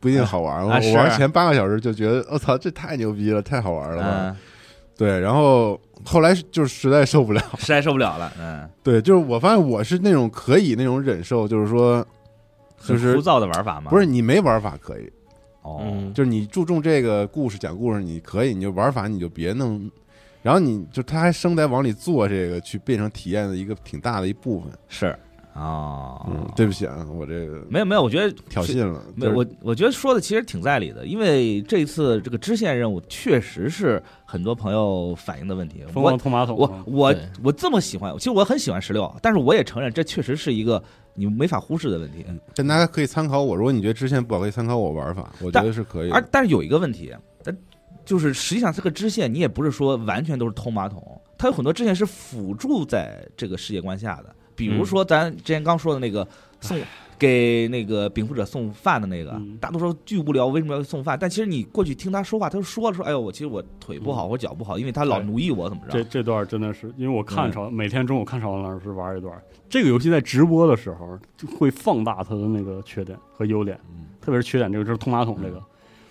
Speaker 3: 不一定好玩吗？
Speaker 6: 啊
Speaker 3: 我
Speaker 6: 是
Speaker 3: 玩前八个小时就觉得我操，这太牛逼了，太好玩了吧？
Speaker 6: 嗯，
Speaker 3: 对，然后后来就是实在受不了，
Speaker 6: 实在受不了了。嗯，
Speaker 3: 对，就是我发现我是那种可以那种忍受，就是说。就
Speaker 6: 很
Speaker 3: 是
Speaker 6: 枯燥的玩法嘛。
Speaker 3: 不是，你没玩法可以，
Speaker 6: 哦，
Speaker 4: 嗯
Speaker 3: 就是你注重这个故事讲故事，你可以，你就玩法你就别弄，然后你就他还生在往里做这个，去变成体验的一个挺大的一部分。
Speaker 6: 是哦，
Speaker 3: 嗯，对不起啊，我这个
Speaker 6: 没有没有，我觉得
Speaker 3: 挑
Speaker 6: 是。
Speaker 3: 衅了。
Speaker 6: 没有，
Speaker 3: 就是
Speaker 6: 我我觉得说的其实挺在理的，因为这次这个支线任务确实是很多朋友反映的问题。
Speaker 2: 疯
Speaker 6: 我
Speaker 2: 狂通马桶，
Speaker 6: 我我
Speaker 4: 对
Speaker 6: 我这么喜欢，其实我很喜欢十六，但是我也承认这确实是一个你没法忽视的问题。
Speaker 2: 嗯
Speaker 3: 但大家可以参考我，如果你觉得支线不好，可以参考我玩法，我觉
Speaker 6: 但
Speaker 3: 得是可以的。
Speaker 6: 而但是有一个问题，但就是实际上这个支线你也不是说完全都是通马桶，它有很多支线是辅助在这个世界观下的，比
Speaker 2: 嗯
Speaker 6: 如说咱之前刚说的那个送。给那个禀赋者送饭的那个
Speaker 2: 嗯，
Speaker 6: 大多数巨无聊，为什么要送饭？但其实你过去听他说话，他就说了说，哎呦，我其实我腿不好，我脚不好，因为他老
Speaker 2: 嗯对
Speaker 6: 奴役我，怎么
Speaker 2: 这
Speaker 6: 着？
Speaker 2: 这段真的是，因为我看
Speaker 6: 嗯
Speaker 2: 朝、每天中午看朝阳老师玩一段这个游戏，在直播的时候就会放大它的那个缺点和优点，特别是缺点这个就是通马桶这个，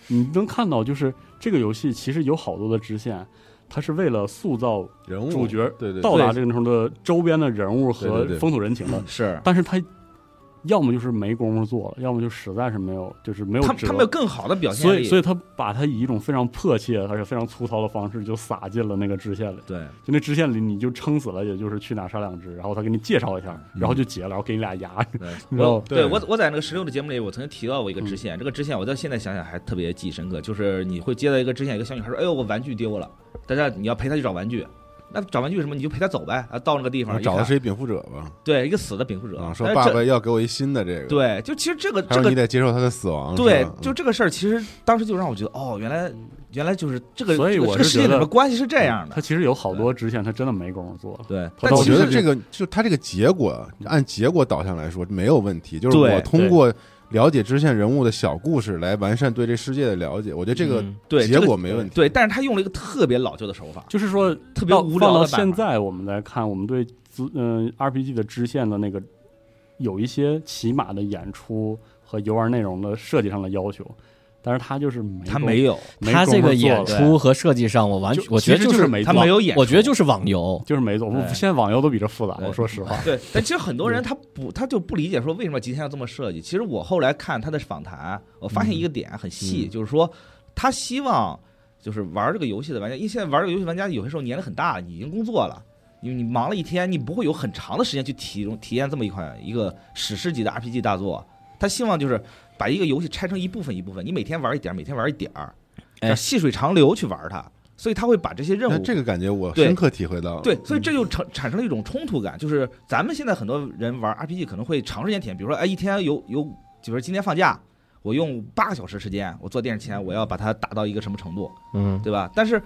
Speaker 2: 你能看到就是这个游戏其实有好多的支线，它是为了塑造
Speaker 3: 人物
Speaker 2: 主角
Speaker 3: 对对
Speaker 2: 到达这个程度的周边的人物
Speaker 3: 对
Speaker 2: 和
Speaker 3: 对对
Speaker 2: 风土人情的，
Speaker 6: 是
Speaker 2: 但是它要么就是没工夫做了，要么就实在是没有，就是没有
Speaker 6: 他
Speaker 2: 辙
Speaker 6: 他们有更好的表现
Speaker 2: 所以，
Speaker 6: 力
Speaker 2: 所以他把他以一种非常迫切而且非常粗糙的方式就撒进了那个支线里。
Speaker 6: 对，
Speaker 2: 就那支线里，你就撑死了，也就是去哪杀两只，然后他给你介绍一下，
Speaker 6: 嗯
Speaker 2: 然后就结了，然后给你俩牙，
Speaker 6: [LAUGHS] 对
Speaker 2: 你知道
Speaker 6: 我
Speaker 2: 吗？
Speaker 6: 对
Speaker 3: 对
Speaker 6: 我我在那个十六的节目里，我曾经提到过一个支线，这个支线我到现在想想还特别记忆深刻，就是你会接到一个支线，一个小女孩说：“哎呦，我玩具丢了。”大家你要陪她去找玩具，那找玩具什么你就陪她走呗。啊，到那个地
Speaker 3: 然后
Speaker 6: 方
Speaker 3: 找
Speaker 6: 一
Speaker 3: 的
Speaker 6: 看
Speaker 3: 是一禀赋者吧？
Speaker 6: 对一个死的禀赋者
Speaker 3: 啊，，说
Speaker 6: 哎
Speaker 3: 爸
Speaker 6: 这
Speaker 3: 爸要给我一新的这个，，
Speaker 6: 对，就其实这个
Speaker 3: 还
Speaker 6: 这
Speaker 3: 有你
Speaker 6: 个
Speaker 3: 得接受他的啊死亡。是
Speaker 6: 对
Speaker 3: 吧，嗯
Speaker 6: 就这个事儿，其实当时就让我觉得哦，原来原来就是这个，
Speaker 2: 所以
Speaker 6: 这个
Speaker 2: 我
Speaker 6: 这个
Speaker 2: 是
Speaker 6: 世界
Speaker 2: 觉
Speaker 6: 里
Speaker 2: 得嗯
Speaker 6: 的关系是这样
Speaker 2: 他
Speaker 6: 的，
Speaker 2: 其实有好多支线，他真的没工夫做。
Speaker 6: 对。
Speaker 2: 他
Speaker 6: 但
Speaker 2: 到
Speaker 3: 我
Speaker 6: 其
Speaker 3: 觉
Speaker 6: 实
Speaker 3: 得这个就他这个结果，按结果导向来说没有问题。就是
Speaker 6: 对
Speaker 3: 我通过了解支线人物的小故事来完善对这世界的了解，我觉得这个
Speaker 4: 嗯
Speaker 6: 对
Speaker 3: 结
Speaker 6: 这个
Speaker 3: 果没问题。
Speaker 6: 对，但是他用了一个特别老旧的手法，
Speaker 2: 就是说，
Speaker 6: 特别
Speaker 2: 到
Speaker 6: 无
Speaker 2: 放到
Speaker 6: 聊的办
Speaker 2: 现
Speaker 6: 法。
Speaker 2: 在，我们来看，我们对资嗯、RPG 的支线的那个有一些起码的演出和游玩内容的设计上的要求，但是他就是没
Speaker 6: 他
Speaker 2: 工
Speaker 6: 没有，
Speaker 2: 没
Speaker 4: 他
Speaker 2: 工
Speaker 4: 这
Speaker 2: 夫
Speaker 4: 个
Speaker 2: 做
Speaker 4: 演
Speaker 2: 了
Speaker 4: 出和设计上，我完
Speaker 2: 就
Speaker 4: 全我觉得
Speaker 2: 其实就是
Speaker 4: 是
Speaker 2: 没
Speaker 6: 他
Speaker 2: 做
Speaker 6: 没有演出，
Speaker 4: 我觉得就是网游，
Speaker 2: 就是没做。我
Speaker 6: 哎
Speaker 2: 现在网游都比这复杂，
Speaker 6: 对
Speaker 2: 我说实话。
Speaker 6: 对，但其实很多人他不，他就不理解说为什么吉田要这么设计。其实我后来看他的访谈，我发现一个点很细，就是说他希望就是玩这个游戏的玩家，因为现在玩这个游戏玩家有些时候年龄很大，你已经工作了，因为你忙了一天，你不会有很长的时间去体体验这么一款一个史诗级的 RPG 大作。他希望就是把一个游戏拆成一部分一部分，你每天玩一点儿，每天玩一点儿，
Speaker 4: 哎
Speaker 6: 叫细水长流去玩它。所以他会把这些任务
Speaker 3: 但这个感觉我
Speaker 6: 对
Speaker 3: 深刻体会到
Speaker 2: 啊
Speaker 3: 了。
Speaker 6: 对，所以
Speaker 2: 嗯
Speaker 6: 这就产产生了一种冲突感，就是咱们现在很多人玩 RPG 可能会长时间体验，比如说，哎，一天有有，比如说今天放假，我用八个小时时间，我坐电视前，我要把它打到一个什么程度，
Speaker 4: 嗯，
Speaker 6: 对吧？但是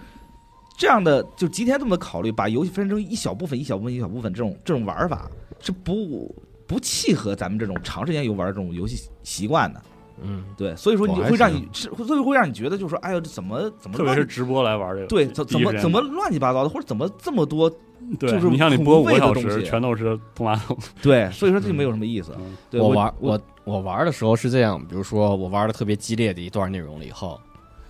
Speaker 6: 这样的就今天这么考虑，把游戏分成一小部分、一小部分、一小部分这种这种玩法是不不契合咱们这种长时间游玩这种游戏习惯的。
Speaker 4: 嗯，
Speaker 6: 对，所以说你
Speaker 3: 我还
Speaker 6: 会让你是，所以会让你觉得就是说，哎呦，这怎么怎
Speaker 2: [LAUGHS]
Speaker 6: 么
Speaker 2: 特别
Speaker 6: 乱
Speaker 2: 是直播来玩这个，
Speaker 6: 对怎怎么
Speaker 2: 第一时间
Speaker 6: 怎么乱七八糟的，或者怎么这么多
Speaker 2: 对，
Speaker 6: 就是
Speaker 2: 你像你
Speaker 6: 恐
Speaker 2: 播五
Speaker 6: 怖
Speaker 2: 个
Speaker 6: 类的
Speaker 2: 小
Speaker 6: 东
Speaker 2: 时，
Speaker 6: 西
Speaker 2: 全都是通
Speaker 6: [LAUGHS]
Speaker 2: 马桶，
Speaker 6: 对，所以说这就没有什么意思。
Speaker 2: 嗯
Speaker 6: 对
Speaker 4: 我玩
Speaker 6: 我
Speaker 4: 我我玩的时候是这样，比如说我玩的特别激烈的一段内容了以后，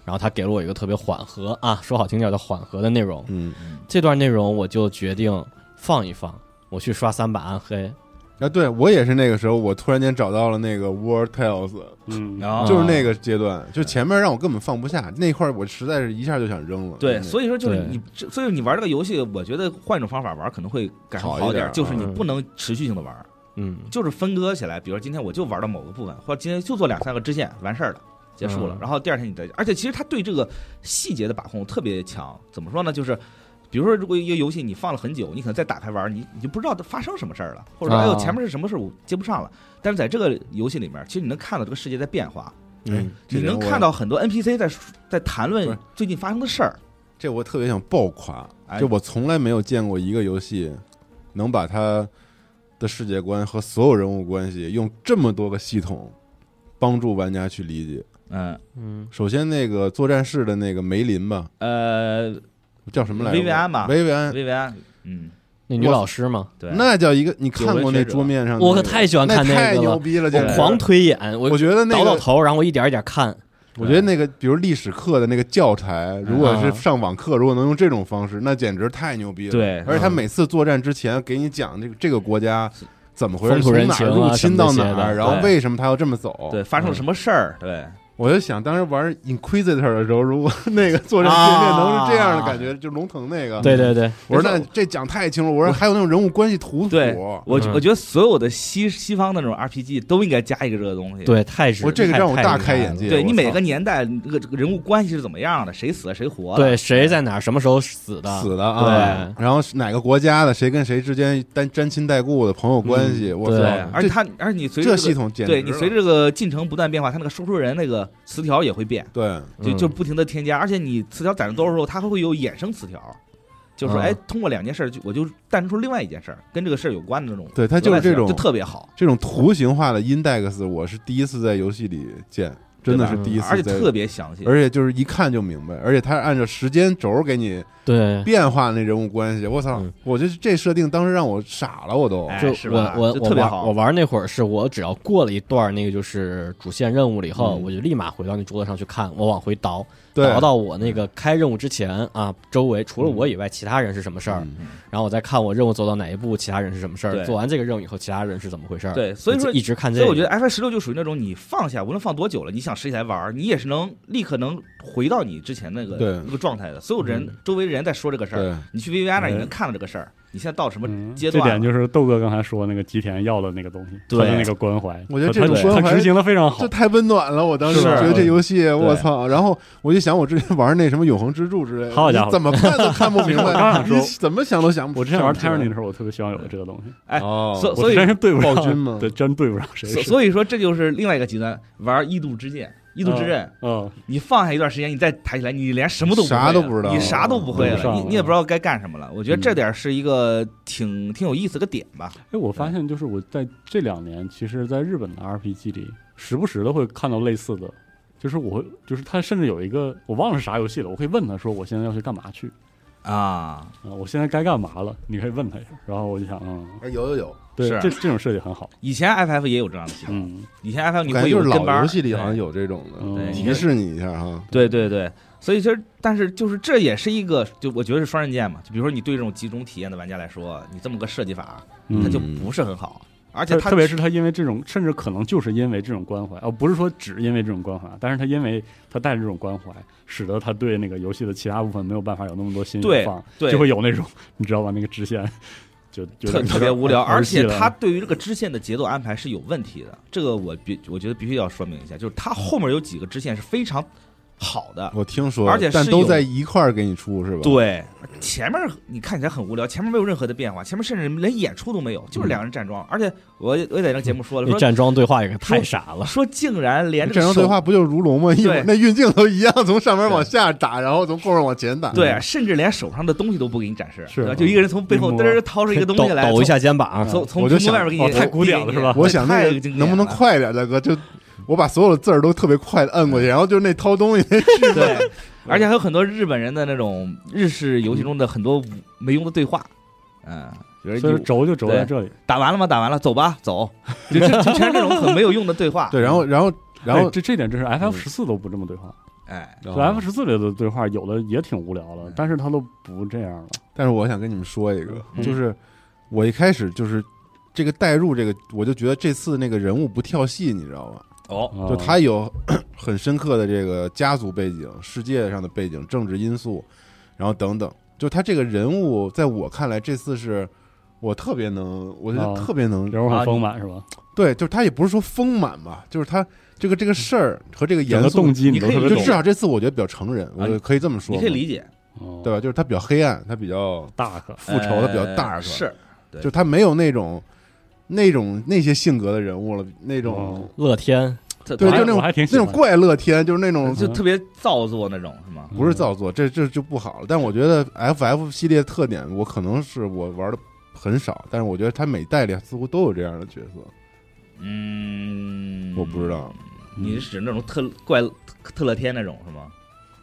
Speaker 4: 然后他给了我一个特别缓和啊，说好听点叫缓和的内容。
Speaker 3: 嗯，
Speaker 4: 这段内容我就决定放一放，我去刷三把暗黑。
Speaker 3: 啊，对我也是那个时候，我突然间找到了那个 War Tales，
Speaker 2: 嗯，
Speaker 6: 然后
Speaker 3: 就是那个阶段，就前面让我根本放不下那块，我实在是一下就想扔了。
Speaker 6: 对，
Speaker 3: 嗯
Speaker 6: 所以说就是
Speaker 4: 对
Speaker 6: 你，这所以你玩这个游戏，我觉得换一种方法玩可能会感受
Speaker 3: 好一
Speaker 6: 好
Speaker 3: 点
Speaker 6: 点
Speaker 3: 儿，
Speaker 6: 就是你
Speaker 4: 嗯
Speaker 6: 不能持续性的玩，
Speaker 4: 嗯，
Speaker 6: 就是分割起来，比如说今天我就玩到某个部分，或者今天就做两三个支线完事儿了。结束了
Speaker 4: 嗯，
Speaker 6: 然后第二天你再，而且其实他对这个细节的把控特别强。怎么说呢？就是，比如说，如果一个游戏你放了很久，你可能再打开玩，你你就不知道它发生什么事儿了，或者说，哎呦，
Speaker 4: 啊
Speaker 6: 前面是什么事儿我接不上了。但是在这个游戏里面，其实你能看到这个世界在变化，
Speaker 4: 哎
Speaker 3: 嗯，这
Speaker 6: 你
Speaker 3: 人
Speaker 6: 能
Speaker 3: 我
Speaker 6: 看到很多 NPC 在在谈
Speaker 3: 不
Speaker 6: 论
Speaker 3: 是
Speaker 6: 最近发生的事儿。
Speaker 3: 这我特别想爆夸，
Speaker 6: 哎
Speaker 3: 就我从来没有见过一个游戏能把它的世界观和所有人物关系用这么多个系统帮助玩家去理解。
Speaker 6: 嗯，
Speaker 4: 嗯，
Speaker 3: 首先，那个作战室的那个梅林吧，
Speaker 6: 呃，
Speaker 3: 叫什么来着？
Speaker 6: 薇薇安吧
Speaker 3: 薇薇安，
Speaker 6: 薇薇安，嗯，
Speaker 4: 那女老师嘛，
Speaker 6: 对，
Speaker 3: 那叫一个，你看过那桌面上的那个？
Speaker 4: 我可太喜欢看
Speaker 3: 那
Speaker 4: 那
Speaker 3: 太
Speaker 4: 个
Speaker 3: 牛
Speaker 4: 了，
Speaker 3: 逼了！简
Speaker 4: 我
Speaker 3: 直
Speaker 4: 狂推演，我
Speaker 3: 我觉得那
Speaker 4: 倒倒
Speaker 3: 个，
Speaker 4: 头，然后我一点一点看。
Speaker 3: 我觉得那个，比如历史课的那个教材，如果是上网课，如果能用这种方式，那简直太牛逼了。
Speaker 6: 嗯对
Speaker 3: 而且他每次作战之前给你讲这个这个国家怎么回事，
Speaker 4: 风土人
Speaker 3: 从哪儿
Speaker 4: 情啊
Speaker 3: 入侵到
Speaker 4: 什
Speaker 3: 哪
Speaker 4: 么这些的
Speaker 3: 儿，然后
Speaker 6: 对
Speaker 3: 为什么他要这么走。
Speaker 6: 对，发生了什么事儿？对，
Speaker 3: 我就想当时玩 Inquisitor 的时候，
Speaker 6: [LAUGHS]
Speaker 3: 如果那个作战界面能是这
Speaker 6: 啊
Speaker 3: 样的感觉，就龙腾那个。
Speaker 4: 对对对，
Speaker 3: 我说那这讲太清楚，我说还有那种人物关系图谱，
Speaker 6: 对
Speaker 3: 我
Speaker 6: 我
Speaker 4: 嗯
Speaker 6: 我觉得所有的西西方的那种 RPG 都应该加一个这个东西。
Speaker 4: 对，太值，
Speaker 3: 这个
Speaker 4: 太
Speaker 3: 让我
Speaker 4: 太
Speaker 3: 大
Speaker 4: 厉
Speaker 3: 开
Speaker 4: 害
Speaker 3: 眼
Speaker 4: 了
Speaker 3: 界。
Speaker 6: 对
Speaker 3: 我
Speaker 6: 你
Speaker 3: 操
Speaker 6: 每个年代这个这个人物关系是怎么样的，谁死了谁活了，
Speaker 4: 对，谁在哪儿，什么时候死的？
Speaker 3: 死的啊，然后是哪个国家的，谁跟谁之间单沾亲带故的朋友关系，我
Speaker 4: 对
Speaker 6: 嗯对
Speaker 3: 操，
Speaker 6: 而且
Speaker 3: 这
Speaker 6: 他而且你随着
Speaker 3: 这
Speaker 6: 个
Speaker 3: 系统简直
Speaker 6: 对你随着这个进程不断变化，他那个说书人那个词条也会变，
Speaker 3: 对
Speaker 6: 就就
Speaker 4: 嗯
Speaker 6: 不停的添加，而且你词条攒的多的时候，它会有衍生词条，就是说
Speaker 4: 嗯
Speaker 6: 哎，通过两件事儿就，我就诞生出另外一件事儿，跟这个事儿有关的那种，
Speaker 3: 对，它就是这种
Speaker 6: 就特别好，
Speaker 3: 这种图形化的 index，我是第一次在游戏里见，真的是
Speaker 4: 对吧
Speaker 3: 第一次，
Speaker 6: 而且特，别详细。
Speaker 3: 而且就是一看就明白，而且它是按照时间轴给你
Speaker 4: 对，
Speaker 3: 变化那人物关系，我操
Speaker 4: 嗯，
Speaker 3: 我觉得这设定当时让我傻了，我都
Speaker 6: 哎
Speaker 4: 就是我
Speaker 6: 吧
Speaker 4: 我
Speaker 6: 就
Speaker 4: 我
Speaker 6: 特别
Speaker 4: 玩
Speaker 6: 好
Speaker 4: 我玩那会儿是我只要过了一段那个就是主线任务了以后，
Speaker 3: 嗯
Speaker 4: 我就立马回到那桌子上去看，我往回倒，
Speaker 3: 对
Speaker 4: 倒到我那个开任务之前啊，周围除了我以外，其他人是什么事儿，
Speaker 3: 嗯
Speaker 4: 然后我再看我任务做到哪一步，其他人是什么事儿，
Speaker 6: 对
Speaker 4: 做完这个任务以后，其他人是怎么回事儿。
Speaker 6: 对所以说
Speaker 4: 一直看这个，
Speaker 6: 所以我觉得 F 十六就属于那种你放下，无论放多久了，你想拾起来玩儿，你也是能立刻能回到你之前那个
Speaker 3: 对
Speaker 6: 那个状态的。所有人、
Speaker 4: 嗯
Speaker 6: 周围人在说这个事儿，
Speaker 3: 对，
Speaker 6: 你去 VVR 那儿
Speaker 2: 哎
Speaker 6: 你能看到这个事儿，你现在到什么
Speaker 2: 嗯
Speaker 6: 阶
Speaker 2: 这点
Speaker 6: 段了？
Speaker 2: 就是豆哥刚才说那个吉田要的那个东西，
Speaker 6: 对
Speaker 2: 他的那个关怀，
Speaker 3: 我觉得
Speaker 2: 他
Speaker 3: 这种
Speaker 2: 他
Speaker 3: 关怀
Speaker 2: 他执行的非常好
Speaker 3: 这，太温暖了，我当时
Speaker 6: 是
Speaker 3: 觉得这游戏，我
Speaker 6: 对
Speaker 3: 操！然后我就想，我之前玩那什么《永恒之柱》之类的，
Speaker 2: 好家伙
Speaker 3: 你怎么看都看不明
Speaker 2: 我刚
Speaker 3: 白，
Speaker 2: 想说
Speaker 3: 你怎么想都想不。
Speaker 2: 我之前玩
Speaker 3: 想
Speaker 2: t y
Speaker 3: 不
Speaker 2: r n
Speaker 3: 明白
Speaker 2: 的时候，我特别希望有这个东西，
Speaker 6: 哎
Speaker 3: 哦
Speaker 6: 所
Speaker 2: 我
Speaker 6: 所以
Speaker 2: 真是对不上
Speaker 3: 暴君吗
Speaker 2: 对，真对不上谁
Speaker 6: 所
Speaker 2: 是。
Speaker 6: 所以说这就是另外一个极端，玩异度之剑、异度之刃，
Speaker 2: 嗯，
Speaker 6: 你放下一段时间，你再抬起来，你连什么都不会
Speaker 3: 啥
Speaker 6: 了
Speaker 3: 都不知道
Speaker 6: 你啥都不会
Speaker 2: 跟不嗯
Speaker 6: 了，
Speaker 2: 上嗯
Speaker 6: 你
Speaker 2: 了
Speaker 6: 你也不知道该干什么了。我觉得这点是一个挺挺有意思的点吧。
Speaker 2: 哎，我发现就是我在这两年，其实在日本的 RPG 里，时不时的会看到类似的，就是我会，就是他甚至有一个我忘了是啥游戏了，我可以问他说我现在要去干嘛去
Speaker 6: 啊，
Speaker 2: 啊，我现在该干嘛了，你可以问他一下。然后我就想，嗯，
Speaker 3: 哎有有有，
Speaker 2: 对，
Speaker 6: 是啊
Speaker 2: 这这种设计很好，
Speaker 6: 以前 FF 也有这样的系统，
Speaker 2: 嗯，
Speaker 6: 以前 FF 你
Speaker 3: 我感
Speaker 6: 会
Speaker 3: 觉就
Speaker 6: 有
Speaker 3: 是
Speaker 6: 跟班
Speaker 3: 老
Speaker 6: 儿哎
Speaker 3: 游戏里好像有这种的，
Speaker 2: 嗯
Speaker 6: 对
Speaker 3: 提示你一下哈。
Speaker 6: 对对对，所以其实但是就是这也是一个，就我觉得是双刃剑嘛。就比如说你对这种集中体验的玩家来说，你这么个设计法，
Speaker 2: 嗯
Speaker 6: 它就不是很好，而且
Speaker 2: 特
Speaker 6: 它
Speaker 2: 特别是他因为这种，甚至可能就是因为这种关怀，哦，不是说只因为这种关怀，啊但是他因为他带着这种关怀，使得他对那个游戏的其他部分没有办法有那么多心
Speaker 6: 对
Speaker 2: 血放，
Speaker 6: 对
Speaker 2: 就会有那种你知道吧，那个支线就就
Speaker 6: 特特别无聊，而
Speaker 2: 儿戏
Speaker 6: 且
Speaker 2: 了
Speaker 6: 它对于这个支线的节奏安排是有问题的。这个我必我觉得必须要说明一下，就是它后面有几个支线是非常好的，
Speaker 3: 我听说，
Speaker 6: 而且是
Speaker 3: 但都
Speaker 6: 有
Speaker 3: 在一块儿给你出是吧？，
Speaker 6: 对，前面你看起来很无聊，前面没有任何的变化，前面甚至连演出都没有，就是两个人站桩。而且我我也在那个节目说了，
Speaker 4: 那
Speaker 6: 说
Speaker 4: 站桩对话也是太傻
Speaker 6: [LAUGHS]
Speaker 4: 了。
Speaker 6: 说竟然连这
Speaker 3: 战
Speaker 6: 个
Speaker 3: 争
Speaker 6: 手
Speaker 3: 对话不就是如龙吗？一会儿
Speaker 6: 对
Speaker 3: 那运镜都一样，从上面往下打，然后从后面往前打。
Speaker 6: 对，甚至连手上的东西都不给你展示，
Speaker 2: 是
Speaker 6: 对吧就一个人从背后
Speaker 2: 一摸
Speaker 6: 嘚儿掏出一个东西来，啊
Speaker 4: 抖抖一下肩膀，
Speaker 6: 从，从从
Speaker 3: 我就
Speaker 6: 屏幕外
Speaker 3: 想
Speaker 6: 边给
Speaker 2: 哦
Speaker 6: 你，
Speaker 2: 太古典了是吧
Speaker 6: 对
Speaker 3: 我想那
Speaker 6: 太
Speaker 3: 个
Speaker 6: 经典
Speaker 3: 能不能
Speaker 6: 了
Speaker 3: 快点，大哥？就我把所有的字儿都特别快的摁过去，然后就是那掏东西那剧本
Speaker 6: 对，而且还有很多日本人的那种日式游戏中的很多没用的对话，嗯，比如
Speaker 2: 所以
Speaker 6: 说
Speaker 2: 轴就轴在这里，
Speaker 6: 打完了吗？打完了，走吧，走， [LAUGHS] 就就就全是这种很没有用的对话。
Speaker 3: [LAUGHS] 对，然后然后然
Speaker 2: 哎
Speaker 3: 后哦
Speaker 2: 这这点真是 F F 十四都不这么对话，
Speaker 6: 哎，
Speaker 2: 就 F 十四里的对话有的也挺无聊的，但是他都不这样了。
Speaker 3: 但是我想跟你们说一个，
Speaker 2: 嗯
Speaker 3: 就是我一开始就是这个代入这个，我就觉得这次那个人物不跳戏，你知道吗？
Speaker 6: 哦，
Speaker 2: 啊
Speaker 3: 就他有 [COUGHS] 很深刻的这个家族背景、世界上的背景、政治因素，然后等等。就他这个人物，在我看来，这次是我特别能，我觉得
Speaker 2: 啊
Speaker 3: 特别能
Speaker 2: 人物很丰满是吧？
Speaker 3: 对，就是他也不是说丰满吧，就是他这个这个事儿和这个
Speaker 2: 整
Speaker 3: 严
Speaker 2: 个
Speaker 3: 肃
Speaker 2: 动，机你都特别
Speaker 3: 就
Speaker 2: 懂
Speaker 3: 至，少这次我觉得比较成人，我可以这么说
Speaker 6: 你
Speaker 3: 嘛，
Speaker 6: 可以理解，
Speaker 2: 哦
Speaker 3: 对吧？就是他比较黑暗，他比较
Speaker 2: 大可
Speaker 3: 复仇，他比较大，
Speaker 6: 呃是对
Speaker 3: 就是他没有那种那种那些性格的人物了，那种
Speaker 2: 哦
Speaker 4: 乐天
Speaker 6: 这
Speaker 3: 对，
Speaker 2: 我
Speaker 3: 就
Speaker 2: 还
Speaker 3: 那种
Speaker 2: 我还挺喜
Speaker 3: 那
Speaker 2: 欢
Speaker 3: 种怪乐天，就是那种嗯
Speaker 6: 就特别造作那种是吗？
Speaker 3: 不是造作，这这就不好了。但我觉得 F F 系列特点，我可能是我玩的很少，但是我觉得他每代里似乎都有这样的角色，
Speaker 6: 嗯，
Speaker 3: 我不知道。
Speaker 2: 嗯
Speaker 6: 你是指那种特怪特乐天那种是吗？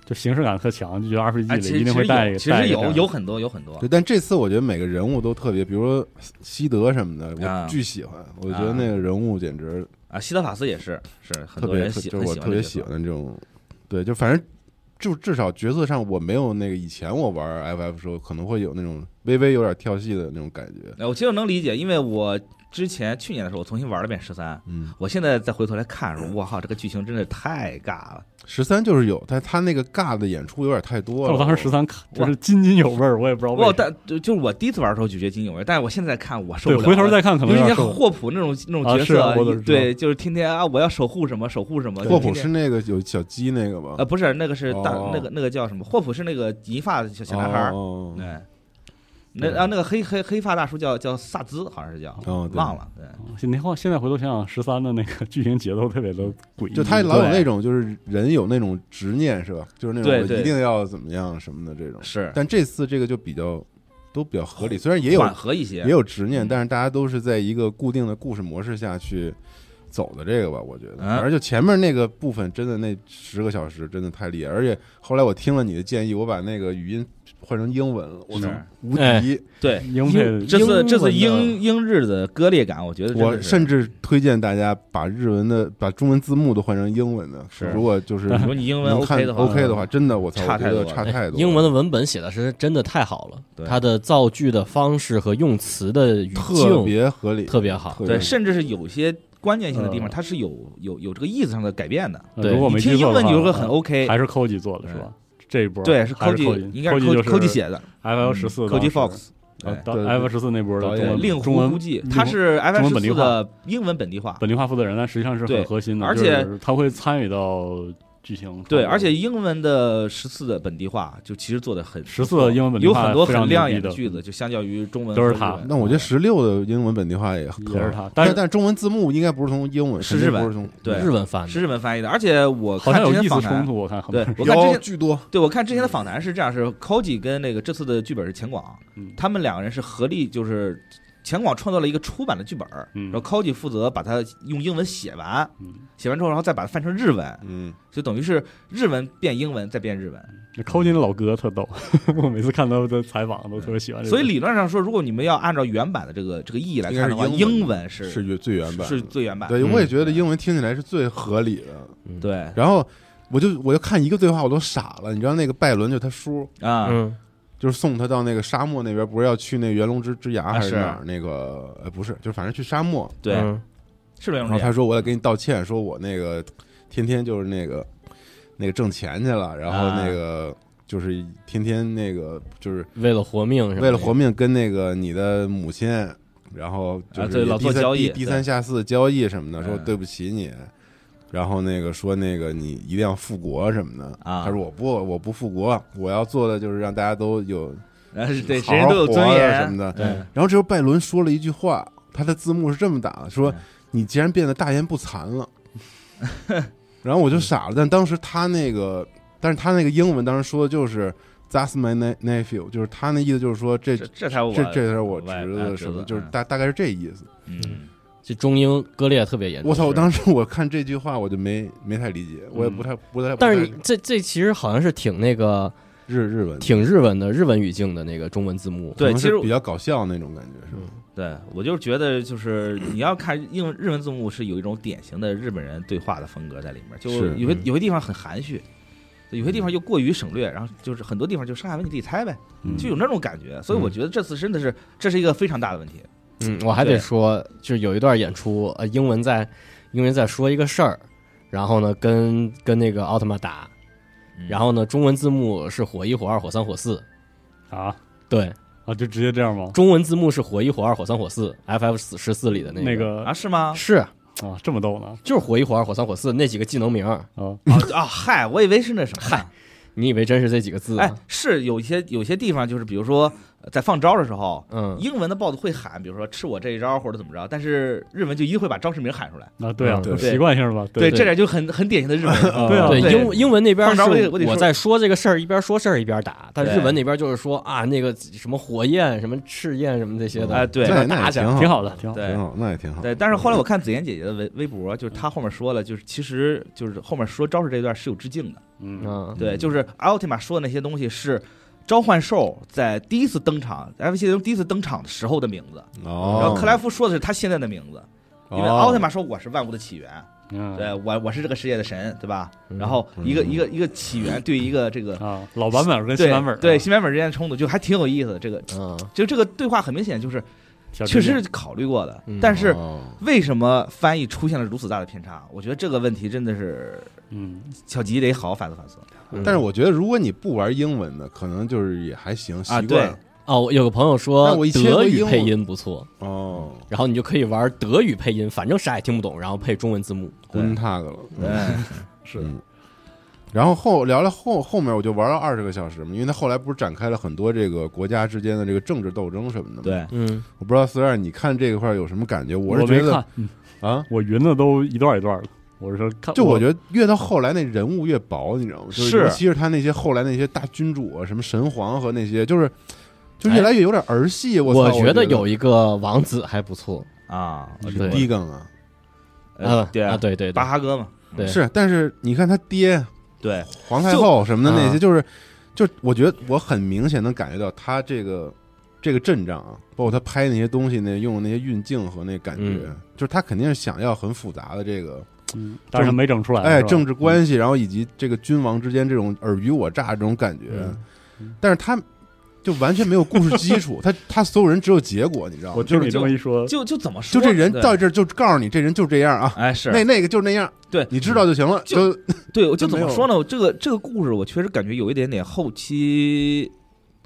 Speaker 2: 就形式感特强，就觉得 RPG
Speaker 6: 哎，
Speaker 2: 里
Speaker 6: 其
Speaker 2: 一
Speaker 6: 实
Speaker 2: 定会
Speaker 6: 其
Speaker 2: 带
Speaker 6: 实
Speaker 2: 一
Speaker 6: 有，
Speaker 2: 个。
Speaker 6: 其实
Speaker 2: 带
Speaker 6: 有
Speaker 2: 一个
Speaker 6: 有很多有很多
Speaker 3: 对，，但这次我觉得每个人物都特别，比如说西德什么的，
Speaker 6: 啊
Speaker 3: 我巨喜欢，我觉得那个人物简直
Speaker 6: 啊，希德法斯也是，是很
Speaker 3: 特
Speaker 6: 多
Speaker 3: 别，
Speaker 6: 人
Speaker 3: 特
Speaker 6: 喜
Speaker 3: 就是
Speaker 6: 很
Speaker 3: 我
Speaker 6: 喜欢
Speaker 3: 特
Speaker 6: 这
Speaker 3: 别
Speaker 6: 角
Speaker 3: 喜
Speaker 6: 色
Speaker 3: 欢的这种，对，就反正就至少角色上我没有那个以前我玩 FF 时候可能会有那种微微有点跳戏的那种感觉，
Speaker 6: 哎我其实能理解，因为我之前去年的时候，我重新玩了遍十三。
Speaker 3: 嗯，
Speaker 6: 我现在再回头来看，
Speaker 2: 嗯
Speaker 6: 说我靠，这个剧情真的太尬了。
Speaker 3: 十三就是有，但他那个尬的演出有点太
Speaker 2: 但
Speaker 3: 多
Speaker 2: 哦
Speaker 3: 了，
Speaker 2: 我当时十三看就是津津有味儿，我也不知道为
Speaker 6: 我
Speaker 2: 啥。
Speaker 6: 但就就是我第一次玩的时候就觉得津津有味，但是我现在看我受
Speaker 2: 对，
Speaker 6: 不了了。
Speaker 2: 回头再看可能有
Speaker 6: 尤其
Speaker 2: 点
Speaker 6: 像
Speaker 2: 受
Speaker 6: 霍普那种那种
Speaker 2: 啊
Speaker 6: 角
Speaker 2: 是
Speaker 6: 色，
Speaker 2: 啊我都知道
Speaker 6: 对，就是天天啊，我要守护什么守护什么。
Speaker 3: 霍
Speaker 6: 就
Speaker 3: 普
Speaker 6: 天
Speaker 3: 是
Speaker 6: 天
Speaker 3: 那个有小鸡那个吧？
Speaker 6: 呃不是那个是大、
Speaker 3: 哦
Speaker 6: 那个那个叫什么？霍普是那个银发小小男孩儿，嗯
Speaker 3: 哦
Speaker 6: 对。那啊，那个黑黑黑发大叔叫叫萨兹，好像是叫，
Speaker 3: 哦对
Speaker 6: 忘了。对，
Speaker 2: 你看，现在回头想想，十三的那个 [LAUGHS] 剧情节奏特别的诡异，
Speaker 3: 就他老有
Speaker 6: 对
Speaker 3: 那种就是人有那种执念是吧？就是那种
Speaker 6: 对
Speaker 3: 我
Speaker 6: 对
Speaker 3: 一定要怎么样什么的这种。
Speaker 6: 是
Speaker 3: 但这次这个就比较都比较合理，虽然也有
Speaker 6: 缓和一些，
Speaker 3: 也有执念，
Speaker 6: 嗯
Speaker 3: 但是大家都是在一个固定的故事模式下去走的这个吧，我觉得。
Speaker 6: 嗯
Speaker 3: 反正就前面那个部分，真的那十个小时真的太厉害，而且后来我听了你的建议，我把那个语音换成英文了，我
Speaker 6: 是
Speaker 3: 操，无
Speaker 4: 哎
Speaker 3: 敌！
Speaker 6: 对，
Speaker 2: 英配
Speaker 6: 这次这次
Speaker 4: 英
Speaker 6: 英英日的割裂感，我觉得真的
Speaker 3: 我
Speaker 6: 是
Speaker 3: 甚至推荐大家把日文的、把中文字幕都换成英文的。
Speaker 6: 是
Speaker 3: 如果就是
Speaker 6: 如果你 [LAUGHS] 英文
Speaker 3: 能看
Speaker 6: OK 的话嗯
Speaker 3: OK 的话，真的我操，
Speaker 6: 差
Speaker 3: 我觉
Speaker 6: 太
Speaker 3: 得
Speaker 6: 多了
Speaker 3: 差太多了。
Speaker 4: 英文的文本写的是真的太好
Speaker 6: 对
Speaker 4: 了，它的造句的方式和用词的语
Speaker 3: 特
Speaker 4: 境
Speaker 3: 别合理，
Speaker 4: 特别好。
Speaker 3: 特别
Speaker 6: 对，
Speaker 3: 合理
Speaker 6: 甚至是有些关键性的地方，
Speaker 2: 呃
Speaker 6: 它是有有有这个意思上的改变的。
Speaker 2: 呃
Speaker 4: 对
Speaker 2: 如果
Speaker 6: 你
Speaker 2: 没
Speaker 6: 听
Speaker 2: 记
Speaker 6: 英
Speaker 2: 错的话，
Speaker 6: 文
Speaker 2: 呃
Speaker 6: 你就会很 OK，
Speaker 2: 啊还是 c o d 做的是吧？这一波
Speaker 6: 对，是
Speaker 2: 还
Speaker 6: Koji
Speaker 2: 是 Cody，
Speaker 6: 应该是 Cody
Speaker 2: Cody 就
Speaker 6: Cody
Speaker 2: 是
Speaker 6: 写的
Speaker 2: ，FL 十四
Speaker 6: Cody Fox，
Speaker 2: 呃
Speaker 6: 对，
Speaker 2: 到
Speaker 3: 对
Speaker 2: F 十四那波
Speaker 3: 导
Speaker 2: 的
Speaker 3: 演
Speaker 2: 哎中
Speaker 6: 令
Speaker 2: 文中
Speaker 6: 狐
Speaker 2: 文
Speaker 6: 估计
Speaker 2: 中
Speaker 6: 他是 F
Speaker 2: 中文
Speaker 6: 十
Speaker 2: 本地
Speaker 6: 四
Speaker 2: 化
Speaker 6: 的英文本地化，
Speaker 2: 本地化负责人，但实际上是
Speaker 6: 对
Speaker 2: 很核心的，
Speaker 6: 而且
Speaker 2: 就是他会参与到剧情。
Speaker 6: 对，而且英文的十四的本地化就其实做的很
Speaker 2: 14的英文本地
Speaker 6: 哦有
Speaker 2: 化
Speaker 6: 很多
Speaker 2: 非常
Speaker 6: 很亮眼
Speaker 2: 牛逼的
Speaker 6: 句子，就相较于中文
Speaker 2: 都是
Speaker 6: 和日
Speaker 2: 他
Speaker 6: 文
Speaker 3: 那我觉得十六的英文本地化也特
Speaker 2: 也是
Speaker 3: 好
Speaker 2: 他但
Speaker 3: 但
Speaker 2: 是
Speaker 3: 但中文字幕应该不是从英文，
Speaker 6: 是
Speaker 3: 肯定
Speaker 6: 日文
Speaker 3: 不是从
Speaker 6: 对
Speaker 4: 日文翻
Speaker 6: 是
Speaker 4: 的，
Speaker 6: 日本翻译的，而且我
Speaker 2: 好
Speaker 6: 看
Speaker 2: 像有
Speaker 6: 之前
Speaker 2: 意思
Speaker 6: 访
Speaker 2: 冲
Speaker 6: 谈
Speaker 2: 突，，我看很
Speaker 6: 对我看之
Speaker 3: 有
Speaker 6: 前
Speaker 3: 巨多，
Speaker 6: 对，我看之前的访谈是这样，是 Koji 跟那个这次的剧本是钱广
Speaker 2: 嗯，
Speaker 6: 他们两个人是合力，就是钱广创造了一个出版的剧本，
Speaker 2: 嗯
Speaker 6: 然后 Koji 负责把它用英文写完，
Speaker 2: 嗯
Speaker 6: 写完之后，然后再把它翻成日文，
Speaker 3: 嗯，
Speaker 6: 就等于是日文变英文再变日文。
Speaker 2: 那 Cody 的老哥特逗， [LAUGHS] 我每次看他的采访都特别喜欢这个。
Speaker 6: 所以理论上说，如果你们要按照原版的这个这个意义来看的话，
Speaker 3: 哎应该是英文
Speaker 6: 英文是
Speaker 3: 是原最原版
Speaker 6: 是
Speaker 3: 的
Speaker 6: 最原版。
Speaker 3: 对，
Speaker 4: 嗯
Speaker 3: 我也觉得英文听起来是最合理的。
Speaker 6: 对
Speaker 3: 然后我就我就看一个对话，我都傻了。你知道那个拜伦就他叔，
Speaker 6: 啊，
Speaker 4: 嗯，
Speaker 3: 就是送他到那个沙漠那边，不是要去那元龙之之崖
Speaker 6: 啊
Speaker 3: 还是
Speaker 6: 是
Speaker 3: 哪儿？那个呃不是，就反正去沙漠。
Speaker 6: 对，
Speaker 4: 嗯
Speaker 6: 是这
Speaker 3: 然
Speaker 6: 种
Speaker 3: 后
Speaker 6: 理解
Speaker 3: 他说我得给你道歉，说我那个天天就是那个那个挣钱去了，然后
Speaker 6: 啊
Speaker 3: 那个就是天天那个就是
Speaker 4: 为了活命，
Speaker 3: 为了活，命跟那个你的母亲，然后就
Speaker 6: 啊
Speaker 3: 是
Speaker 6: 对
Speaker 3: 也
Speaker 6: 老
Speaker 3: 低
Speaker 6: 做
Speaker 3: 三
Speaker 6: 交易
Speaker 3: 低低三下四交易什么的，
Speaker 6: 嗯
Speaker 3: 说对不起你，然后那个说那个你一定要复国什么的
Speaker 6: 啊
Speaker 3: 他说我不我不复国，我要做的就是让大家都有
Speaker 6: 然后是啊对，
Speaker 3: 好
Speaker 6: 人人
Speaker 3: 好
Speaker 6: 都有
Speaker 3: 活
Speaker 6: 尊
Speaker 3: 着
Speaker 6: 严
Speaker 3: 什么的。
Speaker 6: 对，
Speaker 3: 然后这时候拜伦说了一句话，他的字幕是这么打的，说
Speaker 6: 嗯
Speaker 3: 你既然变得大言不惭
Speaker 6: [LAUGHS]
Speaker 3: 了，然后我就傻了。但当时他那个，但是他那个英文当时说的就是。That's my ne- nephew，就是他那意思，就是说这
Speaker 6: 这这才我
Speaker 3: 这这是我
Speaker 6: 外
Speaker 3: 侄
Speaker 6: 啊
Speaker 3: 子什么，就是
Speaker 6: 嗯
Speaker 3: 大大概是这意思。
Speaker 6: 嗯
Speaker 4: 这中英割裂特别严重。
Speaker 3: 我操！我当时我看这句话我就没没太理解，我也
Speaker 6: 嗯
Speaker 3: 不太不太。
Speaker 4: 但是
Speaker 3: 不太
Speaker 4: 你这这其实好像是挺那个
Speaker 3: 日日文
Speaker 4: 挺日文的日文语境的那个中文字幕，
Speaker 6: 对
Speaker 3: 可能
Speaker 6: 其
Speaker 3: 是
Speaker 6: 实
Speaker 3: 比较搞笑那种感觉是吧？
Speaker 6: 对我就是觉得，就是你要看英日文字幕是有一种典型的日本人对话的风格在里面，就是有些
Speaker 4: 嗯
Speaker 6: 有些地方很含蓄，有些地方又过于省略，然后就是很多地方就上海问题自己猜呗，嗯
Speaker 3: 嗯
Speaker 6: 就有那种感觉。所以我觉得这次真的是这是一个非常大的问题。
Speaker 4: 嗯，我还得说，就是有一段演出，呃，英文在英文在说一个事儿，然后呢，跟跟那个奥特曼打，
Speaker 6: 嗯
Speaker 4: 然后呢，中文字幕是火一、火二、火三、火四，
Speaker 2: 啊
Speaker 4: 对，
Speaker 2: 啊，就直接这样吗？
Speaker 4: 中文字幕是火一、火二、火三、火四，FF 十四里的
Speaker 2: 那
Speaker 4: 个
Speaker 2: 个
Speaker 6: 啊，是吗？
Speaker 4: 是
Speaker 2: 啊，这么逗呢
Speaker 4: 就是火一、火二、火三、火四那几个技能名儿，
Speaker 2: 啊！
Speaker 6: 啊啊，嗨，我以为是那什么。
Speaker 4: 嗨，你以为真是这几个字？啊
Speaker 6: 哎，是有一些有些地方就是，比如说呃在放招的时候，
Speaker 4: 嗯，
Speaker 6: 英文的豹子会喊，比如说吃我这一招或者怎么着，但是日文就一定会把招式名喊出来。
Speaker 2: 啊，对啊，
Speaker 3: 嗯
Speaker 2: 有
Speaker 3: 对
Speaker 2: 习惯性吧？
Speaker 6: 对，
Speaker 2: 对
Speaker 6: 这点就很很典型的日文。嗯
Speaker 2: 对啊
Speaker 4: 对，
Speaker 6: 对
Speaker 4: 英英文那边
Speaker 6: 放
Speaker 4: 是
Speaker 6: 着我得我得说
Speaker 4: 我在说这个事儿，一边说事儿一边打，但
Speaker 6: 对
Speaker 4: 日文那边就是说啊，那个什么火焰、什么赤焰、什么这些的
Speaker 6: 啊，对
Speaker 3: 那也那
Speaker 4: 打
Speaker 3: 也
Speaker 4: 起
Speaker 3: 挺
Speaker 4: 来
Speaker 3: 好，
Speaker 2: 挺好的，挺好的。
Speaker 6: 对
Speaker 3: 挺好，那也挺好。
Speaker 6: 对，但是后来我看子妍姐姐的微微博，就是她后面说了，就是其实就是后面说招式这一段是有致敬的。
Speaker 2: 嗯，
Speaker 4: 嗯，
Speaker 6: 对，就是奥特曼说的那些东西是召唤兽在第一次登场，FC 中第一次登场的时候的名字，
Speaker 3: 哦，
Speaker 6: 然后克莱夫说的是他现在的名字，因为奥特曼说我是万物的起源，
Speaker 2: 嗯
Speaker 6: 对我我是这个世界的神，对吧？
Speaker 4: 嗯
Speaker 6: 然后一个
Speaker 3: 嗯
Speaker 6: 一个一个起源对一个这个
Speaker 2: 啊，老版本跟新
Speaker 6: 对
Speaker 2: 版本
Speaker 6: 对
Speaker 2: 啊
Speaker 6: 新版本之间的冲突，就还挺有意思的。这个
Speaker 4: 嗯，
Speaker 6: 就这个对话很明显就是
Speaker 2: 小
Speaker 6: 确
Speaker 2: 致敬
Speaker 6: 实是考虑过的
Speaker 4: 嗯，
Speaker 6: 但是
Speaker 3: 哦
Speaker 6: 为什么翻译出现了如此大的偏差？我觉得这个问题真的是
Speaker 2: 嗯，
Speaker 6: 小吉得好好反思反思。
Speaker 4: 嗯
Speaker 3: 但是我觉得如果你不玩英文的，可能就是也还
Speaker 6: 啊
Speaker 3: 行，习惯了
Speaker 4: 哦，我有个朋友说
Speaker 3: 但我一切都
Speaker 4: 德语
Speaker 3: 英文
Speaker 4: 配音不错，
Speaker 3: 哦，
Speaker 4: 然后你就可以玩德语配音，反正啥也听不懂，然后配中文字幕。
Speaker 3: 滚他个了。嗯
Speaker 6: 嗯，
Speaker 2: 是
Speaker 3: 嗯然后后聊聊后后面我就玩了二十个小时嘛，因为他后来不是展开了很多这个国家之间的这个政治斗争什么的嘛。，
Speaker 6: 对，
Speaker 4: 嗯，
Speaker 3: 我不知道虽然你看这一块有什么感觉，我是
Speaker 2: 没
Speaker 3: 觉得
Speaker 2: 看，嗯
Speaker 3: 啊，
Speaker 2: 我云的都一段一段的。我是说看，
Speaker 3: 就
Speaker 2: 我
Speaker 3: 我觉得越到后来那人物越薄，你知道吗？就是尤其是他那些后来那些大君主啊，什么神皇和那些，就是就越来越有点儿戏。我操
Speaker 4: 我
Speaker 3: 我
Speaker 4: 觉
Speaker 3: 得
Speaker 4: 得有一个王子还不错，
Speaker 6: 啊，
Speaker 4: 对
Speaker 3: 低梗啊，
Speaker 6: 呃
Speaker 4: 嗯，
Speaker 6: 对
Speaker 4: 啊，对对对
Speaker 6: 巴，哈哥嘛，
Speaker 4: 对
Speaker 3: 是，但是你看他爹
Speaker 6: 对，
Speaker 3: 皇太后什么的那
Speaker 4: 啊
Speaker 6: 嗯
Speaker 3: 些，就是，就我觉得我很明显能感觉到他这个这个阵仗啊，包括他拍那些东西那用的那些运镜和那感觉，
Speaker 4: 嗯
Speaker 3: 就是他肯定是想要很复杂的这个
Speaker 2: 嗯，但是没整出来。
Speaker 3: 哎
Speaker 2: 是吧嗯
Speaker 3: 政
Speaker 6: 嗯
Speaker 3: 治关系，然后以及这个君王之间这种尔虞我诈这种感觉，
Speaker 2: 嗯
Speaker 3: 但是他就完全没有故事基础，他他所有人只有结果，你知道
Speaker 2: 我
Speaker 3: 吗？
Speaker 2: 听
Speaker 6: 就是
Speaker 2: 你这么一说，
Speaker 6: 就就怎么说？
Speaker 3: 就这人
Speaker 6: 对
Speaker 3: 到这儿就告诉你，这人就这样啊，
Speaker 6: 哎是
Speaker 3: 那那个就那样，
Speaker 6: 对
Speaker 3: 你知道就行了，
Speaker 6: 就
Speaker 3: 就
Speaker 6: 对，我就怎
Speaker 3: 没
Speaker 6: 么
Speaker 3: 有
Speaker 6: 说呢？我这个这个故事，我确实感觉有一点点后期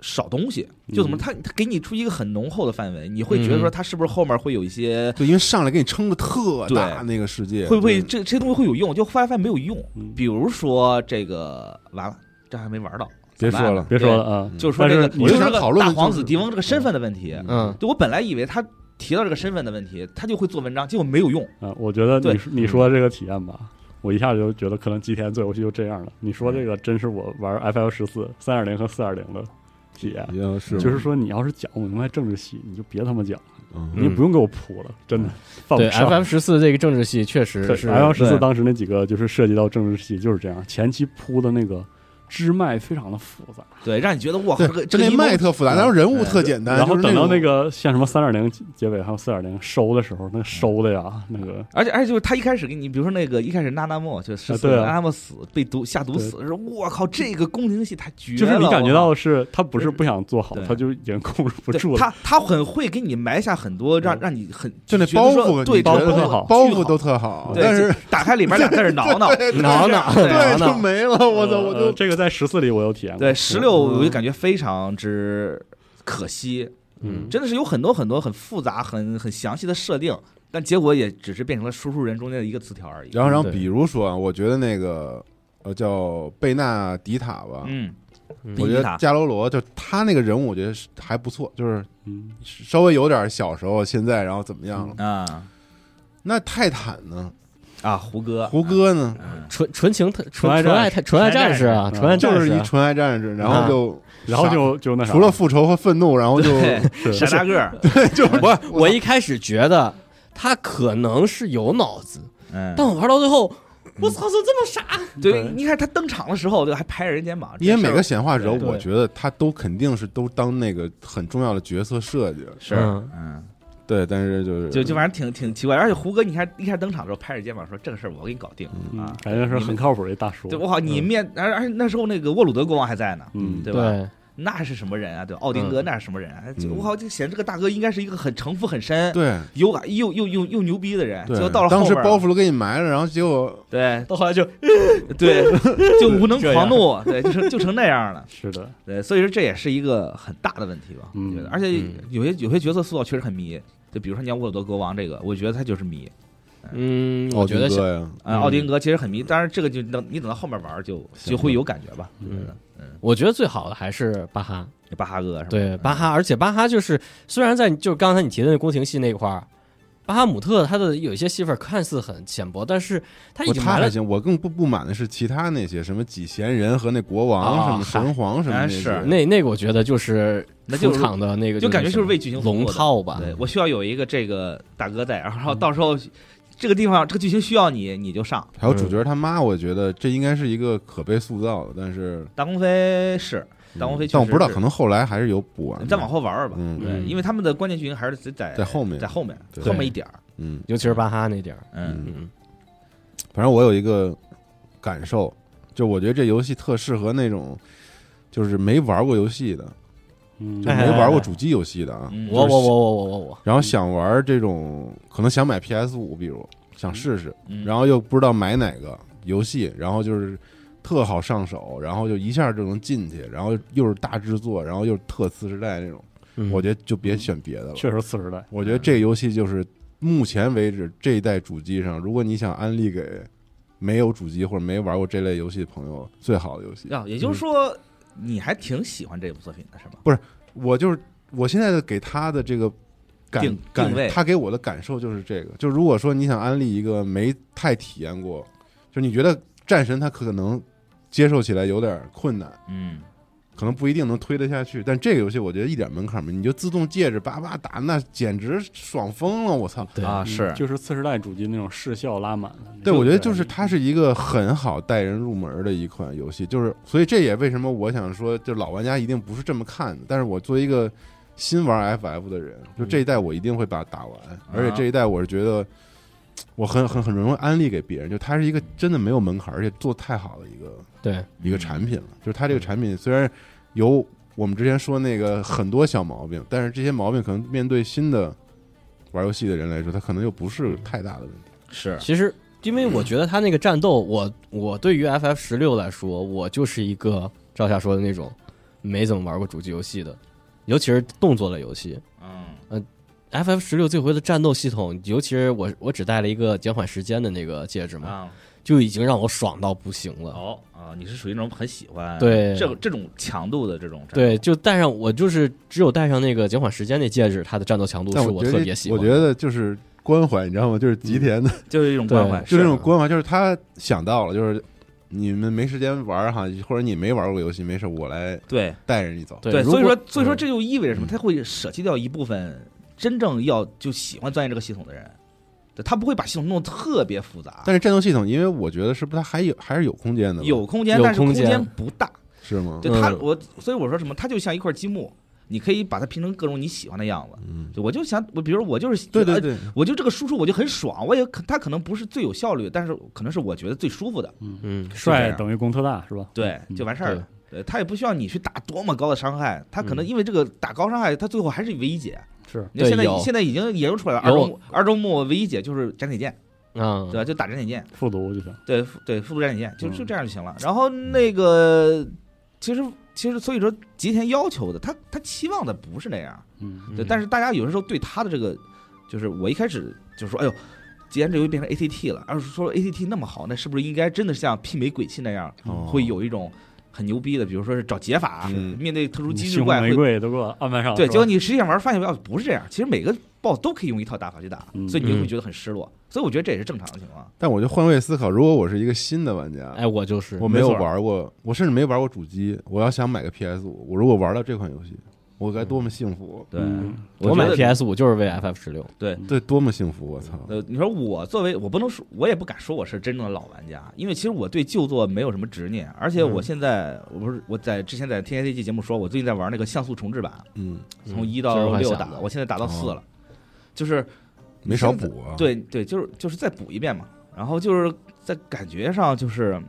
Speaker 6: 少东西，就怎么
Speaker 2: 嗯
Speaker 6: 他他给你出一个很浓厚的范围，你会觉得说
Speaker 4: 嗯
Speaker 6: 他是不是后面会有一些。
Speaker 3: 对，因为上来给你撑的特大
Speaker 6: 对
Speaker 3: 那个世界，
Speaker 6: 会不会
Speaker 3: 对
Speaker 6: 这这些东西会有用？就后来发现没有用
Speaker 2: 嗯。
Speaker 6: 比如说这个完了，这还没玩到，
Speaker 3: 别说了
Speaker 6: 完？
Speaker 2: 别说了啊，
Speaker 6: 对，嗯就是说这个
Speaker 2: 但是你
Speaker 6: 我就是
Speaker 3: 这
Speaker 6: 这
Speaker 3: 讨
Speaker 6: 个
Speaker 3: 论的
Speaker 6: 大皇
Speaker 3: 就是
Speaker 6: 子狄翁这个身份的问题。
Speaker 4: 嗯，
Speaker 6: 就我本来以为他提到这个身份的问题，他就会做文章，结果没有用。
Speaker 2: 嗯，我觉得
Speaker 6: 对嗯
Speaker 2: 你说你说的这个体验吧，我一下就觉得可能吉田做游戏就这样了。你说
Speaker 6: 嗯
Speaker 2: 这个真是我玩 FL 十四、三二零和四二零的体验，
Speaker 3: 也是
Speaker 2: 就是说你要是讲我明白政治系，你就别他妈讲了，
Speaker 3: 嗯
Speaker 2: 你也不用给我铺了，真
Speaker 6: 嗯
Speaker 2: 的放不
Speaker 4: 对
Speaker 2: 上。
Speaker 4: FF 十四这个政治系确实是
Speaker 2: F 十四
Speaker 6: 对
Speaker 2: 当时那几个就是涉及到政治系就是这样，前期铺的那个支脉非常的复杂，
Speaker 6: 对，让你觉得哇，
Speaker 3: 对
Speaker 6: 这，个
Speaker 3: 这
Speaker 6: 这个
Speaker 3: 那
Speaker 6: 阴谋
Speaker 3: 麦特复杂，然后人物特简单，
Speaker 2: 然后
Speaker 3: 就是
Speaker 2: 等到那
Speaker 3: 那种
Speaker 2: 个像什么三点零结尾还有四点零收的时候，那收的呀，那个
Speaker 6: 而且而且就是他一开始给你，比如说那个一开始娜娜莫就是
Speaker 2: 啊
Speaker 6: 死
Speaker 2: 对啊
Speaker 6: 娜娜莫死被毒下毒死，说我靠这个宫廷戏太绝了，
Speaker 2: 就是你感觉
Speaker 6: 我
Speaker 2: 到
Speaker 6: 靠。
Speaker 2: 是他不是不想做好
Speaker 6: 对，
Speaker 2: 他就已经控制不
Speaker 6: 对
Speaker 2: 住了。
Speaker 6: 他，他很会给你埋下很多让
Speaker 2: 嗯
Speaker 6: 让你很
Speaker 3: 就那
Speaker 6: 觉得说
Speaker 3: 包袱啊
Speaker 6: 对
Speaker 2: 包袱
Speaker 6: 这个
Speaker 2: 特好
Speaker 3: 包
Speaker 6: 巨
Speaker 3: 袱都特好，
Speaker 6: 对
Speaker 3: 但是
Speaker 6: 就打开里面俩字儿挠
Speaker 3: [LAUGHS]
Speaker 4: 挠
Speaker 6: 挠
Speaker 4: 挠挠
Speaker 3: 对就
Speaker 4: 挠，
Speaker 3: 没了， [LAUGHS] 我操，
Speaker 2: 呃
Speaker 3: 我
Speaker 2: 呃
Speaker 3: 就
Speaker 2: 这个在十四里我有体验过。嗯
Speaker 6: 对十六，我就感觉非常之可惜，
Speaker 4: 嗯，
Speaker 6: 真的是有很多很多很复杂、很很详细的设定，但结果也只是变成了说书人中间的一个词条而已。
Speaker 3: 然后然后
Speaker 4: 对
Speaker 3: 比如说，啊，我觉得那个呃叫贝纳迪塔吧，
Speaker 6: 嗯，
Speaker 4: 嗯
Speaker 3: 我觉
Speaker 6: 迪
Speaker 3: 得
Speaker 6: 塔
Speaker 3: 伽罗罗就他那个人物，我觉得是还不错，就是
Speaker 2: 嗯，
Speaker 3: 稍微有点小时候现在然后怎么样了。
Speaker 6: 啊
Speaker 3: 那泰坦呢？
Speaker 6: 啊，胡歌，
Speaker 3: 胡歌呢？
Speaker 4: 纯纯情特纯
Speaker 2: 爱
Speaker 4: 纯爱
Speaker 2: 战
Speaker 4: 太纯爱
Speaker 6: 纯爱
Speaker 4: 战士啊，
Speaker 2: 战士
Speaker 4: 纯爱
Speaker 3: 就
Speaker 4: 战
Speaker 3: 是
Speaker 4: 士
Speaker 3: 一
Speaker 4: 啊，
Speaker 3: 纯爱战士，然后就
Speaker 2: 然后就就那啥，
Speaker 3: 傻除了复仇和愤怒，然后就
Speaker 6: 对
Speaker 2: 是
Speaker 6: 傻大个儿，
Speaker 4: 我我一开始觉得他可能是有脑子，
Speaker 6: 嗯，
Speaker 4: 但我玩到最后，
Speaker 3: 嗯
Speaker 4: 我操，怎么这么傻？
Speaker 6: 对，你看他登场的时候，对，还拍人肩膀，
Speaker 3: [LAUGHS] 因为
Speaker 6: 这事
Speaker 3: 每
Speaker 6: 儿
Speaker 3: 个显化者，
Speaker 6: 对
Speaker 3: 我觉得他都肯定是都当那个很重要的角色设计了，
Speaker 6: 是，
Speaker 4: 嗯
Speaker 6: 嗯，
Speaker 3: 对，但是就是
Speaker 6: 就就反正挺挺奇怪。而且胡歌，你看一开始登场的时候拍着肩膀说：“这个事儿我给你搞定
Speaker 3: 嗯
Speaker 6: 啊。
Speaker 2: 感觉是很靠谱一大”叔。
Speaker 6: 对，我靠，你面，而而且那时候那个沃鲁德国王还在呢，
Speaker 2: 嗯，
Speaker 6: 对吧？
Speaker 4: 对，
Speaker 6: 那是什么人啊？对吧，奥丁哥那是什么人啊？就
Speaker 3: 嗯
Speaker 6: 我靠，就显得这个大哥应该是一个很城府很深、
Speaker 3: 对
Speaker 6: 有感又又又又牛逼的人。结
Speaker 3: 对
Speaker 6: 果到了后
Speaker 3: 当时
Speaker 6: 边儿
Speaker 3: 包袱都给你埋了，然后结果
Speaker 6: 对
Speaker 4: 到后来就 [LAUGHS]
Speaker 6: 对，就无能
Speaker 4: 这样
Speaker 6: 狂怒，对，就成就成那样了。
Speaker 2: 是的，
Speaker 6: 对，所以说这也是一个很大的问题吧，
Speaker 2: 嗯
Speaker 6: 我觉得。而且
Speaker 4: 嗯
Speaker 6: 有些有些角色塑造确实很迷，就比如说你像沃尔德国王这个，我觉得他就是迷。
Speaker 4: 嗯，
Speaker 3: 奥
Speaker 4: 我
Speaker 3: 丁
Speaker 4: 觉得
Speaker 3: 哥呀，
Speaker 6: 呃，
Speaker 4: 嗯
Speaker 6: 奥丁格其实很迷，当然这个就等你等到后面玩儿就就会有感觉吧。
Speaker 4: 嗯
Speaker 6: 我觉得
Speaker 4: 我觉得最好的还是巴哈，
Speaker 6: 巴哈哥是吧？
Speaker 4: 对巴哈，而且巴哈就是虽然在就是刚才你提的那宫廷戏那块儿，巴哈姆特他的有一些戏份看似很浅薄，但是他已
Speaker 3: 我
Speaker 4: 经
Speaker 3: 他
Speaker 4: 埋了
Speaker 3: 还行，我更不不满的是其他那些什么几贤人和那国王、
Speaker 4: 啊
Speaker 3: 什么神皇什么那
Speaker 6: 哎
Speaker 3: 些
Speaker 6: 是
Speaker 4: 那那个我觉得就是
Speaker 6: 那就是
Speaker 4: 出场的那个
Speaker 6: 就感觉
Speaker 4: 什
Speaker 6: 就是
Speaker 4: 么
Speaker 6: 为剧情服务
Speaker 4: 龙
Speaker 6: 的
Speaker 4: 套吧，嗯
Speaker 6: 对，我需要有一个这个大哥在，然后到时候这个地方这个剧情需要你，你就上。
Speaker 3: 还有主角他妈，我觉得这应该是一个可被塑造的，但是
Speaker 6: 大公飞是大公飞，
Speaker 3: 嗯但我不知道，可能后来还是有补完的。
Speaker 6: 你再往后玩玩吧。
Speaker 3: 嗯
Speaker 6: 对，
Speaker 4: 嗯
Speaker 6: 因为他们的关键剧情还是在
Speaker 3: 在后面
Speaker 6: 在后面
Speaker 3: 对
Speaker 6: 后面一点儿。
Speaker 3: 嗯
Speaker 4: 尤其是巴哈那点儿，
Speaker 6: 嗯，
Speaker 4: 嗯，
Speaker 3: 反正我有一个感受，就我觉得这游戏特适合那种就是没玩过游戏的，
Speaker 2: 嗯，
Speaker 3: 就没玩过主机游戏的啊，
Speaker 6: 哎嗯
Speaker 4: 我我我我我我我，
Speaker 3: 然后想玩这种，可能想买 PS 五，比如想试试，
Speaker 6: 嗯
Speaker 3: 然后又不知道买哪个游戏，然后就是特好上手，然后就一下就能进去，然后又是大制作，然后又是特次时代那种，
Speaker 4: 嗯
Speaker 3: 我觉得就别选别的了。
Speaker 2: 确实次时
Speaker 6: 啊
Speaker 2: 代，
Speaker 3: 我觉得这个游戏就是目前为止这一代主机上，如果你想安利给没有主机或者没玩过这类游戏的朋友，最好的游戏。
Speaker 6: 呀，哦也就是说，你还挺喜欢这部作品的是吧？
Speaker 3: 我就是我现在的给他的这个感
Speaker 6: 定
Speaker 3: 感
Speaker 6: 定位，
Speaker 3: 他给我的感受就是这个。就如果说你想安利一个没太体验过，就你觉得战神他可能接受起来有点困难，
Speaker 6: 嗯，
Speaker 3: 可能不一定能推得下去，但这个游戏我觉得一点门槛没有，你就自动借着叭叭打，那简直爽疯了！我操！
Speaker 4: 对
Speaker 6: 啊是
Speaker 2: 嗯就是次时代主机那种视效拉满的。
Speaker 3: 对，我觉得就是它是一个很好带人入门的一款游戏，就是所以这也为什么我想说，就老玩家一定不是这么看的，但是我作为一个新玩 FF 的人，就这一代我一定会把它打完，而且这一代我是觉得我很很很容易安利给别人，就它是一个真的没有门槛，而且做太好的一个
Speaker 4: 对，
Speaker 3: 一个产品了，就是它这个产品虽然有我们之前说那个很多小毛病，但是这些毛病可能面对新的玩游戏的人来说，它可能又不是太大的问题。
Speaker 6: 是
Speaker 4: 其实，因为我觉得他那个战斗，我我对于 FF 十六来说，我就是一个赵夏说的那种没怎么玩过主机游戏的，尤其是动作类游戏。
Speaker 6: 嗯
Speaker 4: FF 十六这回的战斗系统，尤其是我我只戴了一个减缓时间的那个戒指嘛，
Speaker 6: 啊
Speaker 4: 就已经让我爽到不行了。
Speaker 6: 哦啊，你是属于那种很喜欢
Speaker 4: 对
Speaker 6: 这这种强度的这种战
Speaker 4: 对，就戴上我就是只有戴上那个减缓时间那戒指，它的战斗强度
Speaker 3: 但
Speaker 4: 是
Speaker 3: 我觉得
Speaker 4: 特别喜欢
Speaker 3: 我
Speaker 4: 的。
Speaker 3: 觉得就是关怀，你知道吗？就是吉田的，
Speaker 6: 就是啊一种关怀，
Speaker 3: 就这种关怀，就是他想到了，就是你们没时间玩儿哈，或者你没玩过游戏，没事，我来
Speaker 6: 对
Speaker 3: 带着你走。
Speaker 4: 对
Speaker 6: 对，所以
Speaker 4: 如
Speaker 6: 说
Speaker 4: 果
Speaker 6: 所以说
Speaker 4: 嗯
Speaker 6: 这就意味着什么？他会舍弃掉一部分真正要就喜欢钻研这个系统的人，对他不会把系统弄得特别复杂，
Speaker 3: 但是战斗系统，因为我觉得是不是它还有还是有空间的吧，
Speaker 6: 有空间，
Speaker 4: 有
Speaker 6: 但是空
Speaker 4: 空间
Speaker 6: 间不大。
Speaker 3: 是吗？
Speaker 6: 对他
Speaker 4: 嗯
Speaker 6: 我，所以我说什么，他就像一块积木，你可以把它拼成各种你喜欢的样子。
Speaker 3: 嗯，
Speaker 6: 就我就想，我比如我就是
Speaker 3: 对对
Speaker 6: 呃
Speaker 3: 对，
Speaker 6: 我就这个输出我就很爽，我也可他可能不是最有效率，但是可能是我觉得最舒服的，
Speaker 4: 嗯，
Speaker 2: 帅等于功特大是吧？
Speaker 6: 对，
Speaker 2: 嗯
Speaker 6: 就完事儿了。对，他也不需要你去打多么高的伤害，他可能
Speaker 4: 嗯
Speaker 6: 因为这个打高伤害，他最后还是唯一解。
Speaker 2: 是
Speaker 6: 你
Speaker 4: 对
Speaker 6: 看现在
Speaker 4: 有
Speaker 6: 现在已经研究出来了，二周目二周目唯一解就是斩铁剑，
Speaker 4: 啊
Speaker 6: 对，吧？就打斩铁剑，
Speaker 2: 复读就行。
Speaker 6: 对复对，复读斩铁剑，就
Speaker 2: 嗯
Speaker 6: 就这样就行了。然后那个其实其实所以说吉田要求的，他他期望的不是那样，
Speaker 2: 嗯，
Speaker 6: 对，但
Speaker 4: 是
Speaker 6: 是大家有的时候对他的这个，就是我一开始就说，哎呦，既然这游戏变成 ATT 了，而是说 ATT 那么好，那是不是应该真的像媲美鬼泣那样，
Speaker 3: 哦
Speaker 6: 嗯会有一种很牛逼的，比如说是找解法，啊
Speaker 3: 嗯
Speaker 6: 面对特殊
Speaker 2: 你
Speaker 6: 机
Speaker 2: 猩
Speaker 6: 制
Speaker 2: 红
Speaker 6: 怪
Speaker 2: 玫
Speaker 6: 会。
Speaker 2: 瑰都给我安排上了。
Speaker 6: 对，
Speaker 2: 是吧
Speaker 6: 结果你实际上玩发现不不是这样，其实每个 BOSS 都可以用一套打法去打，
Speaker 2: 嗯
Speaker 6: 所以你就会
Speaker 4: 嗯
Speaker 6: 觉得很失落。所以我觉得这也是正常的情况。
Speaker 3: 但我就换位思考，如果我是一个新的玩家，
Speaker 4: 哎，我就是
Speaker 3: 我没有
Speaker 6: 没错
Speaker 3: 玩过，我甚至没玩过主机，我要想买个 PS 五，我如果玩到这款游戏，我该多么幸福，
Speaker 6: 对，
Speaker 2: 嗯
Speaker 6: 我
Speaker 4: 我买
Speaker 6: 觉得
Speaker 4: PS 五就是为 FF 十六。
Speaker 3: 对，多么幸福！我操，
Speaker 6: 呃，你说我作为我不能说，我也不敢说我是真正的老玩家，因为其实我对旧作没有什么执念，而且
Speaker 4: 嗯
Speaker 6: 我现在、我不是我在之前在天蝎 A G 节目说，我最近在玩那个像素重置版，
Speaker 3: 嗯，
Speaker 6: 从一
Speaker 4: 嗯
Speaker 6: 到
Speaker 4: 就是
Speaker 6: 六
Speaker 4: 幻
Speaker 6: 打
Speaker 4: 想哦
Speaker 6: 的，我现在打到四了。就是
Speaker 3: 没少补啊。，
Speaker 6: 对对，就是就是再补一遍嘛。然后就是在感觉上就是，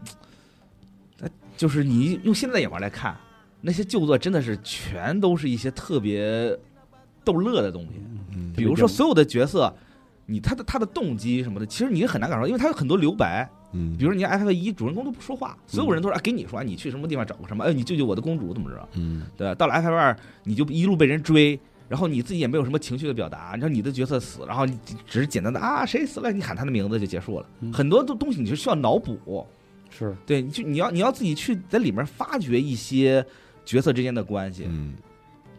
Speaker 6: 呃就是你用现在的眼光来看，那些旧作真的是全都是一些特别逗乐的东西。
Speaker 3: 嗯
Speaker 6: 比如说所有的角色，你他的他的动机什么的，其实你很难感受到，因为他有很多留白。
Speaker 3: 嗯，
Speaker 6: 比如你 F 一主人公都不说话，所有人都是、啊、给你说，啊你去什么地方找个什么，哎，你救救我的公主怎么着？
Speaker 3: 嗯，
Speaker 6: 对吧？到了 F 二，你就一路被人追，然后你自己也没有什么情绪的表达，然后你的角色死，然后你只是简单的啊谁死了，你喊他的名字就结束了。
Speaker 2: 嗯
Speaker 6: 很多的东西你是需要脑补，
Speaker 2: 是
Speaker 6: 对，你就你要你要自己去在里面发掘一些角色之间的关系。
Speaker 3: 嗯，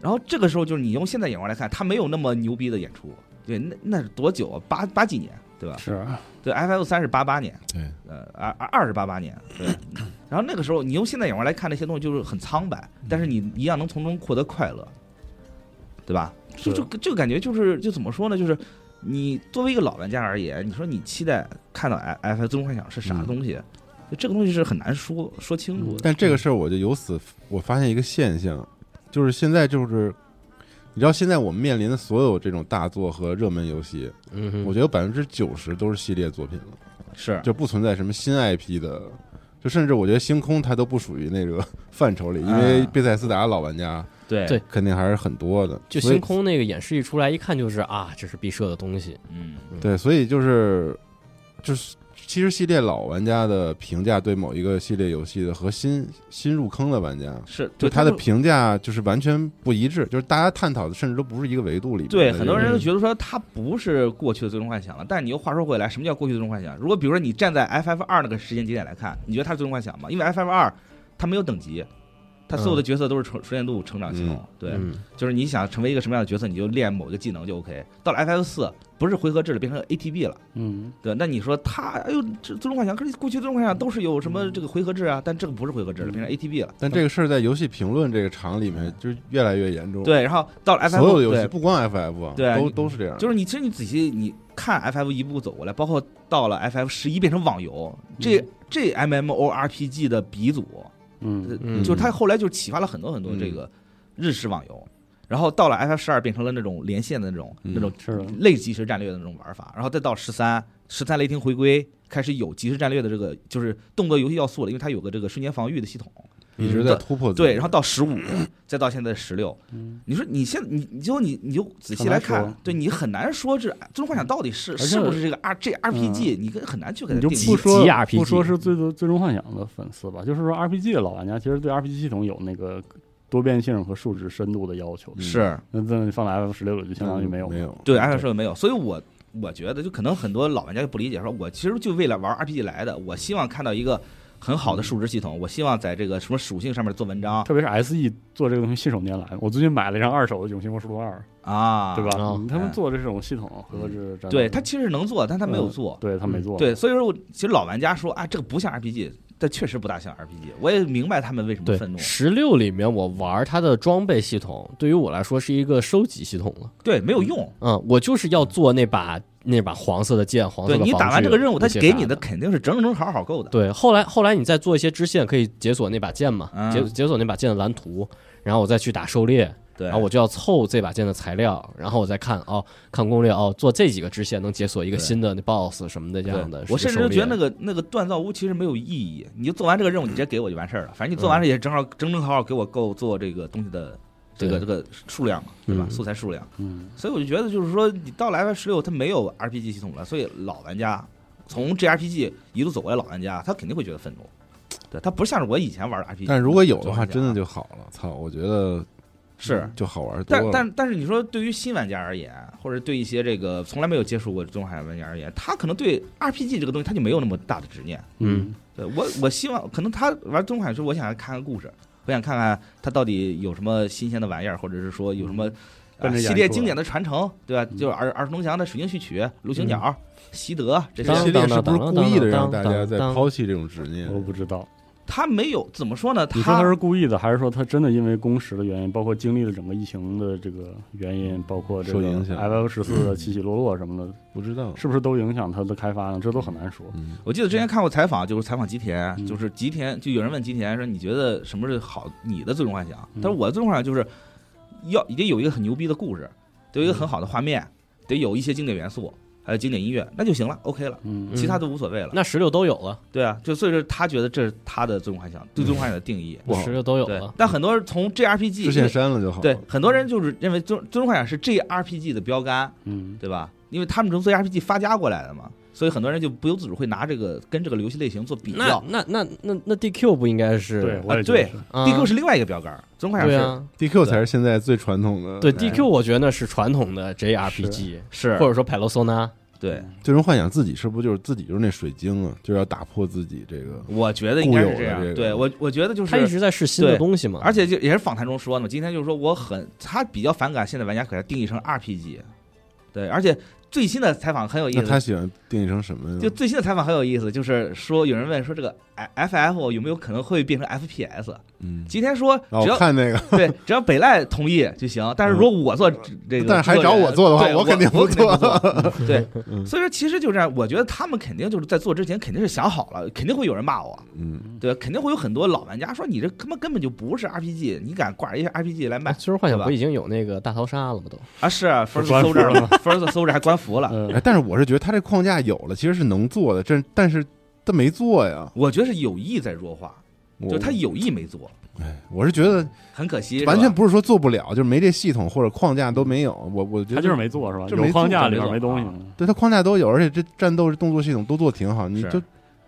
Speaker 6: 然后这个时候就是你用现在眼光来看，他没有那么牛逼的演出，对，那那是多久啊？八八几年对吧？
Speaker 2: 是，
Speaker 6: 对，F F 三是八八年，
Speaker 3: 对，
Speaker 6: 呃，二二二是八八年，对。 [LAUGHS] 然后那个时候，你用现在眼光来看那些东西，就是很苍白，但是你一样能从中获得快乐，对吧？就是就这个感觉，就是就怎么说呢？就是你作为一个老玩家而言，你说你期待看到 F F 最终幻想是啥
Speaker 3: 嗯
Speaker 6: 东西，就这个东西是很难说说清
Speaker 2: 嗯
Speaker 6: 楚的。
Speaker 3: 但
Speaker 4: 嗯
Speaker 3: 这个事儿我就由此我发现一个现象，就是现在就是，你知道现在我们面临的所有这种大作和热门游戏，
Speaker 4: 嗯哼，
Speaker 3: 我觉得百分之九十都是系列作品了，
Speaker 6: 是
Speaker 3: 就不存在什么新 IP 的。就甚至我觉得星空它都不属于那个 [LAUGHS] 范畴里，因为
Speaker 6: 啊
Speaker 3: 贝塞斯达老玩家
Speaker 6: 对
Speaker 4: 对
Speaker 3: 肯定还是很多的。
Speaker 4: 就
Speaker 3: 所以
Speaker 4: 星空那个演示一出来，一看就是啊，这是毕设的东西。
Speaker 6: 嗯，
Speaker 3: 对，所以就是就是，其实系列老玩家的评价对某一个系列游戏的和新新入坑的玩家，
Speaker 6: 是
Speaker 3: 就
Speaker 6: 对
Speaker 3: 他的
Speaker 6: 就
Speaker 3: 评价就是完全不一致，就是大家探讨的甚至都不是一个维度里面的
Speaker 6: 对，
Speaker 3: 这个
Speaker 6: 很多人都觉得说它不是过去的最终幻想了，但你又话说回来，什么叫过去的最终幻想？如果比如说你站在 FF 二那个时间节点来看，你觉得它是最终幻想吗？因为 FF 二它没有等级，它所有的角色都是成熟练度成长系统。
Speaker 3: 嗯
Speaker 6: 对，
Speaker 4: 嗯
Speaker 6: 就是你想成为一个什么样的角色，你就练某一个技能就 OK。到了 FF 四，不是回合制了，变成 ATB 了。
Speaker 2: 嗯，
Speaker 6: 对，那你说它，哎呦，这最终幻想，可是过去的最终幻想都是有什么这个回合制啊，但这个不是回合制了，变成 ATB 了。
Speaker 3: 但这个事儿在游戏评论这个场里面就是越来越严重。，
Speaker 6: 对，然后到了 FF
Speaker 3: 所有游戏
Speaker 6: 对
Speaker 3: 不光 FF 啊，
Speaker 6: 对
Speaker 3: 都
Speaker 6: 你
Speaker 3: 都是这样。
Speaker 6: 就是你其实你仔细你看 FF 一步走过来，包括到了 FF 十一变成网游，这、
Speaker 3: 嗯
Speaker 6: 这 MMORPG 的鼻祖，
Speaker 2: 嗯
Speaker 4: 嗯
Speaker 6: 就是他后来就启发了很多很多
Speaker 3: 嗯
Speaker 6: 这个日式网游，然后到了 FF 十二变成了那种连线的那种、
Speaker 3: 嗯
Speaker 6: 那种
Speaker 2: 是的
Speaker 6: 类即时战略的那种玩法，然后再到十三十三雷霆回归开始有即时战略的这个就是动作游戏要素了，因为它有个这个瞬间防御的系统。
Speaker 3: 一直在突破自己。
Speaker 6: 对，然后到十五， [CLEARS THROAT] 再到现在十六，你说你现你你就你你就仔
Speaker 2: 嗯
Speaker 6: 细
Speaker 2: 很
Speaker 6: 来
Speaker 2: 难
Speaker 6: 看
Speaker 2: 说，
Speaker 6: 对你很难说这《最终幻想》到底是
Speaker 2: 且嗯
Speaker 6: 是不是这个 R 这 RPG，你跟很难去给它
Speaker 2: 你就
Speaker 6: 定义
Speaker 2: 不说
Speaker 4: 极 RPG
Speaker 2: 不说是最最最终幻想的粉丝吧，就是说 RPG 的老玩家其实对 RPG 系统有那个多变性和数值深度的要求。
Speaker 6: 是
Speaker 2: 那那放在 F 十六里就相当于没有。
Speaker 3: 嗯没有，
Speaker 6: 对 RPG 没有，所以我我觉得就可能很多老玩家就不理解，说我其实就为了玩 RPG 来的，我希望看到一个很好的数值系统，我希望在这个什么属性上面做文章
Speaker 2: 特别是 SE 做这个东西信手拈来，我最近买了一张二手的《永兴魔术录二》，
Speaker 6: 啊，
Speaker 2: 对吧？嗯
Speaker 4: 哦
Speaker 2: 他们
Speaker 6: 哎
Speaker 2: 做这种系统回合制战
Speaker 6: 对
Speaker 2: 略，
Speaker 6: 他其实是能做，但他没有
Speaker 2: 嗯
Speaker 6: 做，
Speaker 2: 对他没做，
Speaker 6: 对，所以说我其实老玩家说啊，这个不像 RPG，但确实不大像 RPG。我也明白他们为
Speaker 3: 嗯
Speaker 6: 什么
Speaker 4: 对
Speaker 6: 愤怒，
Speaker 4: 十六里面我玩它的装备系统，对于我来说是一个收集系统了。
Speaker 6: 对，没有用。
Speaker 4: 嗯，我就是要做那把那把黄色的剑，黄色
Speaker 6: 对
Speaker 4: 的
Speaker 6: 你
Speaker 4: 防
Speaker 6: 打完
Speaker 4: 具
Speaker 6: 这个任务，他
Speaker 4: 那些
Speaker 6: 给
Speaker 4: 啥
Speaker 6: 你的
Speaker 4: 的。
Speaker 6: 肯定是整整好好够的。
Speaker 4: 对，后来后来你再做一些支线，可以解锁那把剑嘛？
Speaker 6: 嗯
Speaker 4: 解解锁那把剑的蓝图，然后我再去打狩猎，
Speaker 6: 对
Speaker 4: 然后我就要凑这把剑的材料，然后我再看哦，看攻略哦，做这几个支线能解锁一个
Speaker 6: 对
Speaker 4: 新的那 BOSS 什么的这
Speaker 6: 对
Speaker 4: 样的。
Speaker 6: 我甚至
Speaker 4: 狩
Speaker 6: 就
Speaker 4: 猎
Speaker 6: 觉得那个那个锻造屋其实没有意义。你就做完这个任务，你直接给我就完事儿了。反正你
Speaker 4: 嗯
Speaker 6: 做完了也正好整整好好给我够做这个东西的这个
Speaker 4: 对
Speaker 6: 这个数量嘛，对吧？
Speaker 4: 嗯
Speaker 6: 素材数量。
Speaker 2: 嗯，
Speaker 6: 所以我就觉得就是说，你到了 F 十六，它没有 RPG 系统了，所以老玩家从 JRPG 一路走过来，老玩家他肯定会觉得愤怒。对，他不像是我以前玩的 RPG，
Speaker 3: 但如果有的话，
Speaker 6: 这种
Speaker 3: 真
Speaker 6: 玩家
Speaker 3: 的就好了。操，我觉得
Speaker 6: 是
Speaker 3: 就好玩多
Speaker 6: 但
Speaker 3: 了。
Speaker 6: 但但是你说对于新玩家而言，或者对一些这个从来没有接触过中海玩家而言，他可能对 RPG 这个东西他就没有那么大的执念。
Speaker 4: 嗯，
Speaker 6: 对我我希望可能他玩中海时，我想看看故事，我想看看他到底有什么新鲜的玩意儿，或者是说有什么、
Speaker 2: 嗯跟
Speaker 6: 啊、
Speaker 2: 着演
Speaker 6: 系列
Speaker 2: 出
Speaker 6: 经
Speaker 2: 来嗯
Speaker 6: 典的传承，对吧？就是耳耳熟能详的《水晶序曲》《陆行鸟》习得这些
Speaker 4: 当
Speaker 3: 系列是不是故意的让大家
Speaker 4: 当当当当
Speaker 3: 在抛弃这种执念？
Speaker 2: 嗯我不知道。
Speaker 6: 他没有怎么说呢？
Speaker 2: 你说他
Speaker 6: 他
Speaker 2: 是故意的，还是说他真的因为工时的原因，包括经历了整个疫情的这个原因，包括这
Speaker 3: 受
Speaker 2: 个
Speaker 3: 影响
Speaker 2: F 十四的起起落落什么的，
Speaker 3: 不知道。
Speaker 2: 是不是都影响它的开发呢？这都很难说。
Speaker 3: 嗯，
Speaker 6: 我记得之前看过采访，就是采访吉田，
Speaker 2: 嗯
Speaker 6: 就是吉田，就有人问吉田说：“你觉得什么是好？你的最终幻想？”
Speaker 2: 嗯
Speaker 4: 嗯
Speaker 6: 他说：“我的最终幻想就是要得有一个很牛逼的故事，得有一个很好的画面，得有一些经典元素，还有经典音乐，那就行了，OK 了，
Speaker 2: 嗯，
Speaker 6: 其他都无所谓了。
Speaker 4: 那十六都有了，
Speaker 6: 对啊，就所以说他觉得这是他的最终幻想，对最终幻想的定义。
Speaker 3: 哇
Speaker 4: 十六嗯都有啊
Speaker 6: 对
Speaker 4: 了，，
Speaker 6: 但很多人从 JRPG
Speaker 3: 支线删了就好了。
Speaker 6: 对很多人就是认为最《最终幻想》是 JRPG 的标杆，
Speaker 2: 嗯
Speaker 6: 对吧？因为他们从 JRPG 发家过来的嘛，所以很多人就不由自主会拿这个跟这个游戏类型做比
Speaker 4: 那
Speaker 6: 较。
Speaker 4: 那那那那 DQ 不应该是
Speaker 2: 对，我也觉得
Speaker 6: 啊对
Speaker 2: 是
Speaker 4: 啊
Speaker 6: DQ 是另外一个标杆，《最终幻想
Speaker 4: 对
Speaker 6: 是》
Speaker 4: 啊，
Speaker 3: DQ 才是现在最传统的。
Speaker 4: 对
Speaker 3: 《
Speaker 4: DQ 我觉得那是传统的 JRPG，
Speaker 6: 是
Speaker 4: 或者说派罗索纳，
Speaker 6: 对，
Speaker 3: 最终幻想自己是不是就是自己就是那水晶啊？就是要打破自己这个。
Speaker 6: 我觉得应该是
Speaker 3: 固
Speaker 6: 这
Speaker 3: 有的这
Speaker 6: 样。
Speaker 3: 个
Speaker 6: 对我，我觉得就
Speaker 4: 他一
Speaker 6: 是，
Speaker 4: 直在试新的
Speaker 6: 对
Speaker 4: 东西嘛，
Speaker 6: 而且就也是访谈中说的嘛，今天就是说我很他比较反感现在玩家给他定义成 RPG，对，而且最新的采访很有意
Speaker 3: 那他
Speaker 6: 思。
Speaker 3: 喜欢定义成什么呢？
Speaker 6: 就最新的采访很有意思，就是说有人问说这个 F F 有没有可能会变成 F P S？
Speaker 3: 嗯，
Speaker 6: 今天说
Speaker 3: 啊，
Speaker 6: 只
Speaker 3: [LAUGHS]
Speaker 6: 要
Speaker 3: 我看那个，
Speaker 6: 对，只要北赖同意就行。但是如果我做这个制
Speaker 3: 嗯
Speaker 6: 作人，
Speaker 3: 但是还找我做的话
Speaker 6: 对
Speaker 3: 我
Speaker 6: 我
Speaker 3: 肯定不
Speaker 6: 不
Speaker 3: 做
Speaker 6: 做。对
Speaker 3: 嗯，
Speaker 6: 所以说其实就这样，我觉得他们肯定就是在做之前肯定是想好了，肯定会有人骂我，
Speaker 3: 嗯，
Speaker 6: 对，肯定会有很多老玩家说你这他妈根本就不是 RPG，你敢挂一个
Speaker 2: [LAUGHS]
Speaker 6: RPG 来卖
Speaker 4: 最终幻想
Speaker 6: 对吧
Speaker 4: 不已经有那个大逃杀了吗？都
Speaker 6: 啊？是 First
Speaker 2: 关服
Speaker 6: Soldier
Speaker 2: 了
Speaker 6: First Soldier 还关服了。
Speaker 2: 嗯
Speaker 3: 哎，但是我是觉得他这框架有了，其实是能做的，这但是他没做呀。
Speaker 6: 我觉得是有意在弱化，
Speaker 3: 我
Speaker 6: 就是他有意没做，
Speaker 3: 哎，我是觉得
Speaker 6: 很可惜。是吧
Speaker 3: 完全不是说做不了，就是没这系统或者框架都没有。我我觉得
Speaker 2: 他就是没做是吧？
Speaker 3: 就是没
Speaker 2: 有框架
Speaker 3: 做
Speaker 2: 里边
Speaker 6: 没
Speaker 2: 没
Speaker 6: 做
Speaker 2: 东
Speaker 6: 啊
Speaker 2: 西，
Speaker 3: 对它框架都有，而且这战斗动作系统都做挺好，你
Speaker 6: 是
Speaker 3: 就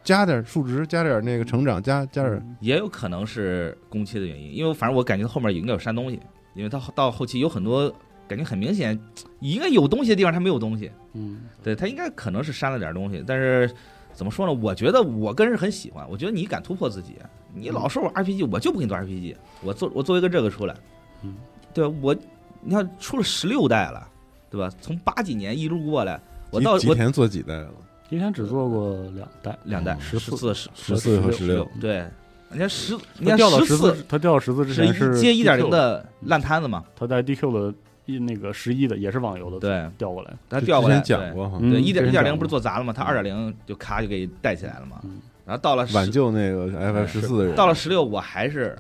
Speaker 3: 加点数值，加点那个成长，加加点
Speaker 6: 也有可能是工期的原因，因为反正我感觉后面应该有删东西，因为他到后期有很多感觉很明显，应该有东西的地方他没有东西，
Speaker 2: 嗯，
Speaker 6: 对他应该可能是删了点东西，但是怎么说呢？我觉得我个人是很喜欢，我觉得你敢突破自己，你老说我 RPG，我就不给你做 RPG，我做我做一个这个出来
Speaker 2: 嗯，
Speaker 6: 对我，你看出了十六代了，对吧？从八几年一路过来，我
Speaker 3: 吉
Speaker 6: 到
Speaker 3: 吉
Speaker 6: 我
Speaker 3: 田做几代了？
Speaker 2: 今天只做过两代，
Speaker 6: 两代
Speaker 2: 嗯十
Speaker 6: 四
Speaker 2: 四
Speaker 6: 十
Speaker 3: 十四和十六
Speaker 2: 六，
Speaker 6: 对，你看十，你
Speaker 2: 他
Speaker 6: 看
Speaker 2: 掉到十
Speaker 6: 四
Speaker 2: 四，他掉到十四之
Speaker 6: 是
Speaker 2: 前
Speaker 6: 一
Speaker 2: 是
Speaker 6: 接一点零
Speaker 2: DQ
Speaker 6: 的烂摊子嘛，
Speaker 2: 他在 DQ 的一那个十一的也是网游的，
Speaker 6: 对，
Speaker 2: 调过来，
Speaker 6: 它
Speaker 3: 就
Speaker 6: 调过来
Speaker 3: 之前讲，过哈，
Speaker 6: 对对，
Speaker 2: 嗯
Speaker 6: 一点
Speaker 2: 之前
Speaker 6: 一
Speaker 2: 讲
Speaker 6: 点零不
Speaker 2: 过
Speaker 6: 是做砸了嘛，它二点零就咔就给带起来了嘛
Speaker 2: 嗯，
Speaker 6: 然后到了
Speaker 3: 挽
Speaker 6: 十
Speaker 3: 救那个 FF 十四的人。
Speaker 6: 到了十六，我还是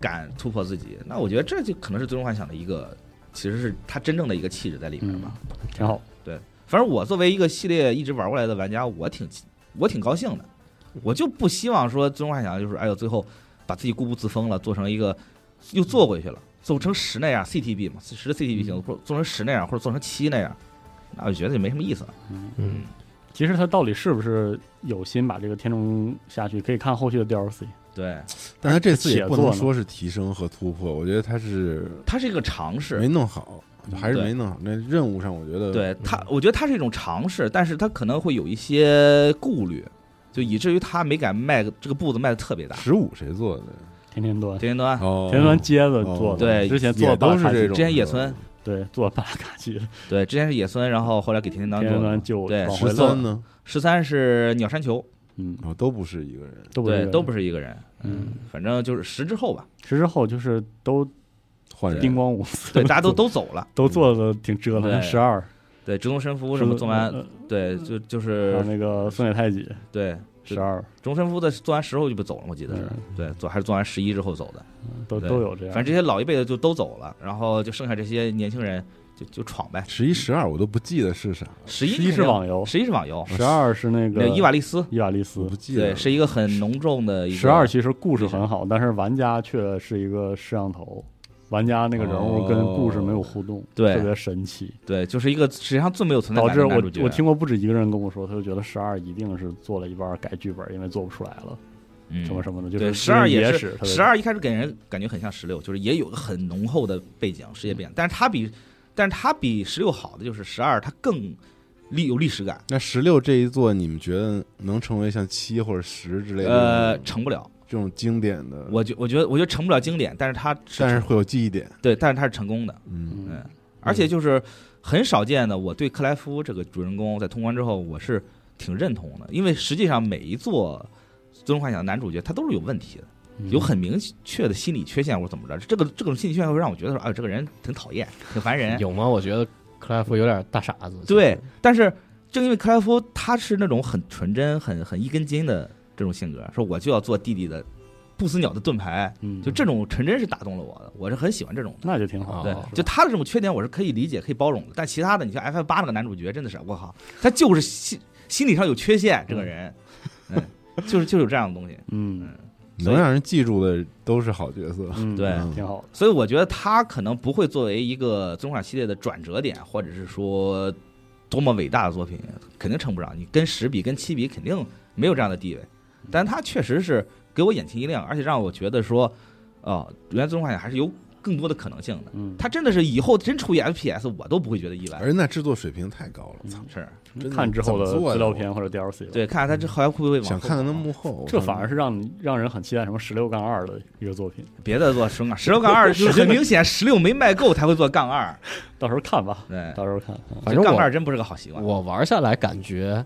Speaker 6: 敢突破自己，那我觉得这就可能是最终幻想的一个，其实是它真正的一个气质在里面吧。
Speaker 2: 挺好。
Speaker 6: 反正我作为一个系列一直玩过来的玩家，我挺我挺高兴的，我就不希望说最终幻想就是哎呦最后把自己固步自封了，做成一个又做回去了，做成十那样 CTB 嘛，十的 CTB 型，或者做成十那样，或者做成七那样，那我觉得也没什么意思了。
Speaker 4: 嗯，
Speaker 2: 其实他到底是不是有心把这个填充下去，可以看后续的 DLC。
Speaker 6: 对，
Speaker 3: 但他这次也
Speaker 2: 且
Speaker 3: 不
Speaker 2: 做
Speaker 3: 能
Speaker 2: 呢
Speaker 3: 说是提升和突破，我觉得他是
Speaker 6: 它是一个尝试
Speaker 3: 没，弄好，还是
Speaker 6: 对
Speaker 3: 没弄好。那任务上，我觉得
Speaker 6: 对它，我觉得它是一种尝试，但是它可能会有一些顾虑，就以至于它没敢迈这个步子迈的特别大。
Speaker 3: 十五谁做的？
Speaker 2: 天天端，
Speaker 6: 田云端
Speaker 3: 哦
Speaker 2: 天天端接着做
Speaker 3: 哦
Speaker 2: 的，
Speaker 6: 对
Speaker 2: 之前
Speaker 3: 也
Speaker 2: 做
Speaker 3: 都是这
Speaker 2: 种，
Speaker 3: 种。
Speaker 6: 之前野
Speaker 3: 是吧
Speaker 6: 村，
Speaker 2: 对，做巴拉卡奇，
Speaker 6: 对，之前是野村，然后后来给田云端
Speaker 2: 天
Speaker 6: 做
Speaker 2: 天端
Speaker 6: 的。
Speaker 2: 就
Speaker 6: 对
Speaker 2: 往回
Speaker 3: 十
Speaker 2: 漏
Speaker 3: 三，呢？
Speaker 6: 十嗯三是鸟山球，
Speaker 2: 嗯，
Speaker 3: 哦，都不是一个人。
Speaker 2: 都不
Speaker 6: 对，都
Speaker 2: 是
Speaker 6: 不是一个人，
Speaker 2: 嗯，
Speaker 6: 反正就是十之
Speaker 2: [LAUGHS]
Speaker 6: 后吧，
Speaker 2: 十之后就是都
Speaker 3: 换人
Speaker 2: 叮咣五四，
Speaker 6: 对，大家都都走了，
Speaker 2: [LAUGHS] 都做的挺折腾，
Speaker 6: 对
Speaker 2: 十二
Speaker 6: 对，直通神夫什么做完，
Speaker 2: 呃
Speaker 6: 对，就就
Speaker 2: 还有
Speaker 6: 是
Speaker 2: 呃那个松野太己
Speaker 6: 对，
Speaker 2: 十二，
Speaker 6: 中神夫的做完十后就不走了，我记得
Speaker 2: 嗯
Speaker 6: 是，对，做还是做完十一之后走的，
Speaker 2: 都
Speaker 6: 对
Speaker 2: 都有这样，
Speaker 6: 反正这些老一辈的就都走了，然后就剩下这些年轻人就就闯呗，
Speaker 3: 十一、十二我都不记得是啥，
Speaker 6: 十
Speaker 2: 十一是网嗯游，
Speaker 6: 十一是网游，
Speaker 2: 十二是那
Speaker 6: 那
Speaker 2: 个
Speaker 6: 个伊瓦利斯，
Speaker 2: 伊瓦利
Speaker 3: 我
Speaker 2: 斯
Speaker 3: 不，记得
Speaker 6: 对，
Speaker 3: 了。
Speaker 6: 是一个很浓重的一个
Speaker 2: 十二其实故事很好，但是玩家却是一个摄像头，玩家那个人物跟故事没有互动，
Speaker 6: 哦对
Speaker 2: 特别神奇，
Speaker 6: 对，就是一个实际上最没有存在
Speaker 2: 导
Speaker 6: 感的
Speaker 2: 致我
Speaker 6: 男主角。
Speaker 2: 我听过不止一个人跟我说，他就觉得十二一定是做了一半改剧本，因为做不出来了，
Speaker 6: 嗯
Speaker 2: 什么什么的，就
Speaker 6: 对，
Speaker 2: 是
Speaker 6: 十二也
Speaker 2: 是特别
Speaker 6: 十二一开始给人感觉很像十六，就是也有个很浓厚的背景
Speaker 2: 嗯
Speaker 6: 世界背景，但是它比，但是它比十六好的就是十二，它更历有历史感，
Speaker 3: 那十六这一座，你们觉得能成为像七或者十之类的
Speaker 6: 呃，
Speaker 3: 这种
Speaker 6: 成不了。
Speaker 3: 这种经典的？
Speaker 2: 嗯
Speaker 6: 我觉我觉得我觉得成不了经典，但是它
Speaker 3: 但是
Speaker 6: 成
Speaker 3: 会有记忆点。
Speaker 6: 对，但是它是成功的，
Speaker 3: 嗯，
Speaker 2: 嗯
Speaker 6: 嗯，而且就是很少见的，我对克莱夫这个主人公在通关之后，我是挺认同的，因为实际上每一座《最终幻想》的男主角他都是有问题的。有很明确的心理缺陷或者怎么着，这个这种心理缺陷会让我觉得说，哎呦，这个人挺讨厌，挺烦人。
Speaker 4: 有吗？我觉得克莱夫有点大傻子。
Speaker 6: 对，但是正因为克莱夫他是那种很纯真、很很一根筋的这种性格，说我就要做弟弟的不死鸟的盾牌，
Speaker 2: 嗯，
Speaker 6: 就这种纯真是打动了我的，我是很喜欢这种的。
Speaker 2: 那就挺好。
Speaker 6: 对
Speaker 4: 哦，
Speaker 6: 就他的这种缺点我是可以理解、可以包容的，但其他的，你像 F 八那个男主角真的是，我靠，他就是心心理上有缺陷，这个人， [LAUGHS] 嗯，就是就是有这样的东西。
Speaker 2: 嗯
Speaker 3: 能让人记住的都是好角色。
Speaker 2: 嗯，
Speaker 6: 对
Speaker 2: 挺好的。
Speaker 6: 所以我觉得他可能不会作为一个《尊卡》系列的转折点，或者是说多么伟大的作品，肯定称不上。你跟十比、跟七比，肯定没有这样的地位。但他确实是给我眼前一亮，而且让我觉得说，哦，原来《尊卡》还是有更多的可能性的。
Speaker 2: 嗯，
Speaker 6: 他真的是以后真出一 FPS，我都不会觉得意外。
Speaker 3: 而那制作水平太高了，操！
Speaker 6: 是
Speaker 3: 真的
Speaker 2: 嗯看之后
Speaker 3: 怎么做
Speaker 2: 的
Speaker 3: 的
Speaker 2: 资料片或者 DLC 了。
Speaker 6: 对，看看他这后来会不会往
Speaker 3: 想
Speaker 6: 后
Speaker 3: 看看那
Speaker 6: 跑啊
Speaker 3: 幕后，
Speaker 2: 这反而
Speaker 3: 是
Speaker 2: 是让你让人很期待什么十六杠二的一个作品，
Speaker 6: 别的做十杠十六杠二，就是很明显十六没卖够才会做杠二。
Speaker 2: 到时候看吧，
Speaker 6: 对，
Speaker 2: 到时候看。啊
Speaker 4: 反正
Speaker 6: 这杠二
Speaker 4: 我
Speaker 6: 真不是个好习惯
Speaker 4: 我玩下来感觉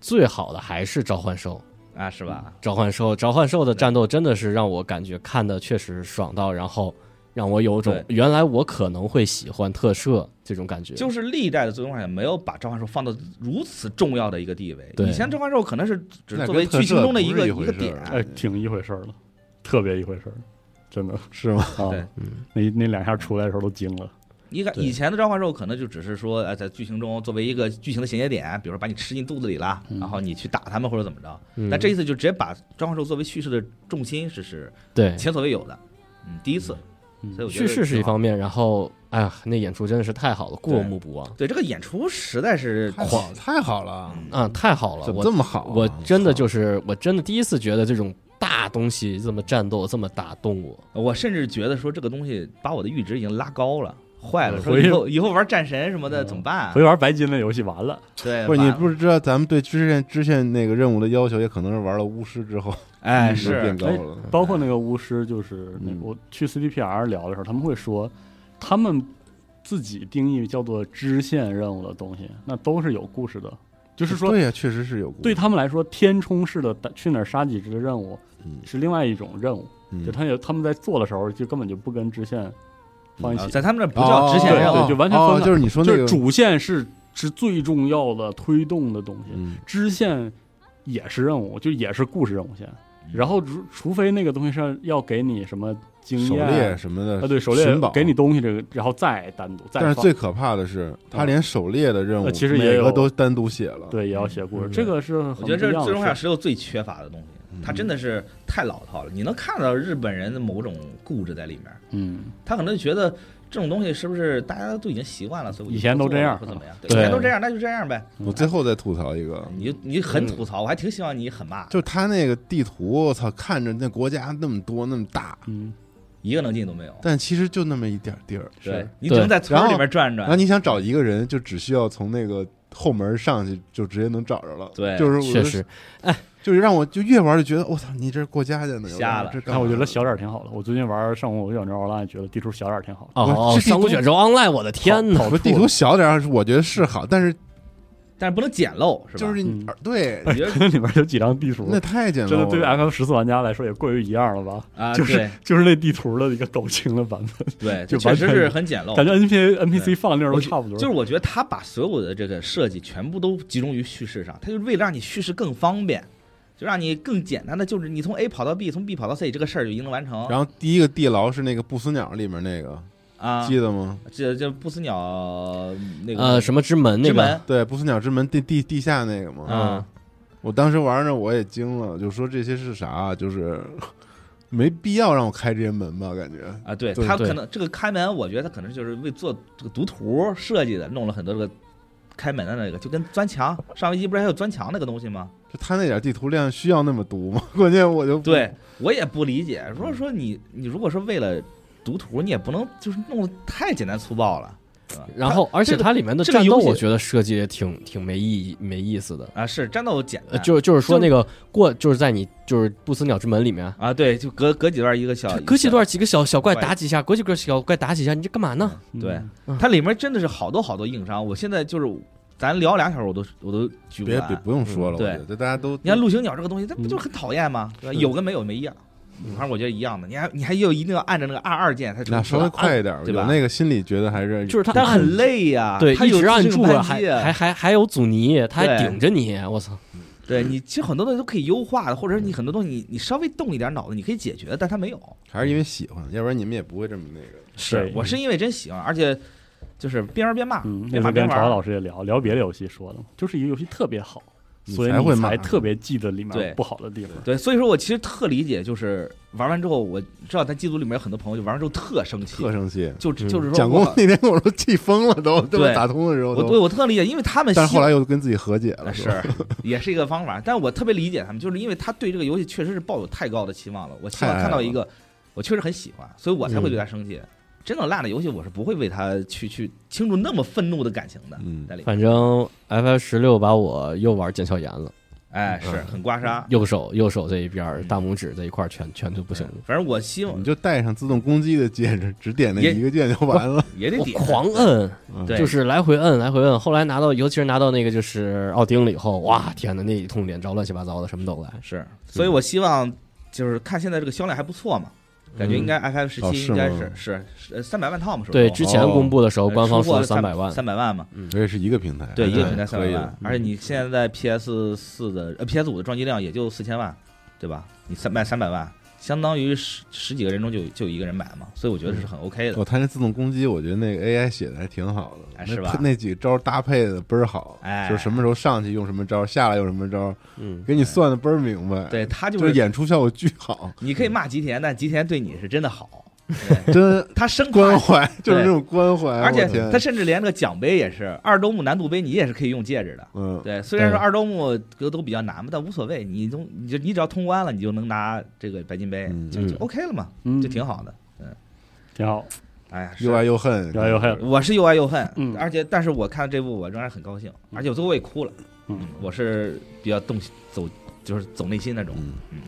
Speaker 4: 最好的还是召唤兽。
Speaker 6: 啊，是吧？
Speaker 4: 召唤兽，召唤兽的战斗真的是让我感觉看的确实爽到，然后让我有种
Speaker 6: 对
Speaker 4: 原来我可能会喜欢特摄这种感觉。
Speaker 6: 就是历代的最终幻想没有把召唤兽放到如此重要的一个地位。
Speaker 4: 对
Speaker 6: 以前召唤兽可能是只
Speaker 3: 那
Speaker 6: 作为
Speaker 3: 跟特
Speaker 6: 剧情
Speaker 3: 摄
Speaker 6: 中的
Speaker 3: 不
Speaker 6: 一
Speaker 3: 是
Speaker 6: 个
Speaker 3: 一回
Speaker 6: 个
Speaker 3: 事
Speaker 6: 点啊
Speaker 3: 儿，
Speaker 2: 哎，挺一回事儿了，特别一回事儿，真的
Speaker 3: 是吗？
Speaker 2: 啊
Speaker 6: 对。
Speaker 2: 那那两下出来的时候都惊了，
Speaker 6: 你看
Speaker 4: 对
Speaker 6: 以前的召唤兽可能就只是说，呃，在剧情中作为一个剧情的衔接点，比如说把你吃进肚子里了，
Speaker 2: 嗯
Speaker 6: 然后你去打他们或者怎么着。
Speaker 4: 嗯，
Speaker 6: 但这一次就直接把召唤兽作为叙事的重心，是是
Speaker 4: 对
Speaker 6: 前所未有的，嗯，第一次
Speaker 2: 嗯。
Speaker 6: 所以我觉
Speaker 4: 叙
Speaker 6: 得
Speaker 4: 事是一
Speaker 6: 挺好。
Speaker 4: 方面，然后哎呀，那演出真的是太好了，过
Speaker 6: 对
Speaker 4: 目不忘
Speaker 6: 对这个演出实在是
Speaker 3: 太好，太好了，
Speaker 2: 嗯
Speaker 4: 啊，太好了！
Speaker 3: 怎么
Speaker 4: 我
Speaker 3: 这么
Speaker 6: 哦
Speaker 3: 好啊？
Speaker 4: 我真的
Speaker 3: 操
Speaker 4: 就是我真的第一次觉得这种大东西这么战斗这么打动我。
Speaker 6: 我甚至觉得说这个东西把我的阈值已经拉高了，坏了，
Speaker 2: 嗯
Speaker 6: 说
Speaker 2: 回
Speaker 6: 以后以后玩战神什么的
Speaker 2: 嗯
Speaker 6: 怎么办啊？
Speaker 2: 回玩白金的游戏完了，
Speaker 6: 对，
Speaker 3: 不是你
Speaker 6: 完了
Speaker 3: 不知道，咱们对支线支线那个任务的要求，也可能是玩了巫师之后
Speaker 2: 嗯
Speaker 6: 哎
Speaker 3: [LAUGHS] 就是变高了。
Speaker 2: 包括那个巫师，就是那
Speaker 3: 嗯
Speaker 2: 我去 CDPR 聊的时候，他们会说，他们自己定义叫做支线任务的东西，那都是有故事的，就是说
Speaker 3: 对呀，确实是有故
Speaker 2: 对
Speaker 3: 事，
Speaker 2: 他们来说，填充式的打去哪儿杀几只的任务
Speaker 3: 嗯
Speaker 2: 是另外一种任务，
Speaker 3: 嗯
Speaker 2: 就他也他们在做的时候就根本就不跟支线放一
Speaker 6: 啊
Speaker 3: 嗯
Speaker 2: 起，
Speaker 6: 在他们那儿不叫支线任务，
Speaker 2: 对对就完全
Speaker 3: 哦
Speaker 2: 分开
Speaker 3: 就是你说
Speaker 2: 就
Speaker 3: 那
Speaker 2: 是
Speaker 3: 个，
Speaker 2: 主线是是最重要的推动的东西，
Speaker 3: 嗯，
Speaker 2: 支线也是任务，就也是故事任务线。
Speaker 3: 嗯
Speaker 2: 然后除除非那个东西是要给你什么经
Speaker 3: 狩猎
Speaker 2: 验
Speaker 3: 什么的
Speaker 2: 啊，对狩
Speaker 3: 呃寻
Speaker 2: 猎
Speaker 3: 宝
Speaker 2: 给你东西这个，然后再单独再
Speaker 3: 但是
Speaker 2: 放嗯
Speaker 3: 最可怕的是，他连狩猎的任务
Speaker 2: 呃其实也
Speaker 3: 每
Speaker 2: 有
Speaker 3: 个都单独写了。，
Speaker 2: 对也要写故事，
Speaker 4: 嗯
Speaker 2: 这个是我
Speaker 6: 我觉得这是最终幻想
Speaker 2: 事。
Speaker 6: 十六最缺乏的东西，
Speaker 2: 嗯
Speaker 6: 它真的是太老套了。你能看到日本人的某种固执在里面，
Speaker 2: 嗯，
Speaker 6: 他可能觉得这种东西是不是大家都已经习惯了，所以我就
Speaker 2: 以前都这样
Speaker 6: 不做了或怎么样？对
Speaker 4: 对
Speaker 6: 以前都这样，那就这样呗。
Speaker 3: 我最后再吐槽一
Speaker 2: 嗯
Speaker 3: 个，
Speaker 6: 你你很吐槽，我还挺希望你很骂，
Speaker 3: 就他那个地图，我操，看着那国家那么多那么大，
Speaker 2: 嗯，
Speaker 6: 一个能进都没有。
Speaker 3: 但其实就那么一点地儿。
Speaker 6: 对
Speaker 2: 是
Speaker 6: 你只能在村里面转
Speaker 3: 然
Speaker 2: 嗯
Speaker 3: 后
Speaker 6: 转。
Speaker 3: 你想找一个人，就只需要从那个后门上去，就直接能找着了。
Speaker 6: 对
Speaker 3: 就是我
Speaker 4: 确实，
Speaker 3: 就是让我就越玩就觉得，我操，你这过家家呢，
Speaker 6: 瞎了
Speaker 3: 这干
Speaker 2: 但
Speaker 3: 嘛
Speaker 2: 我觉得小点儿挺好的。我最近玩《上古五卷轴 online》，觉得地图小点儿挺好的。 [LAUGHS]
Speaker 4: 哦
Speaker 3: 我
Speaker 4: 哦，
Speaker 3: 这地
Speaker 4: 上古
Speaker 3: 图
Speaker 4: 卷轴 online，我的天
Speaker 2: 好
Speaker 4: 呐！
Speaker 2: 好
Speaker 3: 不
Speaker 2: 处
Speaker 3: 地
Speaker 2: 了
Speaker 3: 图小点儿，我觉得是好，但是
Speaker 6: 但是不能简陋，是吧？
Speaker 3: 就是你啊
Speaker 2: 嗯
Speaker 3: 对，
Speaker 6: 你觉得
Speaker 2: 里面有几张地图，
Speaker 3: 那太简陋
Speaker 2: 真的
Speaker 3: 了。
Speaker 2: 对于啊 F F 十四玩家来说也过于一样了吧？
Speaker 6: 啊，
Speaker 2: [LAUGHS] 就是
Speaker 6: 对
Speaker 2: 就是那地图的一个狗清的版本，[LAUGHS]
Speaker 6: 对，
Speaker 2: 就
Speaker 6: 确实
Speaker 2: 完全
Speaker 6: 是很简陋。
Speaker 2: 感觉 N P N P C
Speaker 6: 哦对
Speaker 2: 放那儿都
Speaker 6: 我觉
Speaker 2: 差不多。
Speaker 6: 就是我觉得他把所有的这个设计全部都集中于叙事上，他就是为了让你叙事更方便，就让你更简单的，就是你从 A 跑到 B，从 B 跑到 C 这个事儿就已经能完成。
Speaker 3: 然后第一个地牢是那个不死鸟里面那个，
Speaker 6: 啊，
Speaker 3: 记得吗？
Speaker 6: 这这不死鸟那个
Speaker 4: 呃，什么之门那
Speaker 6: 之
Speaker 4: 个
Speaker 6: 门，
Speaker 3: 对，不死鸟之门地地地下那个嘛。
Speaker 2: 嗯
Speaker 6: 啊，
Speaker 3: 我当时玩着我也惊了，就说这些是啥？就是没必要让我开这些门吧，感觉。
Speaker 6: 啊，对
Speaker 3: 对
Speaker 6: 他
Speaker 4: 对
Speaker 6: 可能这个开门，我觉得他可能就是为做这个读图设计的，弄了很多这个开门的那个，就跟钻墙上飞机不是还有钻墙那个东西吗？
Speaker 3: 就他那点地图量需要那么读吗？ [LAUGHS] 关键我就
Speaker 4: 嗯
Speaker 3: 不
Speaker 6: 对我也不理解，如果说你你如果说为了读图，你也不能就是弄得太简单粗暴了。是吧
Speaker 4: 然后而且
Speaker 6: 这个
Speaker 4: 它里面的
Speaker 6: 这个
Speaker 4: 战斗，
Speaker 6: 游戏
Speaker 4: 我觉得设计也挺挺没意义没意思的。
Speaker 6: 啊，是战斗简
Speaker 4: 呃，
Speaker 6: 单，
Speaker 4: 就就是说
Speaker 6: 就
Speaker 4: 那个过，就是在你就是不死鸟之门里面，
Speaker 6: 啊，对，就隔隔几段一个小，
Speaker 4: 隔几段几个小小怪
Speaker 6: 怪
Speaker 4: 打几下，隔几个小怪打几下，你这干嘛呢？
Speaker 2: 嗯
Speaker 6: 对，它里面真的是好多好多硬伤。我现在就是咱聊两小时，我都我都举不
Speaker 3: 别别
Speaker 6: 完。
Speaker 3: 不用说了，
Speaker 6: 嗯对
Speaker 3: 我觉得大家都
Speaker 6: 你看陆行鸟这个东西，它不
Speaker 2: 嗯
Speaker 6: 就很讨厌吗？对吧
Speaker 2: 是
Speaker 6: 有跟没有没一样，
Speaker 4: 嗯
Speaker 6: 反正我觉得一样的。你还你还要一定要按着那个二二键才
Speaker 3: 那稍微快一点，
Speaker 6: 啊对吧
Speaker 3: 有那个心理觉得还是
Speaker 4: 就是他
Speaker 6: 但
Speaker 4: 按
Speaker 6: 很累呀。啊
Speaker 4: 对，
Speaker 6: 它
Speaker 4: 一
Speaker 6: 有
Speaker 4: 直按
Speaker 6: 自
Speaker 4: 住
Speaker 6: 动扳
Speaker 4: 了，还
Speaker 6: 机啊
Speaker 4: 还还还有阻尼，他还
Speaker 6: 对
Speaker 4: 顶着你，我操！
Speaker 6: 对你其实很多东西都可以优化的，或者是你很多东西你你稍微动一点脑子你可以解决的，但它没有。
Speaker 3: 还是因为喜欢，要不然你们也不会这么那
Speaker 6: 嗯
Speaker 3: 个。
Speaker 2: 是
Speaker 6: 我是因为真喜欢，而且就是边玩边骂，
Speaker 2: 嗯，那
Speaker 6: 边骂
Speaker 2: 次跟
Speaker 6: 边
Speaker 2: 曹
Speaker 6: 玩。
Speaker 2: 老师也聊聊别的游戏，说了嘛，就是一个游戏特别好，
Speaker 3: 你
Speaker 2: 所以
Speaker 3: 才会
Speaker 2: 你才
Speaker 3: 骂
Speaker 2: 特别记得里面
Speaker 6: 对
Speaker 2: 不好的地方。
Speaker 6: 对，所以说我其实特理解，就是玩完之后，我知道咱机组里面有很多朋友就玩完之后特生气
Speaker 3: 特，生气。嗯
Speaker 6: 就就是说
Speaker 3: 蒋
Speaker 6: 我
Speaker 3: 工那天我都气疯了，都这么
Speaker 6: 对
Speaker 3: 打通的时候
Speaker 6: 我对
Speaker 3: 都，
Speaker 6: 我特理解，因为他们
Speaker 3: 但是
Speaker 6: 希
Speaker 3: 后
Speaker 6: 望啊
Speaker 3: 来又跟自己和解了，吧
Speaker 6: 呃是也是一个方法，但我特别理解他们，就是因为他对这个游戏确实是抱有太高的期望了。我希望
Speaker 3: 太爱
Speaker 6: 看到
Speaker 3: 了
Speaker 6: 一个我确实很喜欢，所以我才会
Speaker 3: 嗯
Speaker 6: 对他生气。真正烂的游戏，我是不会为他去去倾注那么愤怒的感情的。
Speaker 3: 嗯
Speaker 6: 在里面，
Speaker 4: 反正 F 十六把我又玩腱鞘炎了，
Speaker 6: 哎，是
Speaker 4: 嗯
Speaker 6: 很刮痧，
Speaker 4: 右手右手这一边儿大拇指这一块儿全全都不行了。嗯
Speaker 6: 反正我希望
Speaker 3: 你就戴上自动攻击的戒指，只点那
Speaker 6: 也
Speaker 3: 一个键就完了。
Speaker 6: 也得
Speaker 4: 我
Speaker 6: 点，
Speaker 4: 狂摁，
Speaker 3: 嗯
Speaker 6: 对
Speaker 4: 就是来回摁，来回摁。后来拿到，尤其是拿到那个就是奥丁了以后，哇，天哪，那一通连招乱七八糟的，什么都来。
Speaker 6: 是，所以我希望就是看现在这个销量还不错嘛，感
Speaker 4: 嗯
Speaker 6: 觉应该 F F 十
Speaker 3: 哦
Speaker 6: 七
Speaker 3: 是
Speaker 6: 应该
Speaker 3: 吗
Speaker 6: 是是是呃三百万套嘛，是不是
Speaker 4: 对，之前公布的时候，
Speaker 6: 呃
Speaker 4: 官方
Speaker 6: 出货
Speaker 4: 说三百万，
Speaker 6: 三百万嘛，
Speaker 3: 所以是一个平台，哎
Speaker 6: 对，一个平台三
Speaker 3: 可
Speaker 6: 百
Speaker 3: 以
Speaker 6: 万
Speaker 3: 的，，嗯
Speaker 6: 而且你现在 PS 四的呃 PS 五的装机量也就四千万，对吧？你三卖三百万，相当于十十几个人中就就有一个人买嘛，所以我觉得是很 OK 的。
Speaker 3: 哦，他那自动攻击，我觉得那个 AI 写的还挺好的，
Speaker 6: 哎
Speaker 3: 那
Speaker 6: 是吧
Speaker 3: 那几招搭配的倍儿好，
Speaker 6: 哎
Speaker 3: 就是什么时候上去用什么招，下来用什么招，
Speaker 4: 嗯，
Speaker 3: 给你算的倍儿明白。，
Speaker 6: 对他就
Speaker 3: 就是
Speaker 6: 是，
Speaker 3: 演出效果巨好，
Speaker 6: 你可以骂吉田，但吉田对你是真的好， [LAUGHS]
Speaker 3: 真
Speaker 6: 他生
Speaker 3: 关
Speaker 6: 夸，
Speaker 3: 怀，就是那种关怀。
Speaker 6: 而且
Speaker 3: 我天
Speaker 6: 他甚至连那个奖杯也是二周目难度杯，你也是可以用戒指的。
Speaker 3: 嗯，
Speaker 6: 对，虽然说
Speaker 4: 对
Speaker 6: 二周目格斗比较难嘛，但无所谓，你都你就你只要通关了，你就能拿这个白金杯，
Speaker 3: 嗯
Speaker 6: 就就
Speaker 4: 嗯
Speaker 6: OK 了嘛，
Speaker 2: 嗯
Speaker 6: 就挺好的。
Speaker 2: 挺好，
Speaker 6: 哎呀，是
Speaker 3: 又爱又恨，
Speaker 2: 又爱又恨
Speaker 6: 我是又爱又恨，
Speaker 2: 嗯
Speaker 6: 而且但是我看这部我仍然很高兴，而且我最后我也哭了，
Speaker 2: 嗯，
Speaker 6: 我是比较动心走就是走内心那种，
Speaker 3: 嗯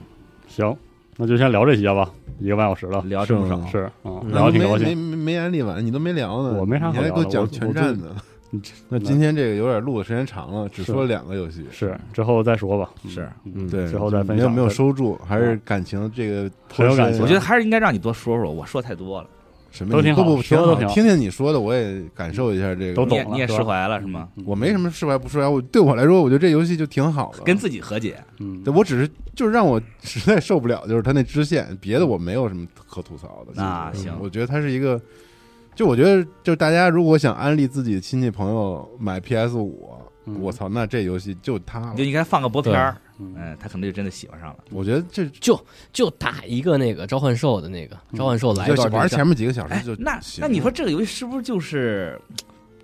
Speaker 2: 行，那就先聊这些吧，一个半小时了，
Speaker 6: 聊
Speaker 3: 是
Speaker 6: 这么
Speaker 3: 吗
Speaker 6: 少，
Speaker 2: 是，嗯，
Speaker 4: 嗯
Speaker 2: 聊得挺高
Speaker 3: 没没
Speaker 2: 兴。
Speaker 3: 没没安利完，你都没聊呢，
Speaker 2: 我没啥
Speaker 3: 你
Speaker 2: 好
Speaker 3: 还
Speaker 2: 聊
Speaker 3: 给
Speaker 2: 的
Speaker 3: 讲
Speaker 2: 我
Speaker 3: 全
Speaker 2: 我
Speaker 3: 站
Speaker 2: 就 [LAUGHS]
Speaker 3: 呢。
Speaker 2: 你这
Speaker 3: 那今天这个有点录的时间长了，只
Speaker 2: 是
Speaker 3: 说两个游戏，
Speaker 2: 是之后再说吧，嗯
Speaker 6: 是，
Speaker 4: 嗯
Speaker 3: 对，
Speaker 2: 之后再分
Speaker 3: 没有
Speaker 2: 享
Speaker 3: 没有
Speaker 2: 再
Speaker 3: 收住，还是感情这个
Speaker 2: 很有感
Speaker 3: 颇深
Speaker 2: 情
Speaker 6: 我觉得还是应该让你多说说，我说太多了，
Speaker 3: 什么
Speaker 2: 都挺好
Speaker 3: 不不
Speaker 2: 说的都挺好
Speaker 3: 听听你说的，我也感受一下这个。
Speaker 2: 都
Speaker 6: 你
Speaker 2: 懂
Speaker 6: 也
Speaker 2: 了
Speaker 6: 你也
Speaker 2: 是吧
Speaker 6: 释怀了是吗？？
Speaker 2: 嗯
Speaker 3: 我没什，么释怀不释怀，我对我来说，我觉得这游戏就挺好的。
Speaker 6: 跟自己和解，
Speaker 2: 嗯，
Speaker 3: 对我只是就是让我 [LAUGHS] 实在受不了，就是他那支线，别的我没有什么可吐槽的。
Speaker 6: 那
Speaker 3: 其实
Speaker 6: 行
Speaker 3: 我觉得它是一个，就我觉得就大家如果想安利自己的亲戚朋友买 PS 五、
Speaker 2: 嗯
Speaker 3: 我操，那这游戏就它了
Speaker 6: 你就。应该放个薄片儿，
Speaker 2: 嗯
Speaker 6: 嗯，他可能就真的喜欢上了。
Speaker 3: 我觉得这
Speaker 4: 就打一个那个召唤兽的那个召唤兽来一
Speaker 3: 就
Speaker 4: 段
Speaker 3: 玩
Speaker 4: 对战
Speaker 3: 前面几个小
Speaker 6: 哎
Speaker 3: 时就，
Speaker 6: 那
Speaker 3: 行
Speaker 6: 那你说这个游戏是不是就是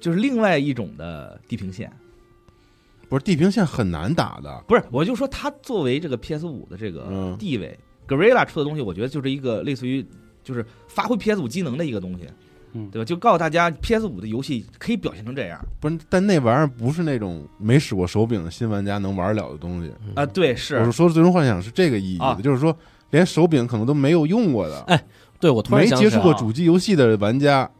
Speaker 6: 就是另外一种的地平线？
Speaker 3: 不是地平线很难打的，
Speaker 6: 不是，我就说它作为这个 PS 五的这个
Speaker 3: 嗯
Speaker 6: 地位、g o r i l l a 出的东西，我觉得就是一个类似于就是发挥 PS 五机能的一个东西，
Speaker 2: 嗯
Speaker 6: 对吧？就告诉大家 PS 五的游戏可以表现成这样啊、
Speaker 3: 不是，但那玩意儿不是那种没使过手柄的新玩家能玩了的东西。
Speaker 6: 啊对，
Speaker 3: 我
Speaker 6: 是
Speaker 3: 是说《最终幻想》是这个意义的，
Speaker 6: 啊
Speaker 3: 就是说连手柄可能都没有用过的，
Speaker 4: 哎对我突然
Speaker 3: 没
Speaker 4: 想起
Speaker 3: 接
Speaker 4: 来
Speaker 3: 触过
Speaker 4: 啊
Speaker 3: 主机游戏的玩家，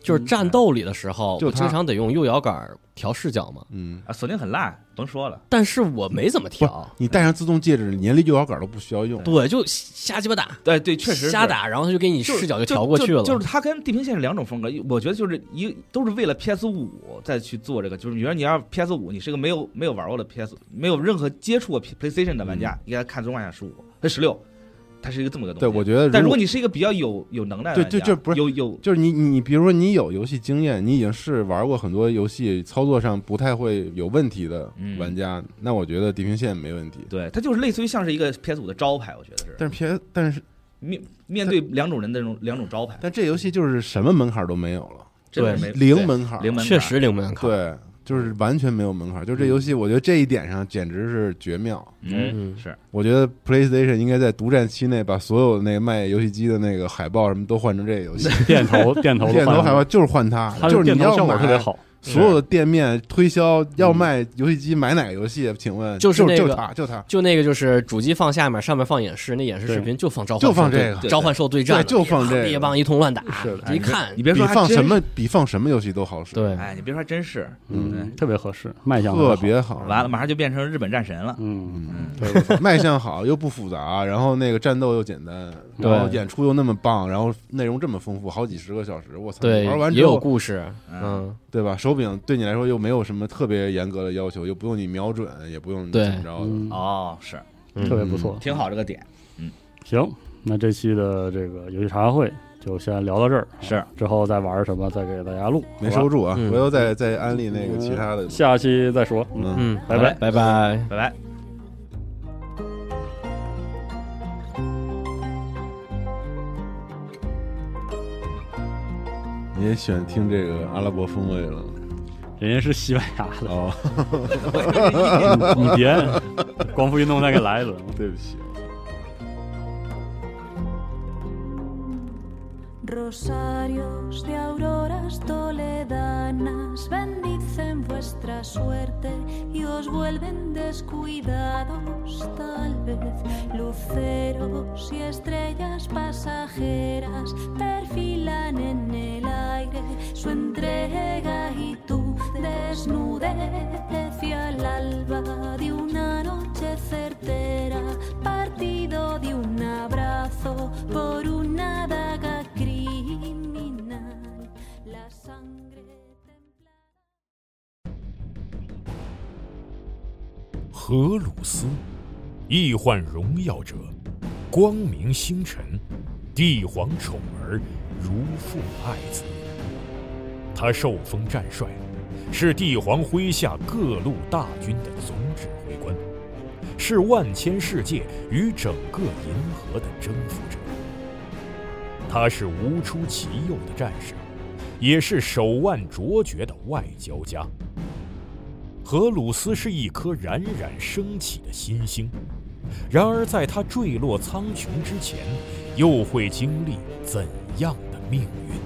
Speaker 4: 就是战斗里的时候，
Speaker 3: 就
Speaker 4: 我经
Speaker 3: 它
Speaker 4: 常得用右摇杆调视角嘛，
Speaker 3: 嗯，
Speaker 6: 啊，锁定很烂，甭说了，
Speaker 4: 但是我没怎么调。
Speaker 3: 你戴上自动戒指，你连右摇杆都不需要用。
Speaker 4: 对，就瞎鸡巴打，
Speaker 6: 对对，确实是
Speaker 4: 瞎。打，然后他就给你
Speaker 6: 就是
Speaker 4: 视角就调过去了。
Speaker 6: 就就是它跟《地平线》是两种风格，我觉得就是一都是为了 PS 五再去做这个，就是比如说你要 PS 五，你是个没有没有玩过的 PS，没有任何接触过 P- PlayStation 的玩家，应该看《最终幻想十五》和十六，它是一个这么个东西。
Speaker 3: 对，我觉得
Speaker 6: 但
Speaker 3: 如
Speaker 6: 如
Speaker 3: 果
Speaker 6: 果你是一个比较有有能耐
Speaker 3: 对
Speaker 6: 的玩
Speaker 3: 就
Speaker 6: 家
Speaker 3: 就不是
Speaker 6: 有有
Speaker 3: 就是你你比如说你有游戏经验，你已经是玩过很多游戏，操作上不太会有问题的
Speaker 6: 嗯
Speaker 3: 玩家，那我觉得《地平线》没问题。
Speaker 6: 对，它就是类似于像是一个 PS 五的招牌，我觉得是
Speaker 3: 但是 PS，但是
Speaker 6: 面面对两种人的那种两种招牌，
Speaker 3: 但这游戏就是什么门槛都没有了，
Speaker 6: 真的是没
Speaker 3: 零门槛，
Speaker 6: 哎对零门槛
Speaker 4: 确实零门槛。
Speaker 3: 对，就是完全没有门槛。就这游戏，我觉得这一点上简直是绝妙。
Speaker 4: 嗯，
Speaker 6: 嗯是
Speaker 3: 我觉得 PlayStation 应该在独占期内把所有那个卖游戏机的那个海报什么都换成这个游戏。
Speaker 2: 电头电头的
Speaker 3: 电头
Speaker 2: 换
Speaker 3: 海报就是换它，
Speaker 2: 它
Speaker 3: 就是
Speaker 2: 电
Speaker 3: 你
Speaker 2: 头
Speaker 3: 要
Speaker 2: 效果
Speaker 3: 买
Speaker 2: 特别，好，
Speaker 3: 所有的店面推销要卖游戏机，买哪个游戏？请问
Speaker 4: 就是
Speaker 3: 就
Speaker 4: 那
Speaker 3: 就
Speaker 4: 个
Speaker 3: 它，就它，
Speaker 4: 就那个就是主机放下面，上面放演示，那演示视频就放召唤兽，
Speaker 3: 就放这个
Speaker 4: 对召唤兽对战
Speaker 3: 对，
Speaker 4: 了，
Speaker 3: 就放这
Speaker 4: 别
Speaker 3: 个。
Speaker 4: 棒一通乱打
Speaker 2: 是的，
Speaker 4: 一看
Speaker 6: 你别
Speaker 3: 比
Speaker 6: 说
Speaker 3: 放什
Speaker 6: 么，
Speaker 3: 么比放什么游戏都好使，，
Speaker 4: 对，
Speaker 6: 哎，你别说还真是，
Speaker 2: 嗯，特别合适，卖相
Speaker 3: 特
Speaker 2: 好，
Speaker 3: 别好。
Speaker 6: 完了马上就变成日本战神了，
Speaker 2: 嗯，
Speaker 3: 嗯，对 [LAUGHS] 卖相好又不复杂，然后那个战斗又简单，
Speaker 4: 对
Speaker 3: 然后演出又那么棒，然后内容这么丰富，好几十个小时，我操！
Speaker 4: 对
Speaker 3: 玩完，
Speaker 4: 也
Speaker 3: 之
Speaker 4: 有
Speaker 3: 后，
Speaker 4: 故事，
Speaker 6: 嗯
Speaker 4: 嗯，
Speaker 3: 对吧？手手柄对你来说又没有什么特别严格的要求，又不用你瞄准，也不用
Speaker 4: 对
Speaker 3: 怎么着的。
Speaker 2: 嗯，
Speaker 6: 哦，是
Speaker 4: 嗯
Speaker 2: 特别不错。
Speaker 3: 嗯
Speaker 6: 挺好这个点，
Speaker 2: 行，那这期的这个游戏茶话会就先聊到这儿，啊
Speaker 6: 是
Speaker 2: 之后再玩什么再给大家录，
Speaker 3: 没
Speaker 2: 好吧
Speaker 3: 收住啊，
Speaker 4: 嗯
Speaker 3: 回头再再安利那个其他的。
Speaker 2: 下期再说。嗯。
Speaker 3: 嗯，
Speaker 4: 嗯，
Speaker 2: 拜
Speaker 4: 好
Speaker 2: 拜
Speaker 4: 嘞拜拜。
Speaker 6: 拜拜。
Speaker 4: 嗯
Speaker 3: 你也喜欢听这个阿拉伯风味了
Speaker 2: 人家是西班牙的，
Speaker 3: 哦，
Speaker 2: [LAUGHS] 你你别光复运动再给来一轮。
Speaker 3: 对不起。啊
Speaker 1: Rosarios de auroras toledanas bendicen vuestra suerte y os vuelven descuidados tal vez. Luceros y estrellas pasajeras perfilan en el aire su entrega y tu desnudez y al alba de una noche certera, partido de un abrazo por una daga criminal. La sangre templada.
Speaker 7: 荷鲁斯，易患荣耀者，光明星辰，帝皇宠儿，如父爱子。他受封战帅，是帝皇麾下各路大军的总指挥官，是万千世界与整个银河的征服者。他是无出其右的战士，也是手腕卓绝的外交家。荷鲁斯是一颗冉冉升起的新星，然而在他坠落苍穹之前，又会经历怎样的命运？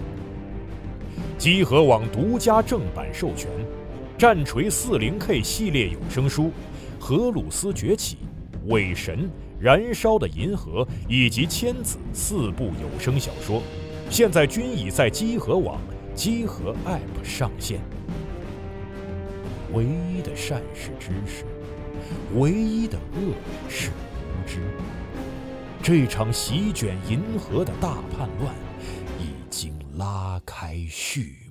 Speaker 7: 集合网独家正版授权，《战锤 40K 系列有声书》《荷鲁斯崛起》《伪神》《燃烧的银河》以及《千子》四部有声小说，现在均已在集合网、集合 App 上线。唯一的善是知识，唯一的恶是无知。这场席卷银河的大叛乱已经拉开序幕。